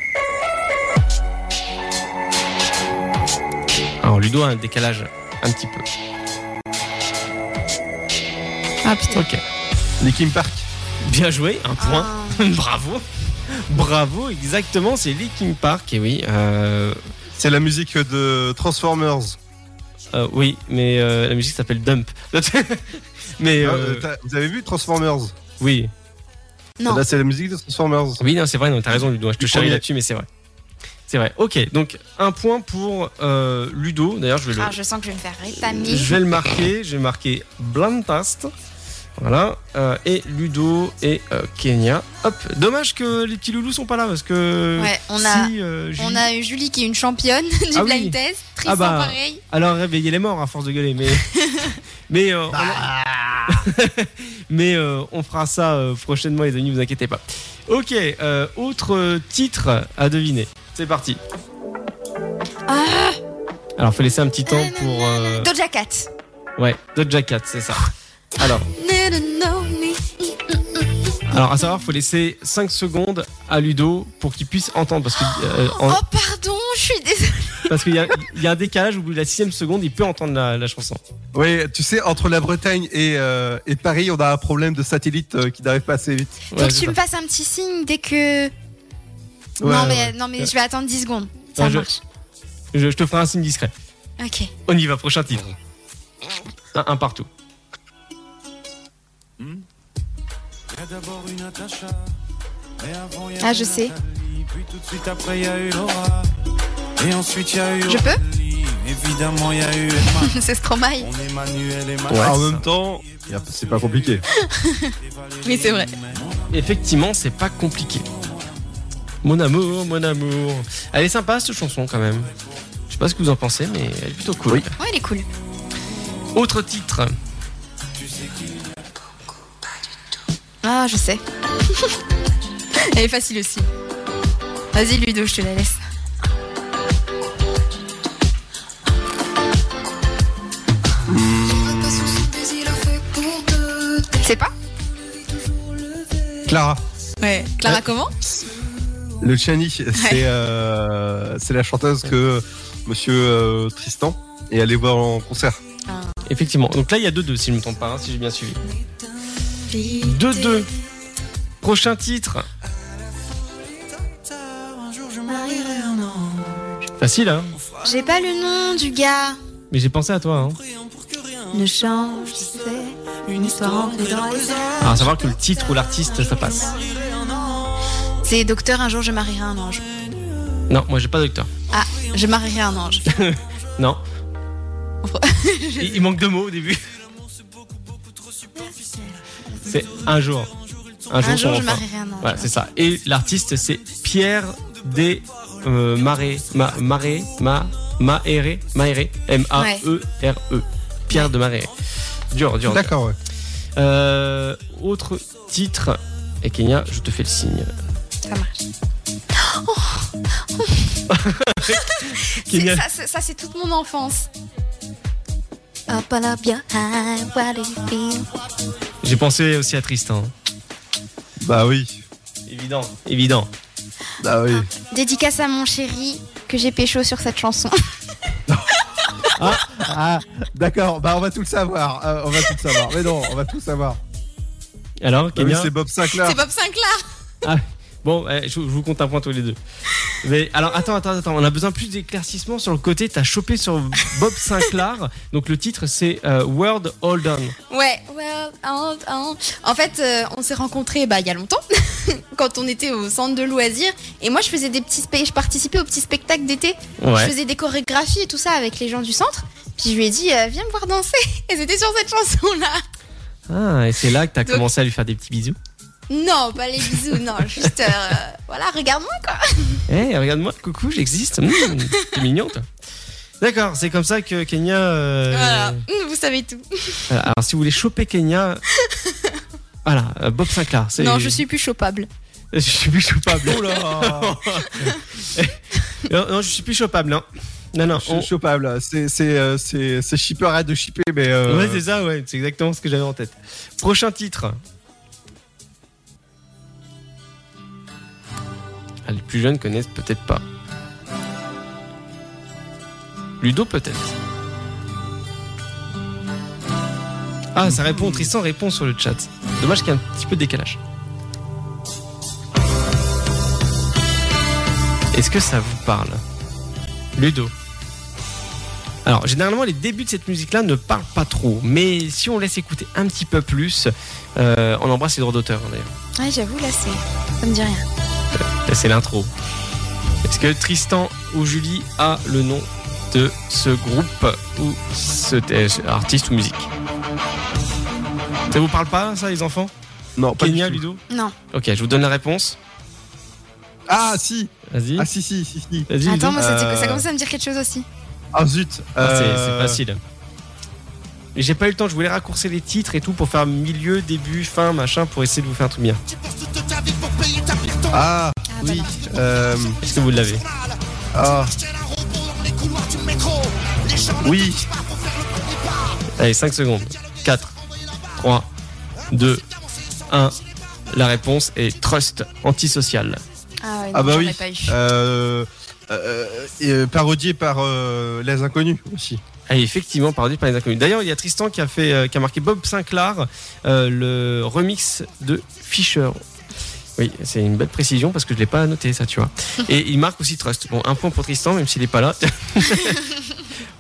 Speaker 2: Alors, Ludo a un décalage un petit peu.
Speaker 3: Ah putain.
Speaker 2: Ok.
Speaker 4: Les Kim Park.
Speaker 2: Bien joué, un point.
Speaker 3: Ah.
Speaker 2: Bravo. Bravo, exactement, c'est Linkin Park, et oui. euh,
Speaker 4: C'est la musique de Transformers.
Speaker 2: euh, oui, mais euh, la musique s'appelle Dump. mais
Speaker 4: Hein,
Speaker 2: euh,
Speaker 4: euh, t'as- vous avez vu Transformers
Speaker 2: oui,
Speaker 3: Non.
Speaker 4: Là, c'est la musique de Transformers.
Speaker 2: oui, non, c'est vrai, non, t'as raison, Ludo. hein, Je te
Speaker 4: Du
Speaker 2: charrie
Speaker 4: premier.
Speaker 2: là-dessus, mais c'est vrai. C'est vrai. Ok, donc un point pour euh, Ludo. D'ailleurs, je vais le,
Speaker 3: Ah, je sens que je vais me faire rétamer.
Speaker 2: je vais le marquer. Je vais marquer Blantast. Voilà. euh, et Ludo et euh, Kenya. Hop. Dommage que les petits loulous sont pas là parce que.
Speaker 3: Ouais, on a,
Speaker 2: si, euh, Julie-
Speaker 3: on a eu Julie qui est une championne du
Speaker 2: Ah oui.
Speaker 3: blind test. Tristan,
Speaker 2: Ah bah.
Speaker 3: pareil.
Speaker 2: Alors réveillez les morts à force de gueuler, mais mais euh, on-
Speaker 3: Bah.
Speaker 2: mais euh, on fera ça euh, prochainement, les amis, vous inquiétez pas. Ok, euh, autre euh, titre à deviner. C'est parti.
Speaker 3: Ah,
Speaker 2: Alors faut laisser un petit temps pour euh,
Speaker 3: Doja Cat.
Speaker 2: ouais Doja Cat, c'est ça. Alors alors à savoir, faut laisser 5 secondes à Ludo pour qu'il puisse entendre parce que euh, en-
Speaker 3: Oh, pardon, je suis désolée.
Speaker 2: parce qu'il y, a- il y a un décalage au bout de la sixième seconde, il peut entendre la, la chanson.
Speaker 4: Oui, tu sais, entre la Bretagne et, euh, et Paris, on a un problème de satellite euh, qui n'arrive pas assez vite.
Speaker 2: Ouais,
Speaker 3: Faut que
Speaker 2: c'est
Speaker 3: tu
Speaker 2: ça.
Speaker 3: me fasses un petit signe dès que.
Speaker 4: Ouais,
Speaker 3: non, mais,
Speaker 4: ouais.
Speaker 3: non, mais je vais attendre 10 secondes. Ça
Speaker 2: Ouais, je-
Speaker 3: marche.
Speaker 2: je, je te ferai un signe discret.
Speaker 3: Ok.
Speaker 2: On y va, prochain titre. Un, un partout.
Speaker 3: Ah, je sais.
Speaker 9: Puis tout de suite après, il y a eu Laura. Et ensuite, il y a eu.
Speaker 3: Je peux
Speaker 9: Aurélie. Évidemment, il y a eu Emma.
Speaker 3: C'est Stromae.
Speaker 9: On est Manuel et
Speaker 4: Ouais,
Speaker 9: Max.
Speaker 4: Ah, En même temps, y a- c'est pas compliqué.
Speaker 3: Oui, c'est vrai.
Speaker 2: Effectivement, c'est pas compliqué. Mon amour, mon amour. Elle est sympa cette chanson quand même. Je sais pas ce que vous en pensez, mais elle est plutôt cool.
Speaker 3: Ouais, il est cool.
Speaker 2: Autre titre.
Speaker 3: Ah, je sais. Elle est facile aussi. Vas-y, Ludo, je te la laisse. C'est pas
Speaker 4: Clara,
Speaker 3: Ouais. Clara, comment
Speaker 4: le Chani, c'est euh, c'est la chanteuse que monsieur euh, Tristan est allé voir en concert.
Speaker 2: Effectivement. Donc là, il y a 2-2, si je ne me trompe pas, hein, si j'ai bien suivi. 2-2. Prochain titre.
Speaker 9: Un jour je mourirai un ange.
Speaker 2: Facile, hein
Speaker 9: On fera
Speaker 3: J'ai pas le nom du gars.
Speaker 2: Mais j'ai pensé à toi. Hein.
Speaker 9: en priant pour que rien
Speaker 3: Ne change, c'est
Speaker 9: Une histoire ancrée dans les âges.
Speaker 2: Alors, à Ah, savoir que le titre ou l'artiste, ça passe.
Speaker 3: C'est Docteur, un jour je marierai un ange.
Speaker 2: Non, moi, j'ai pas docteur.
Speaker 3: Ah, je marierai un ange.
Speaker 2: Non. il, il manque deux mots au début. C'est un jour. Un jour,
Speaker 3: Un jour
Speaker 2: sans
Speaker 3: je
Speaker 2: enfant.
Speaker 3: marierai un ange.
Speaker 2: Voilà, c'est ça. Et l'artiste, c'est Pierre des euh, Marais. Ma, Marais, Ma, Maéré, Maéré, M-A-E-R-E. E. Pierre de Marais. Dur, dur. dur.
Speaker 4: D'accord, ouais.
Speaker 2: Euh, autre titre. Et Kenya, je te fais le signe.
Speaker 3: Ça marche. C'est-
Speaker 2: Kenya,
Speaker 3: ça, c'est- ça, c'est toute mon enfance. Up all up your high, what do you feel?
Speaker 2: j'ai pensé aussi à Tristan.
Speaker 4: Bah oui.
Speaker 2: Évident. Évident.
Speaker 4: Bah oui.
Speaker 3: Dédicace à mon chéri que j'ai pécho sur cette chanson.
Speaker 4: Ah, d'accord. Bah on va tout le savoir. Euh, on va tout le savoir. Mais non, on va tout le savoir.
Speaker 2: Alors,
Speaker 4: Bah oui,
Speaker 2: Kenya
Speaker 4: c'est Bob Sinclair.
Speaker 3: C'est Bob Sinclair.
Speaker 2: Bon, eh, je, je vous compte un point tous les deux. Mais alors, attends, attends, attends. On a besoin plus d'éclaircissement sur le côté. T'as chopé sur Bob Sinclair. Donc, le titre, c'est euh, World Hold On.
Speaker 3: Ouais, well, oh, hold on. En fait, euh, on s'est rencontrés bah, il y a longtemps, quand on était au centre de loisirs. Et moi, je faisais des petits spe- je participais aux petits spectacles d'été. Je faisais des chorégraphies et tout ça avec les gens du centre. Puis je lui ai dit, euh, viens me voir danser. Et c'était sur cette chanson-là.
Speaker 2: Ah, et c'est là que t'as
Speaker 3: Donc-
Speaker 2: commencé à lui faire des petits bisous.
Speaker 3: Non, pas les bisous, non, juste, euh, voilà, regarde-moi quoi.
Speaker 2: Eh, regarde-moi, coucou, j'existe. Mmh, t'es mignon, toi. D'accord, c'est comme ça que Kenya. euh,
Speaker 3: Voilà, Mm, vous savez tout.
Speaker 2: voilà. Alors, si vous voulez choper Kenya. voilà, euh, Bob Sinclair. c'est-
Speaker 3: Non, je suis plus chopable.
Speaker 2: Je suis plus chopable.
Speaker 4: Oh là
Speaker 2: non, non, je suis plus chopable. Non, non, non.
Speaker 4: Je
Speaker 2: on-
Speaker 4: suis chopable. C'est c'est euh, c'est c'est shipper arrête de shipper mais euh,
Speaker 2: Ouais, c'est ça, ouais, c'est exactement ce que j'avais en tête. Prochain titre. Ah, les plus jeunes connaissent peut-être pas. Ludo peut-être. Ah, ça répond, Tristan répond sur le chat. Dommage qu'il y ait un petit peu de décalage. Est-ce que ça vous parle Ludo. Alors, généralement, les débuts de cette musique-là ne parlent pas trop, mais si on laisse écouter un petit peu plus, euh, on embrasse les droits d'auteur, hein, d'ailleurs.
Speaker 3: Ouais, j'avoue, là, c'est. Ça me dit rien.
Speaker 2: Là, C'est l'intro. Est-ce que Tristan ou Julie a le nom de ce groupe ou cet euh, cet artiste ou musique Ça vous parle pas, ça, les enfants
Speaker 4: non pas
Speaker 2: Kenya,
Speaker 4: du tout.
Speaker 2: Ludo
Speaker 3: Non.
Speaker 2: Ok, je vous donne la réponse.
Speaker 4: Ah si,
Speaker 2: Vas-y.
Speaker 4: ah si si si si.
Speaker 2: Vas-y, Ludo.
Speaker 3: Attends, moi, ça,
Speaker 4: Euh,
Speaker 3: ça commence à me dire quelque chose aussi.
Speaker 4: Ah zut.
Speaker 2: Ah, c'est-
Speaker 4: euh,
Speaker 2: C'est facile. Mais J'ai pas eu le temps, je voulais raccourcir les titres et tout pour faire milieu, début, fin, machin, pour essayer de vous faire un truc bien.
Speaker 9: Tu passes toute ta vie pour payer ta pierre ton
Speaker 4: Ah
Speaker 3: Ah, bah
Speaker 4: oui.
Speaker 3: non.
Speaker 4: Euh,
Speaker 2: Est-ce que vous l'avez
Speaker 9: mal.
Speaker 4: ah
Speaker 9: Acheter la robe dans les couloirs du métro. Les gens ne
Speaker 4: oui.
Speaker 9: pas pour faire le premier pas.
Speaker 2: Allez, 5 secondes. 4, 3, 2, 1. La réponse est Trust antisocial.
Speaker 3: Ah, ouais, non,
Speaker 4: Ah bah
Speaker 3: j'en
Speaker 4: oui.
Speaker 3: ai pas eu.
Speaker 4: Euh, euh, et, euh, parodié par euh, les inconnus aussi.
Speaker 2: Et effectivement, parodie par les inconnus. D'ailleurs, il y a Tristan qui a, fait, euh, qui a marqué Bob Sinclair, euh, le remix de Fisher. Oui, c'est une belle précision parce que je l'ai pas noté, ça, tu vois. Et il marque aussi Trust. Bon, un point pour Tristan, même s'il n'est pas là.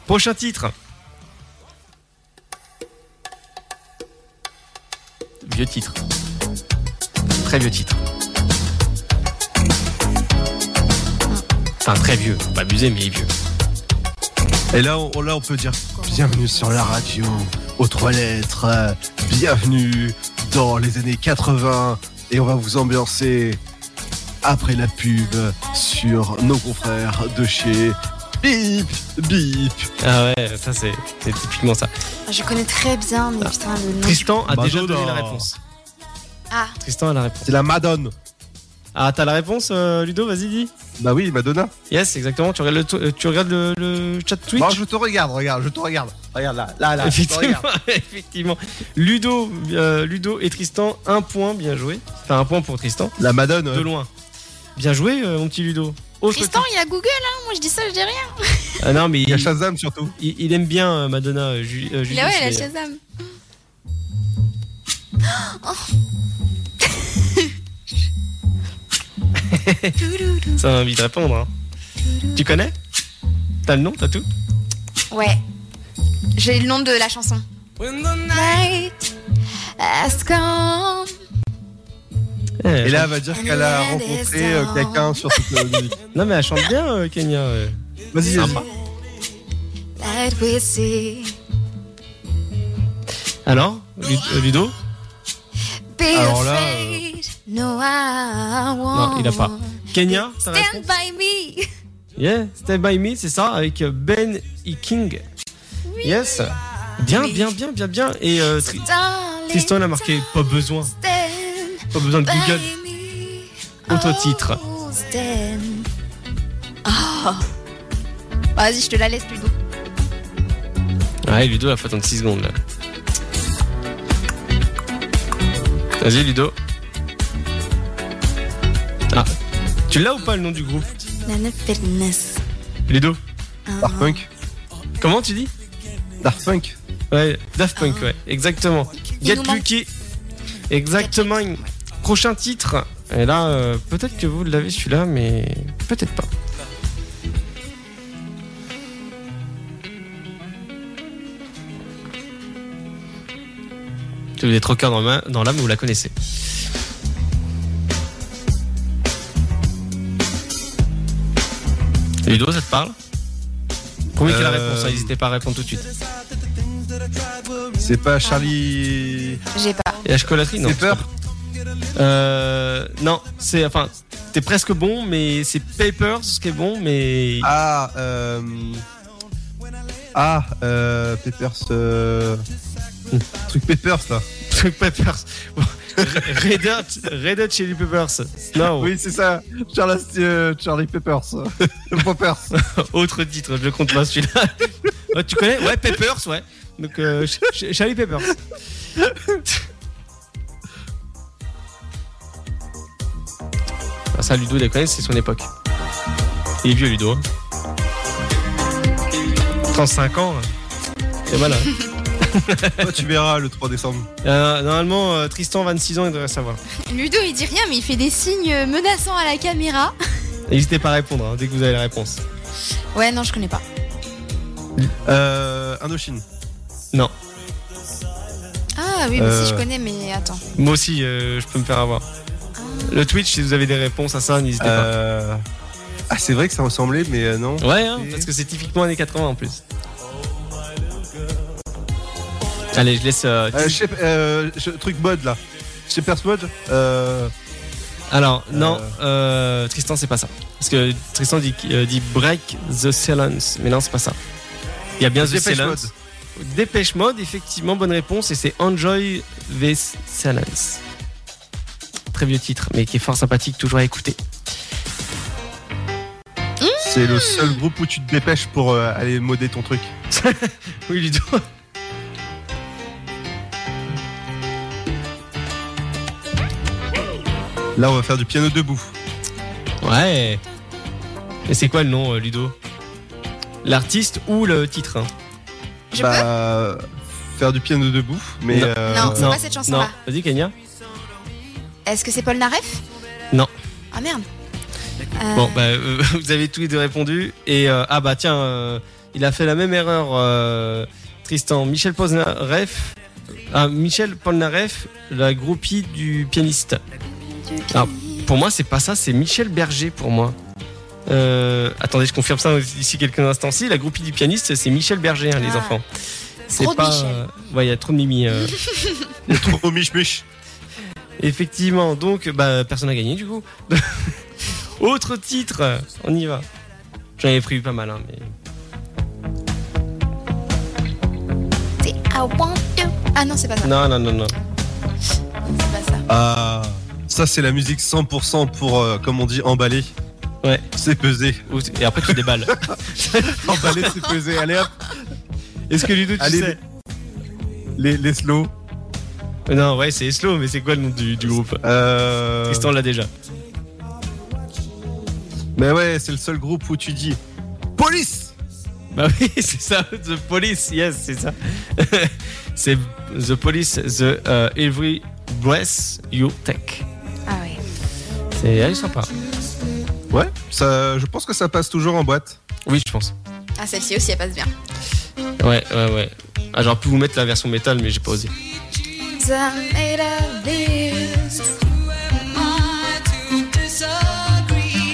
Speaker 2: Prochain titre. Vieux titre. Très vieux titre. Enfin, très vieux. Faut Pas abusé, mais vieux.
Speaker 4: Et là on, là on peut dire bienvenue sur la radio aux trois lettres. euh, Bienvenue dans les années 80 et on va vous ambiancer après la pub sur nos confrères de chez Bip Bip.
Speaker 2: Ah ouais, ça c'est c'est typiquement ça.
Speaker 3: Ah, Je connais très bien,
Speaker 2: Ah.
Speaker 3: mais putain, le nom.
Speaker 2: Tristan a
Speaker 4: Bah,
Speaker 2: déjà
Speaker 4: Zola.
Speaker 2: donné la réponse.
Speaker 3: Ah,
Speaker 2: Tristan a la réponse.
Speaker 4: C'est la Madone.
Speaker 2: Ah, t'as la réponse, euh, Ludo Vas-y, dis.
Speaker 4: Bah oui, Madonna.
Speaker 2: Yes, exactement. Tu regardes le, to- euh, tu regardes le, le chat Twitch
Speaker 4: Non, je te regarde, regarde, je te regarde. Regarde là, là, là. Je te
Speaker 2: Effectivement,
Speaker 4: regarde.
Speaker 2: effectivement. Ludo, euh, Ludo et Tristan, un point, bien joué. Enfin, un point pour Tristan,
Speaker 4: La Madone. euh,
Speaker 2: de loin. Bien joué, euh, mon petit Ludo. Autre
Speaker 3: Tristan,
Speaker 2: titre.
Speaker 3: il a Google, hein. Moi, je dis ça, je dis rien.
Speaker 2: Ah non, mais
Speaker 4: Il y
Speaker 2: il,
Speaker 4: a Shazam surtout.
Speaker 2: il- il aime bien euh, Madonna, euh, Ju- euh,
Speaker 3: Il
Speaker 2: Julie
Speaker 3: a, ouais,
Speaker 2: aussi,
Speaker 3: il a
Speaker 2: d'ailleurs.
Speaker 3: Shazam.
Speaker 2: Ça m'a envie de répondre. hein. Tu connais T'as le nom, t'as tout euh.
Speaker 3: Ouais. J'ai le nom de la chanson. Night has come.
Speaker 4: Et là, elle va dire qu'elle a rencontré euh, quelqu'un sur cette mélodie.
Speaker 2: Non, mais elle chante bien, euh, Kenya. euh.
Speaker 4: Vas-y,
Speaker 2: Sympa.
Speaker 4: vas-y.
Speaker 3: That we see.
Speaker 2: Alors, Lu- euh, Ludo
Speaker 3: Be
Speaker 4: Alors là,
Speaker 3: afraid. No, I won't.
Speaker 2: Non, il a pas. Kenya t'as la
Speaker 3: Stand
Speaker 2: réponse
Speaker 3: by me.
Speaker 2: Yeah, Step by Me, c'est ça, avec Ben E. King. Yes. Bien, bien, bien, bien, bien. Et euh, Tri-
Speaker 3: Darling,
Speaker 2: Tristan a marqué pas besoin,
Speaker 3: stand
Speaker 2: pas besoin de
Speaker 3: by
Speaker 2: Google.
Speaker 3: me.
Speaker 2: Autre titre.
Speaker 3: Oh, stand. Oh. Vas-y, je te la laisse plus doux.
Speaker 2: Ouais, Ah, Ludo, il faut attendre 6 secondes là. Vas-y, Ludo. Ah, tu l'as ou pas le nom du groupe
Speaker 3: Nana Fitness.
Speaker 2: Ludo
Speaker 4: Daft Punk.
Speaker 2: Comment tu dis
Speaker 4: Daft Punk.
Speaker 2: Ouais, Daft Punk, ouais, exactement.
Speaker 3: Ah. Il
Speaker 2: Get
Speaker 3: nous manque.
Speaker 2: Lucky. Exactement. Prochain titre. Et là, euh, peut-être que vous l'avez celui-là, mais peut-être pas. Si vous êtes rocker dans la- dans l'âme, vous la connaissez. Ludo, ça te parle Promis qu'il y a la
Speaker 4: Euh,
Speaker 2: réponse, hein, n'hésitez pas à répondre tout de suite.
Speaker 4: C'est pas Charlie.
Speaker 3: J'ai pas.
Speaker 2: Et la chocolaterie, non
Speaker 4: C'est peur.
Speaker 2: Euh, non, c'est enfin, t'es presque bon, mais c'est Papers qui est bon, mais
Speaker 4: Ah, euh. Ah, euh. Peppers. euh, Truc Peppers là.
Speaker 2: Papers. Red Hot, Red Hot Chili Peppers. Non,
Speaker 4: Oui, c'est ça. Charles, euh, Charlie Peppers. Peppers.
Speaker 2: autre titre, je le compte pas celui-là. Ouais, tu connais Ouais, Peppers, ouais. Donc, euh, Ch- Ch- Charlie Peppers. Ah, ça, Ludo, il la connaît, c'est son époque. Il est vieux, Ludo. hein. 35 ans. hein. C'est malin.
Speaker 4: Toi, tu verras le 3 décembre.
Speaker 2: Euh, normalement, euh, Tristan, 26 ans, il devrait savoir.
Speaker 3: Ludo, il dit rien, mais il fait des signes menaçants à la caméra.
Speaker 2: N'hésitez pas à répondre hein, dès que vous avez la réponse.
Speaker 3: Ouais, non, je connais pas.
Speaker 4: Euh. Indochine.
Speaker 3: Ah oui, mais
Speaker 4: Euh.
Speaker 3: si je connais, mais attends.
Speaker 2: Moi aussi, euh, je peux me faire avoir.
Speaker 3: Ah.
Speaker 2: Le Twitch, si vous avez des réponses à ça, n'hésitez
Speaker 4: Euh. Ah, c'est vrai que ça ressemblait, mais euh, non.
Speaker 2: pas. Ouais, hein,
Speaker 4: Et-
Speaker 2: parce que c'est typiquement années 80 en plus. Allez, je laisse. euh,
Speaker 4: Euh, Shep- euh, Sh- truc Bud là. Shepherd's Bud. Euh.
Speaker 2: Alors, non,
Speaker 4: euh,
Speaker 2: euh, Tristan, c'est pas ça. Parce que Tristan dit, euh, dit break the silence, mais non, c'est pas ça. Il y a bien the
Speaker 4: Dépêche
Speaker 2: silence.
Speaker 4: Mode.
Speaker 2: Dépêche Mode, effectivement, bonne réponse, et c'est Enjoy this Silence. Très vieux titre, mais qui est fort sympathique, toujours à écouter.
Speaker 4: C'est le seul groupe où tu te dépêches pour euh, aller modder ton truc.
Speaker 2: Oui, Ludo.
Speaker 4: Là, on va faire du piano debout.
Speaker 2: Ouais. Mais c'est quoi le nom, euh, Ludo L'artiste ou le titre hein
Speaker 3: Je
Speaker 4: bah, euh, faire du piano debout, mais.
Speaker 2: Non.
Speaker 4: euh,
Speaker 3: Non, c'est pas cette chanson-là.
Speaker 2: Non, vas-y, Kenya.
Speaker 3: Est-ce que c'est Paul Naref
Speaker 2: Non.
Speaker 3: Ah merde. Euh,
Speaker 2: Bon, bah, euh, vous avez tous les deux répondu. Et euh, ah, bah, tiens, euh, il a fait la même erreur, euh, Tristan. Michel Polnareff. Ah, Michel Polnareff, la groupie du pianiste.
Speaker 3: Euh,
Speaker 2: Ah, pour moi, c'est pas ça, c'est Michel Berger pour moi. Euh, attendez, je confirme ça d'ici quelques instants. Si, la groupie du pianiste, c'est Michel Berger, hein, les
Speaker 3: Ah.
Speaker 2: enfants.
Speaker 3: Trop
Speaker 2: C'est
Speaker 3: de
Speaker 2: pas.
Speaker 3: Michel.
Speaker 2: euh, ouais, il y a trop de mimi. euh.
Speaker 4: Trop Oh, miche miche.
Speaker 2: Effectivement, donc, bah, personne n'a gagné du coup. Autre titre, on y va. J'en avais prévu pas mal, hein, mais.
Speaker 3: c'est I want you. Ah non, c'est pas ça.
Speaker 2: Non, non, non, non.
Speaker 3: C'est pas ça.
Speaker 4: Ah, ça c'est la musique 100% pour, euh, comme on dit, emballer.
Speaker 2: Ouais.
Speaker 4: C'est pesé.
Speaker 2: Ou- Et après, tu déballes.
Speaker 4: Emballer, c'est pesé. Allez hop,
Speaker 2: Est-ce que Ludo, tu
Speaker 4: Allez,
Speaker 2: sais
Speaker 4: les, les slow.
Speaker 2: Non, ouais, c'est Slow, mais c'est quoi le nom du, du groupe
Speaker 4: Euh,
Speaker 2: Tristan l'a déjà.
Speaker 4: Mais ouais, c'est le seul groupe où tu dis police.
Speaker 2: Bah oui, c'est ça, The Police, yes, c'est ça. c'est The Police, The euh, Every Breath You Take.
Speaker 3: Ah ouais.
Speaker 2: C'est Et elle est sympa.
Speaker 4: Ouais, ça, je pense que ça passe toujours en boîte.
Speaker 2: Oui, je pense.
Speaker 3: Ah, celle-ci aussi, elle passe bien.
Speaker 2: Ouais, ouais, ouais. Ah, j'aurais pu vous mettre la version métal, mais j'ai pas osé.
Speaker 3: I'm made of this.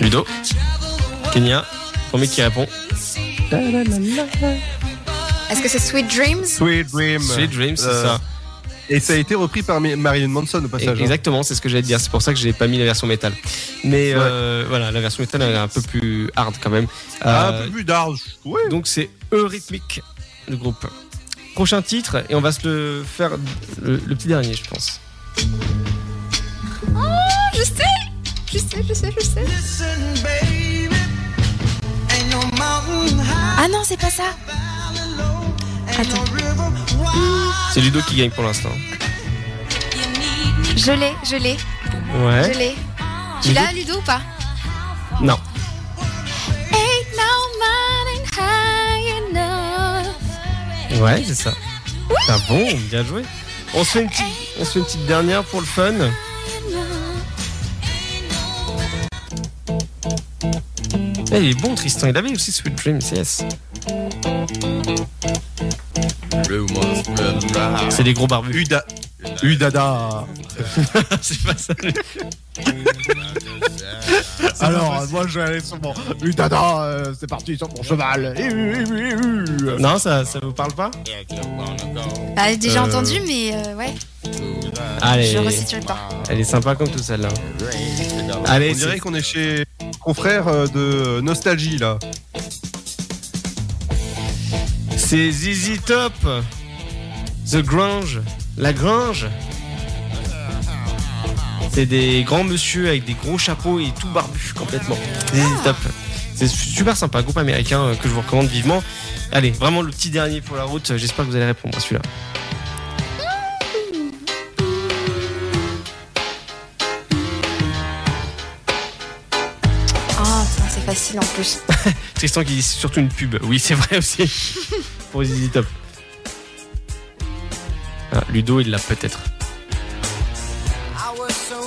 Speaker 2: Ludo, Kenya, premier qui répond.
Speaker 3: Est-ce que c'est Sweet Dreams
Speaker 4: Sweet Dream.
Speaker 2: Sweet Dreams, c'est
Speaker 4: Euh,
Speaker 2: ça.
Speaker 4: Et ça a été repris par Ma- Marilyn Manson au passage. hein.
Speaker 2: Exactement, c'est ce que j'allais te dire. C'est pour ça que j'ai pas mis la version métal. Mais
Speaker 4: Ouais.
Speaker 2: euh, voilà, la version métal elle est un peu plus hard quand même.
Speaker 4: Ah,
Speaker 2: Euh,
Speaker 4: un peu plus d'arge. Oui.
Speaker 2: Donc c'est Eurythmic, le groupe. Prochain titre, et on va se le faire le, le petit dernier, je pense.
Speaker 3: Je sais Je sais, je sais, je sais. Ah non, c'est pas ça. Attends,
Speaker 2: C'est Ludo qui gagne pour l'instant.
Speaker 3: je l'ai, je l'ai,
Speaker 2: Ouais.
Speaker 3: je l'ai. Tu l'as, Ludo, ou pas
Speaker 2: Non.
Speaker 3: Ain't no mountain high enough.
Speaker 2: Ouais, c'est ça. T'as bon, bien joué. On se, fait une petite, on se fait une petite dernière pour le fun. Eh, il est bon, Tristan. Il avait aussi Sweet Dreams, yes. C'est des gros barbus.
Speaker 4: Uda. Udada.
Speaker 2: c'est pas ça.
Speaker 4: Alors, moi je vais aller sur mon Udada. euh, c'est parti sur mon cheval. Hi, hi, hi, hi.
Speaker 2: Non, ça, ça vous parle pas
Speaker 3: Bah, j'ai déjà
Speaker 2: Euh. Eh.
Speaker 3: entendu, mais euh, ouais,
Speaker 2: Allez,
Speaker 3: je resitue pas.
Speaker 2: elle est sympa comme tout celle-là. Allez,
Speaker 4: On dirait
Speaker 2: c'est-
Speaker 4: qu'on est chez confrère euh, de Nostalgie là.
Speaker 2: c'est Zizi Top, The Grange, La Grange. C'est des grands monsieur avec des gros chapeaux et tout barbu complètement. Zizi Top. C'est super sympa, groupe américain euh, que je vous recommande vivement. Allez, vraiment le petit dernier pour la route. euh, J'espère que vous allez répondre à celui-là.
Speaker 3: Ah, putain, c'est facile en plus.
Speaker 2: Tristan qui dit c'est surtout une pub. Oui, c'est vrai aussi. Pour Zizi Top. Ah, Ludo, il l'a peut-être.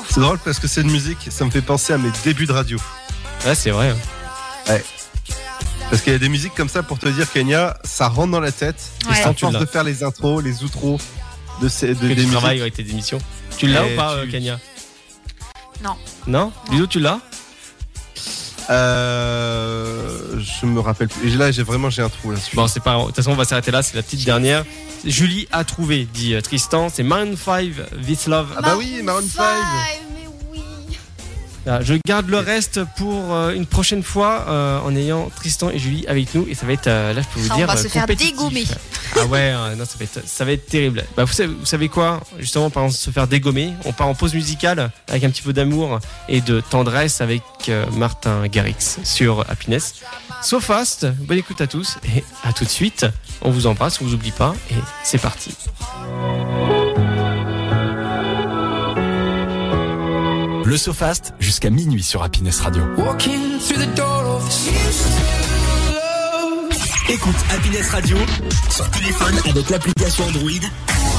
Speaker 4: C'est drôle parce que cette musique, ça me fait penser à mes débuts de radio.
Speaker 2: Ouais, c'est vrai. hein.
Speaker 4: Parce qu'il y a des musiques comme ça pour te dire, Kenya, ça rentre dans la tête.
Speaker 3: Ouais.
Speaker 4: Et
Speaker 2: Ah,
Speaker 4: sans
Speaker 2: tu
Speaker 4: force
Speaker 2: l'as.
Speaker 4: de faire les intros, les outros de ces de,
Speaker 2: que
Speaker 4: des
Speaker 2: tu
Speaker 4: musiques.
Speaker 2: travailles avec tes émissions. Tu l'as
Speaker 4: Et
Speaker 2: ou pas,
Speaker 4: tu-
Speaker 2: euh, Kenya
Speaker 3: Non.
Speaker 2: Non Ludo, tu l'as
Speaker 4: Euh, je me rappelle plus. Et Là, j'ai vraiment j'ai un trou là-dessus.
Speaker 2: Bon, c'est pas. De toute façon, on va s'arrêter là. C'est la petite dernière. Julie a trouvé, dit euh, Tristan. C'est Maroon 5, This Love.
Speaker 4: Ah bah oui, Maroon 5.
Speaker 3: mais oui.
Speaker 2: Ah, Je garde le reste pour euh, une prochaine fois euh, en ayant Tristan et Julie avec nous. Et ça va être, euh, là, je peux vous
Speaker 3: Ah, on
Speaker 2: dire.
Speaker 3: va
Speaker 2: euh,
Speaker 3: se faire
Speaker 2: compétitif.
Speaker 3: dégommer.
Speaker 2: Ah ouais, euh, non, ça va être, ça va être terrible. Bah, vous, savez, vous savez quoi Justement, par exemple, se faire dégommer. On part en pause musicale avec un petit peu d'amour et de tendresse avec euh, Martin Garrix sur Happiness. So fast, bonne écoute à tous et à tout de suite. On vous embrasse, on vous oublie pas et c'est parti.
Speaker 1: Le SoFast jusqu'à minuit sur Happiness Radio.
Speaker 9: Walking through the door of
Speaker 10: Écoute Happiness Radio sur téléphone avec l'application Android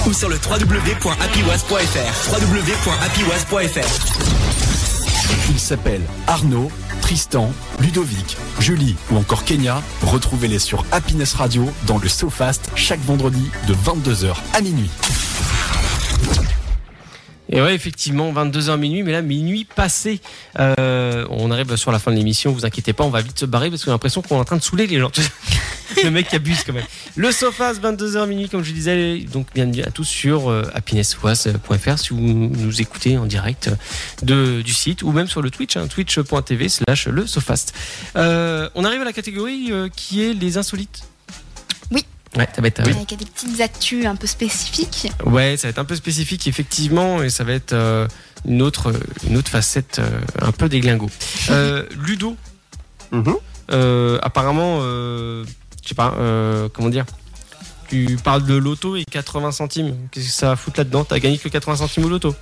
Speaker 10: ou sur le www.happywas.fr. www.happywas.fr.
Speaker 1: Ils s'appellent Arnaud, Tristan, Ludovic, Julie ou encore Kenya. Retrouvez-les sur Happiness Radio dans le SoFast chaque vendredi de 22h à minuit.
Speaker 2: Et ouais, effectivement, 22h minuit, mais là, minuit passé. Euh, on arrive sur la fin de l'émission, vous inquiétez pas, on va vite se barrer parce qu'on a l'impression qu'on est en train de saouler les gens. Le mec qui abuse quand même. Le Sofas, 22h minuit, comme je disais. Donc, bienvenue à tous sur euh, happinesswas.fr si vous nous écoutez en direct euh, de, du site ou même sur le Twitch, hein, twitch.tv slash le Sofast. Euh, on arrive à la catégorie euh, qui est les insolites.
Speaker 3: Oui.
Speaker 2: Ouais, ça va être, euh,
Speaker 3: Avec des petites actus un peu spécifiques.
Speaker 2: Ouais, ça va être un peu spécifique, effectivement, et ça va être euh, une, autre, une autre facette euh, un peu déglingo. Euh, Ludo,
Speaker 4: Mhm.
Speaker 2: euh, apparemment, euh, je sais pas, euh, comment dire tu parles de loto et 80 centimes. Qu'est-ce que ça fout là-dedans T'as gagné que 80 centimes au loto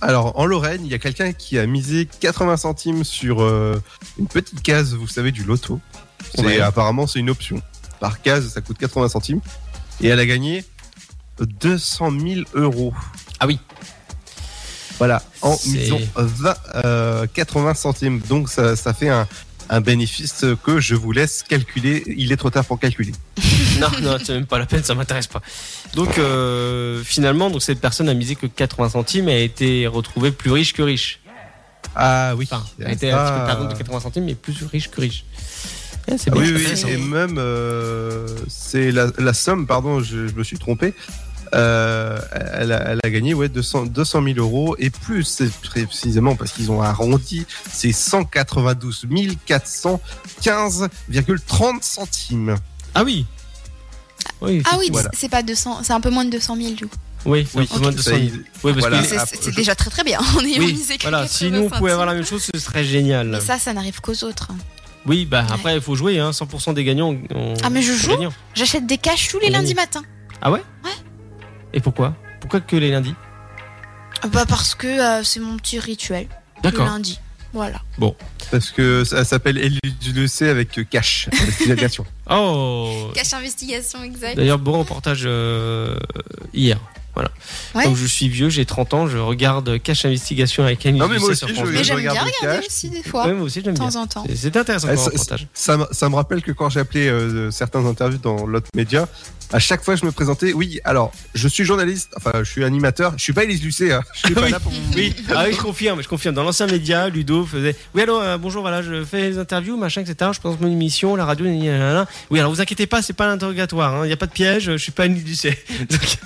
Speaker 4: Alors, en Lorraine, il y a quelqu'un qui a misé 80 centimes sur euh, une petite case, vous savez, du loto. C'est-
Speaker 2: Ouais.
Speaker 4: Apparemment, c'est une option. Par case, ça coûte 80 centimes. Et elle a gagné 200 000 euros.
Speaker 2: Ah oui.
Speaker 4: Voilà, en
Speaker 2: C'est-
Speaker 4: misant 20, euh, 80 centimes. Donc ça, ça fait un, un bénéfice que je vous laisse calculer. Il est trop tard pour calculer.
Speaker 2: Non, non, c'est même pas la peine, ça m'intéresse pas. Donc euh, finalement, donc cette personne a misé que 80 centimes et a été retrouvée plus riche que riche.
Speaker 4: Ah oui.
Speaker 2: Enfin,
Speaker 4: Ah,
Speaker 2: a été
Speaker 4: ça,
Speaker 2: un petit peu perdante de 80 centimes, mais plus riche que riche. Eh, c'est
Speaker 4: Ah
Speaker 2: bien.
Speaker 4: oui, oui,
Speaker 2: intéressant.
Speaker 4: et même euh, c'est la, la somme, pardon, je, je me suis trompé. Euh, elle, a, elle a gagné ouais, 200, 200 000 euros et plus c'est précisément parce qu'ils ont arrondi, c'est 192 415,30 centimes.
Speaker 2: Ah oui. Oui,
Speaker 3: Ah oui,
Speaker 4: Voilà.
Speaker 3: c'est pas 200, c'est un peu moins de 200 000 du coup.
Speaker 2: oui, oui, moins de 200
Speaker 4: Ça,
Speaker 2: 000.
Speaker 4: il-
Speaker 2: Oui, parce
Speaker 4: voilà.
Speaker 2: que
Speaker 3: C'est-
Speaker 4: ah,
Speaker 3: C'est c'est
Speaker 4: je-
Speaker 3: déjà très très bien. On est
Speaker 2: Oui,
Speaker 3: misé que
Speaker 2: voilà,
Speaker 3: 80
Speaker 2: si nous on pouvait avoir la même chose, ce serait génial.
Speaker 3: Mais ça, ça n'arrive qu'aux autres. hein.
Speaker 2: Oui, bah après il faut jouer, hein, 100% des gagnants. ont-
Speaker 3: Ah, mais je
Speaker 2: ont
Speaker 3: joue
Speaker 2: gagné.
Speaker 3: J'achète des caches tous les
Speaker 2: Oui.
Speaker 3: lundis matins.
Speaker 2: Ah ouais
Speaker 3: Ouais.
Speaker 2: Et pourquoi Pourquoi que les lundis
Speaker 3: Bah parce que euh, c'est mon petit rituel. Le
Speaker 2: D'accord.
Speaker 3: lundi. Voilà.
Speaker 4: Parce que ça s'appelle LUC avec cash, l'estimation.
Speaker 2: Oh
Speaker 3: Cache investigation, exact.
Speaker 2: D'ailleurs, bon reportage euh, hier. Voilà.
Speaker 3: Ouais.
Speaker 2: Comme je suis vieux, j'ai 30 ans, je regarde Cash Investigation avec Annie.
Speaker 4: Non, mais moi
Speaker 2: Lucet sur
Speaker 4: aussi,
Speaker 2: France
Speaker 4: je-
Speaker 3: Mais
Speaker 2: Bleu.
Speaker 3: j'aime bien
Speaker 4: regarde le
Speaker 3: regarder
Speaker 4: cache.
Speaker 3: aussi des fois.
Speaker 2: Ouais, moi aussi, j'aime
Speaker 3: de
Speaker 2: bien.
Speaker 3: temps en temps.
Speaker 2: C'est- C'est intéressant
Speaker 4: Ah,
Speaker 2: comme
Speaker 4: ça-
Speaker 2: reportage.
Speaker 4: ça, me- ça me rappelle que quand j'appelais euh, certains interviews dans l'autre média, à chaque fois je me présentais, oui, alors je suis journaliste, enfin je suis animateur, je suis pas Élise Lucet, hein, je suis pas
Speaker 2: oui.
Speaker 4: là pour vous.
Speaker 2: Oui, ah oui, je confirme, je confirme. Dans l'ancien média, Ludo faisait Oui, alors, euh, bonjour, voilà, je fais les interviews, machin, etc. Je présente mon émission, la radio, gna, gna, gna, gna. Oui, alors vous inquiétez pas, c'est pas l'interrogatoire, hein. il n'y a pas de piège, je suis pas Annie Lucet. Donc-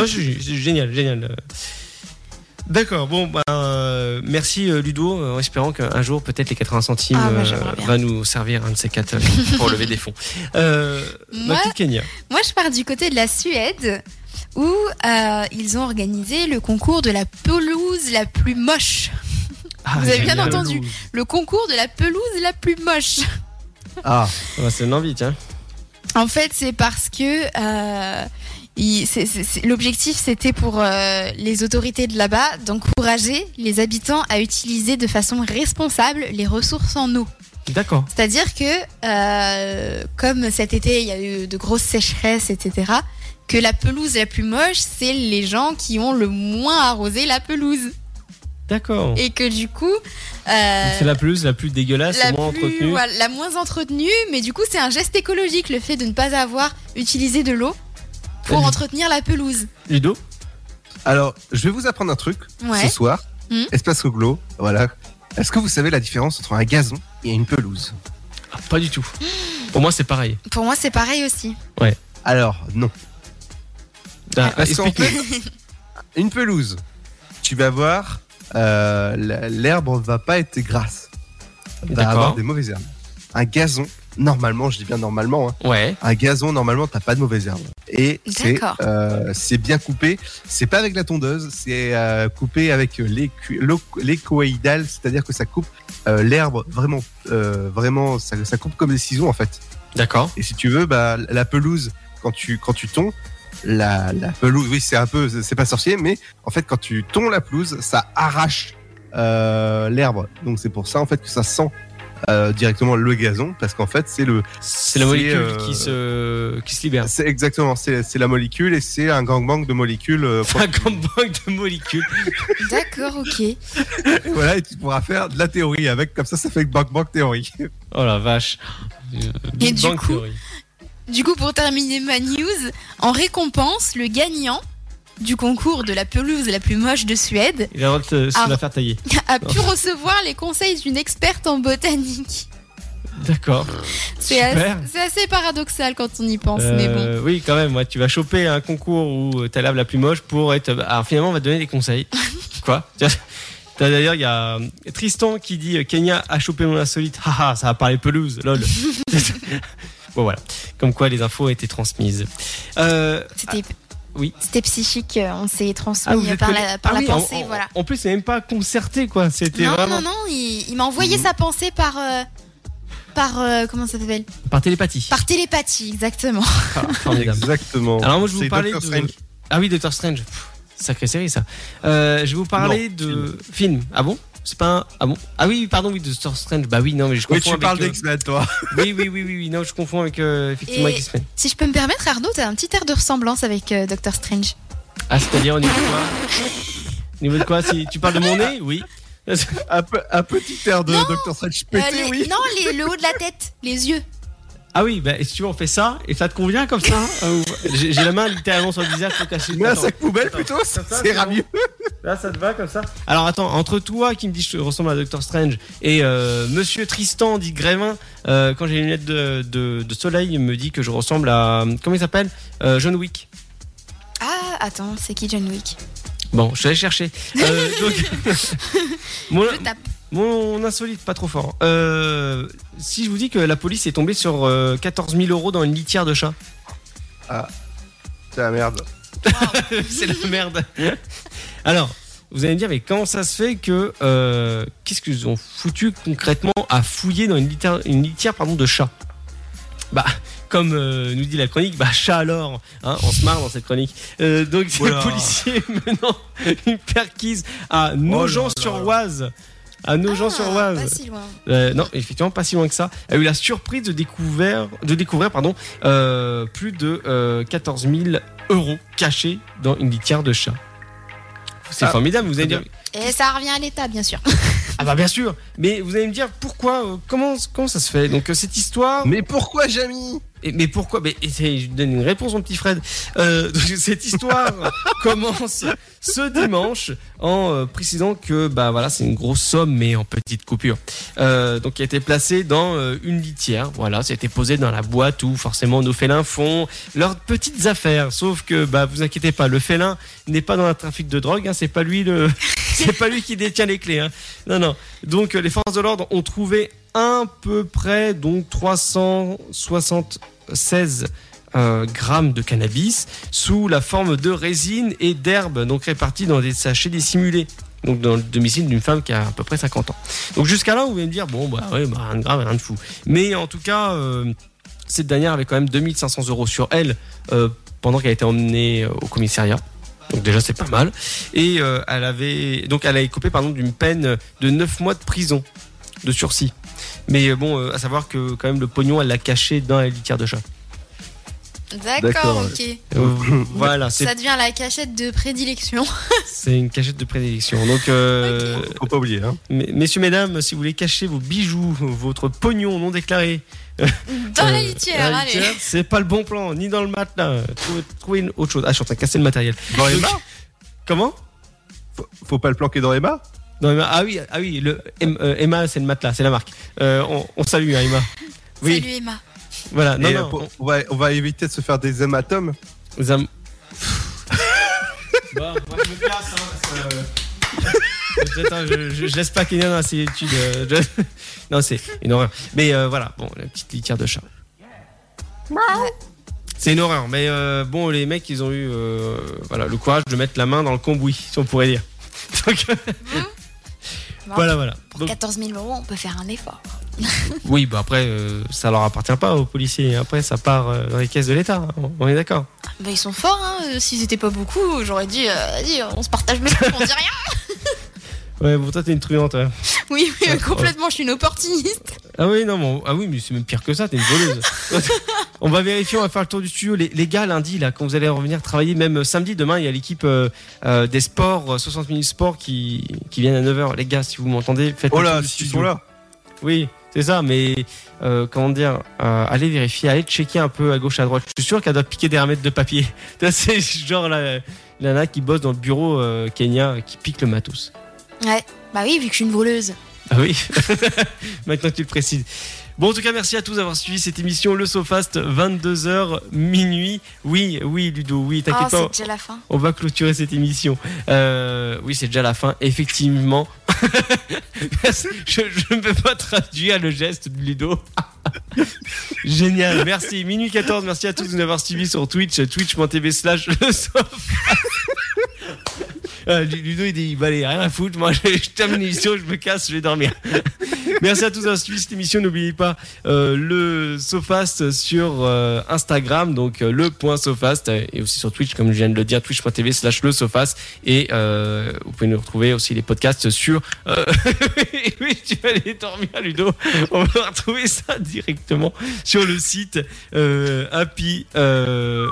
Speaker 2: non, je suis- c'est génial, génial. euh. D'accord, bon, bah, euh, merci euh, Ludo, euh, en espérant qu'un jour, peut-être les 80 centimes
Speaker 3: Ah, bah,
Speaker 2: euh,
Speaker 3: j'aimerais bien.
Speaker 2: va nous servir un de ces quatre euh, pour lever des fonds. Euh, ma
Speaker 3: Moi-
Speaker 2: petite Kenya.
Speaker 3: Moi, je pars du côté de la Suède où euh, ils ont organisé le concours de la pelouse la plus moche.
Speaker 2: Ah,
Speaker 3: Vous avez
Speaker 2: génial.
Speaker 3: bien entendu. Le concours de la pelouse la plus moche.
Speaker 4: Ah,
Speaker 2: Ah, c'est une envie, tiens.
Speaker 3: En fait, c'est parce que euh, il- c'est- c'est- c'est- l'objectif, c'était pour euh, les autorités de là-bas d'encourager les habitants à utiliser de façon responsable les ressources en eau.
Speaker 2: D'accord.
Speaker 3: C'est-à-dire que, euh, comme cet été, il y a eu de grosses sécheresses, etc., que la pelouse la plus moche, c'est les gens qui ont le moins arrosé la pelouse.
Speaker 2: D'accord.
Speaker 3: Et que du coup...
Speaker 2: Donc,
Speaker 3: euh,
Speaker 2: C'est la plus, la plus dégueulasse, la Ah, moins
Speaker 3: plus,
Speaker 2: entretenue.
Speaker 3: voilà, la moins entretenue, mais du coup, c'est un geste écologique le fait de ne pas avoir utilisé de l'eau pour
Speaker 2: Salut.
Speaker 3: entretenir la pelouse.
Speaker 2: Ludo
Speaker 4: alors je vais vous apprendre un truc
Speaker 3: Ouais.
Speaker 4: ce soir,
Speaker 3: Hmm.
Speaker 4: espace Oglo, voilà. Est-ce que vous savez la différence entre un gazon et une pelouse
Speaker 2: Ah, Pas du tout. Pour moi, c'est pareil.
Speaker 3: Pour moi, c'est pareil aussi.
Speaker 4: Alors non.
Speaker 2: Ah,
Speaker 4: Parce qu'en
Speaker 2: explique-nous.
Speaker 4: fait, une pelouse, tu vas voir, euh, la- l'herbe va pas être grasse, va
Speaker 2: D'accord.
Speaker 4: avoir des mauvaises herbes. Un gazon, normalement, je dis bien normalement, hein,
Speaker 2: Ouais.
Speaker 4: un gazon, normalement, t'as pas de mauvaise herbe. Et c'est
Speaker 3: D'accord.
Speaker 4: euh, c'est bien coupé. C'est pas avec la tondeuse, c'est euh, coupé avec les cu- l'o- les coïdales, c'est-à-dire que ça coupe euh, l'herbe vraiment, euh, vraiment, ça, ça coupe comme des ciseaux en fait.
Speaker 2: D'accord.
Speaker 4: Et si tu veux, bah, la pelouse, quand tu, quand tu tonds, la, la pelouse, oui, c'est un peu, c'est pas sorcier, mais en fait, quand tu tonds la pelouse, ça arrache euh, l'herbe. Donc c'est pour ça en fait que ça sent euh, directement le gazon, parce qu'en fait, c'est le
Speaker 2: C'est la
Speaker 4: C'est,
Speaker 2: molécule
Speaker 4: euh,
Speaker 2: qui, se... qui se libère.
Speaker 4: Ah, c'est exactement, c'est c'est la molécule et c'est un gangbang de molécules. euh,
Speaker 2: C'est un gangbang de molécules.
Speaker 3: D'accord, ok.
Speaker 4: et voilà, et tu pourras faire de la théorie avec, comme ça, ça fait bang bang théorie.
Speaker 2: Oh la vache. Euh, Big
Speaker 3: du
Speaker 2: Bang
Speaker 3: coup-
Speaker 2: Theory.
Speaker 3: Du coup, pour terminer ma news, en récompense, le gagnant du concours de la pelouse la plus moche de Suède
Speaker 2: Il euh, a le droit de te- se
Speaker 3: Ah.
Speaker 2: la faire tailler.
Speaker 3: a
Speaker 2: Oh.
Speaker 3: pu recevoir les conseils d'une experte en botanique.
Speaker 2: D'accord.
Speaker 3: C'est
Speaker 2: Super.
Speaker 3: assez, c'est assez paradoxal quand on y pense, mais bon.
Speaker 2: Euh, oui, quand même. ouais, tu vas choper un concours où euh, t'as l'herbe la plus moche pour être. Alors finalement, on va te donner des conseils. Quoi Tu vois T'as D'ailleurs, il y a euh, Tristan qui dit euh, Kenya a chopé mon insolite. Haha, ça va parler pelouse, lol. bon, voilà. Comme quoi, les infos ont été transmises. Euh,
Speaker 3: C'était
Speaker 2: oui.
Speaker 3: c'était psychique, euh, on s'est transmis
Speaker 2: Ah, vous
Speaker 3: euh,
Speaker 2: êtes
Speaker 3: par
Speaker 2: connect-
Speaker 3: la, par
Speaker 2: Ah
Speaker 3: la
Speaker 2: oui, en-
Speaker 3: pensée,
Speaker 2: en,
Speaker 3: voilà.
Speaker 2: En plus, c'est même pas concerté, quoi. C'était
Speaker 3: Non,
Speaker 2: vraiment
Speaker 3: non, non, il, il m'a envoyé sa pensée par. euh, par. euh, comment ça s'appelle
Speaker 2: par télépathie.
Speaker 3: Par télépathie, exactement.
Speaker 2: Ah, formidable.
Speaker 4: Exactement.
Speaker 2: Alors moi, je vais
Speaker 4: C'est
Speaker 2: vous parler
Speaker 4: Dr.
Speaker 2: de...
Speaker 4: Strange.
Speaker 2: Ah oui, Doctor Strange. Pff, sacrée série, ça. Euh, je vais vous parler
Speaker 4: Non,
Speaker 2: de... Film. Ah bon c'est pas un... Ah bon Ah oui, pardon, oui, Doctor Strange. Bah oui, non, mais je
Speaker 4: Oui,
Speaker 2: confonds
Speaker 4: tu parles
Speaker 2: avec...
Speaker 4: d'X-Men, toi.
Speaker 2: euh, Oui, oui, oui, oui, oui, non, je confonds avec... euh, effectivement,
Speaker 3: Et-
Speaker 2: avec X-Men.
Speaker 3: Si je peux me permettre, Arnaud, t'as un petit air de ressemblance avec Doctor euh, Strange.
Speaker 2: Ah, c'est-à-dire au niveau... Au niveau de quoi si Tu parles de mon nez Oui.
Speaker 4: Un, peu- un petit air de
Speaker 3: Non,
Speaker 4: Dr. Strange
Speaker 3: Euh,
Speaker 4: pété,
Speaker 3: les-
Speaker 4: oui.
Speaker 3: Non, les- le haut de la tête, les yeux.
Speaker 2: Ah oui, bah, si tu veux, on fait ça, et ça te convient comme ça hein Ou- J'ai j'ai la main littéralement sur le visage pour casser
Speaker 4: Mais un
Speaker 2: Attends.
Speaker 4: sac poubelle
Speaker 2: Attends.
Speaker 4: plutôt, ça
Speaker 2: Ça, ça,
Speaker 4: c'est
Speaker 2: c'est
Speaker 4: ramieux.
Speaker 2: Là, ça te va comme ça Alors attends, entre toi qui me dis que je ressemble à Doctor Strange et euh, Monsieur Tristan dit Grévin, euh, quand j'ai les lunettes de, de- de soleil, il me dit que je ressemble à. Comment il s'appelle Euh, John Wick.
Speaker 3: Ah, attends, c'est qui John Wick
Speaker 2: Bon, je suis allé chercher. Euh, donc, mon,
Speaker 3: Je tape.
Speaker 2: mon insolite, pas trop fort. Euh, si je vous dis que la police est tombée sur euh, 14 000 euros dans une litière de chat,
Speaker 4: C'est la merde.
Speaker 2: c'est la merde. Alors. Vous allez me dire, mais comment ça se fait que. euh, Qu'est-ce qu'ils ont foutu concrètement à fouiller dans une litière, une litière pardon, de chat Bah, comme euh, nous dit la chronique, bah, chat alors hein, On se marre dans cette chronique. Euh, donc, c'est
Speaker 4: Oula.
Speaker 2: le policier menant une perquise à Nogent-sur-Oise. À
Speaker 3: Ah,
Speaker 2: Nogent-sur-Oise.
Speaker 3: Pas si loin.
Speaker 2: Euh, non, effectivement, pas si loin que ça. A eu la surprise de découvrir, de découvrir pardon, euh, plus de euh, 14 000 euros cachés dans une litière de chat. C'est
Speaker 4: Ah,
Speaker 2: formidable, vous allez
Speaker 4: très
Speaker 2: dire.
Speaker 3: Et ça revient à l'état, bien sûr.
Speaker 2: bah, Ah bah bien sûr, mais vous allez me dire pourquoi, euh, comment, comment ça se fait Donc euh, cette histoire,
Speaker 4: Mais pourquoi, Jamy
Speaker 2: et- mais pourquoi mais, et c'est- Je donne une réponse mon petit Fred. Euh, donc, cette histoire commence ce dimanche en euh, précisant que bah voilà c'est une grosse somme mais en petite coupure. Euh, donc qui a été placée dans euh, une litière. Voilà, c'était posé dans la boîte où forcément nos félins font leurs petites affaires. Sauf que bah vous inquiétez pas, le félin n'est pas dans un trafic de drogue. Hein, c'est pas lui le, c'est pas lui qui détient les clés. Hein. Non non. Donc euh, les forces de l'ordre ont trouvé à peu près donc 376 euh, grammes de cannabis sous la forme de résine et d'herbe, donc réparties dans des sachets dissimulés. Donc dans le domicile d'une femme qui a à peu près 50 ans. Donc jusqu'à là, vous pouvez me dire, bon, bah ouais, bah, rien de grave, rien de fou. Mais en tout cas, euh, cette dernière avait quand même 2500 euros sur elle euh, pendant qu'elle a été emmenée euh, au commissariat. Donc déjà, c'est pas mal. Et euh, elle avait donc elle a écopé pardon d'une peine de 9 mois de prison de sursis. Mais euh, bon, euh, à savoir que quand même le pognon, elle l'a caché dans la litière de chat.
Speaker 4: D'accord,
Speaker 3: D'accord, ok.
Speaker 2: Euh, voilà, c'est
Speaker 3: Ça devient la cachette de prédilection.
Speaker 2: c'est une cachette de prédilection. Donc, euh,
Speaker 4: Faut pas oublier, hein.
Speaker 2: mes- messieurs, mesdames, si vous voulez cacher vos bijoux, votre pognon non déclaré
Speaker 3: Dans la
Speaker 2: euh,
Speaker 3: litière,
Speaker 2: dans la
Speaker 3: allez.
Speaker 2: litière, c'est pas le bon plan, ni dans le matelas. Trouvez, trouvez une autre chose. Ah, je suis en train de casser le matériel.
Speaker 4: Dans
Speaker 2: Donc,
Speaker 4: Emma
Speaker 2: Comment
Speaker 4: faut, faut pas le planquer dans Emma
Speaker 2: Non, Emma- ah oui, ah oui, le M- euh, Emma, c'est le matelas, c'est la marque. Euh, on, on salue hein, Emma. Oui,
Speaker 3: Salut Emma.
Speaker 2: voilà. Non,
Speaker 4: Et,
Speaker 2: non,
Speaker 4: euh, pour- on, va, on va éviter de se faire des hématomes.
Speaker 2: on- Zam- Bon, moi, je me casse, hein, parce que, euh, Attends, je, je- je laisse pas Kenya dans ses études. euh, je- Non, c'est une horreur. Mais euh, voilà, bon, la petite litière de chat. C'est une horreur, mais euh, bon, les mecs, ils ont eu euh, voilà, le courage de mettre la main dans le cambouis, si on pourrait dire. Donc,
Speaker 3: Bon,
Speaker 2: voilà, voilà.
Speaker 3: Pour
Speaker 2: Donc,
Speaker 3: 14 000 euros, on peut faire un effort.
Speaker 2: Oui, bah après, euh, ça leur appartient pas aux policiers. Après, ça part euh, dans les caisses de l'État. hein. On- On est d'accord.
Speaker 3: Bah, ils sont forts, hein. Euh, S'ils étaient pas beaucoup, j'aurais dit, euh, vas-y, on se partage le truc, on dit rien.
Speaker 2: Ouais, bon, toi, t'es une truande. ouais.
Speaker 3: Oui, oui,
Speaker 2: Ouais,
Speaker 3: complètement, je suis une opportuniste.
Speaker 2: Ah oui, non, mais, ah oui, mais c'est même pire que ça, t'es une voleuse. on va vérifier, on va faire le tour du studio. Les, les gars, lundi, là, quand vous allez revenir travailler, même euh, samedi, demain, il y a l'équipe euh, euh, des sports, euh, 60 minutes sport, qui, qui viennent à 9h. Les gars, si vous m'entendez, faites
Speaker 4: Oh
Speaker 2: le tour
Speaker 4: là,
Speaker 2: du
Speaker 4: ils
Speaker 2: studio.
Speaker 4: sont là.
Speaker 2: Oui, c'est ça, mais euh, comment dire, euh, allez vérifier, allez checker un peu à gauche, à droite. Je suis sûr qu'elle doit piquer des remèdes de papier. Tu vois, C'est genre euh, la, la nana qui bosse dans le bureau euh, Kenya qui pique le matos.
Speaker 3: Ouais, bah oui, vu que je suis une voleuse.
Speaker 2: Ah oui, maintenant que tu le précises. Bon, en tout cas, merci à tous d'avoir suivi cette émission Le Sofast, 22h minuit. Oui, oui, Ludo, oui,
Speaker 3: Oh,
Speaker 2: t'inquiète
Speaker 3: c'est
Speaker 2: pas.
Speaker 3: déjà la fin.
Speaker 2: On va clôturer cette émission. Euh, oui, c'est déjà la fin, effectivement. Parce que je je ne peux pas traduire le geste de Ludo. Génial, merci. Minuit 14, merci à tous de nous avoir suivis sur Twitch, twitch.tv slash le soft. Euh, Lu- Ludo, il dit, bah allez, rien à foutre, moi je, je termine l'émission, je me casse, je vais dormir. Merci à tous d'avoir suivi cette émission, n'oubliez pas euh, le Sofast sur euh, Instagram, donc euh, le point Sofast, euh, et aussi sur Twitch, comme je viens de le dire, twitch.tv slash le Sofast. Et euh, vous pouvez nous retrouver aussi les podcasts sur... euh, oui, tu vas aller dormir, Ludo. On va retrouver ça directement sur le site euh, Happy... euh,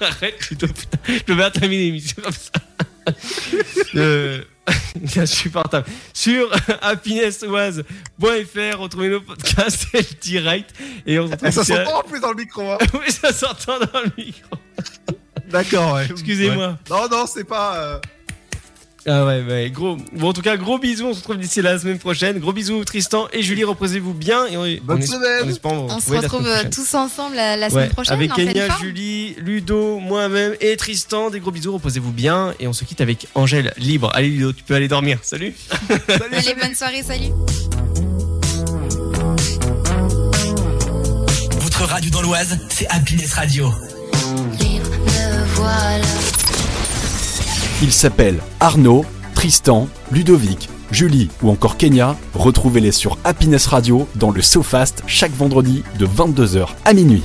Speaker 2: Arrête, Ludo, putain, je peux pas terminer l'émission comme ça. Euh, c'est insupportable. Sur happinesswas.fr, retrouvez nos podcasts et le direct. Et on se retrouve
Speaker 4: Eh, ça
Speaker 2: ici à-
Speaker 4: s'entend en plus dans le micro. hein.
Speaker 2: oui, ça s'entend dans le micro.
Speaker 4: D'accord, ouais.
Speaker 2: Excusez-moi.
Speaker 4: Ouais. Non, non, c'est pas. euh,
Speaker 2: Ah ouais, ouais, gros. Bon, en tout cas, gros bisous. On se retrouve d'ici la semaine prochaine. Gros bisous, Tristan et Julie. Reposez-vous bien. Et on,
Speaker 4: Bonne
Speaker 2: on es-
Speaker 4: semaine.
Speaker 2: on espère vous
Speaker 3: On se
Speaker 2: retrouver la
Speaker 3: retrouve
Speaker 2: semaine
Speaker 3: euh,
Speaker 2: prochaine.
Speaker 3: tous ensemble la, la
Speaker 2: Ouais,
Speaker 3: semaine prochaine
Speaker 2: avec
Speaker 3: en pleine
Speaker 2: Kenya,
Speaker 3: forme.
Speaker 2: Julie, Ludo, moi-même et Tristan. Des gros bisous, reposez-vous bien et on se quitte avec Angèle libre. Allez Ludo, tu peux aller dormir. Salut.
Speaker 4: Salut,
Speaker 3: Allez, bonne soirée, salut.
Speaker 10: Votre radio dans l'Oise, c'est Happiness Radio.
Speaker 5: Libre, me voilà.
Speaker 1: Ils s'appellent Arnaud, Tristan, Ludovic, Julie ou encore Kenya. Retrouvez-les sur Happiness Radio dans le SoFast chaque vendredi de 22h à minuit.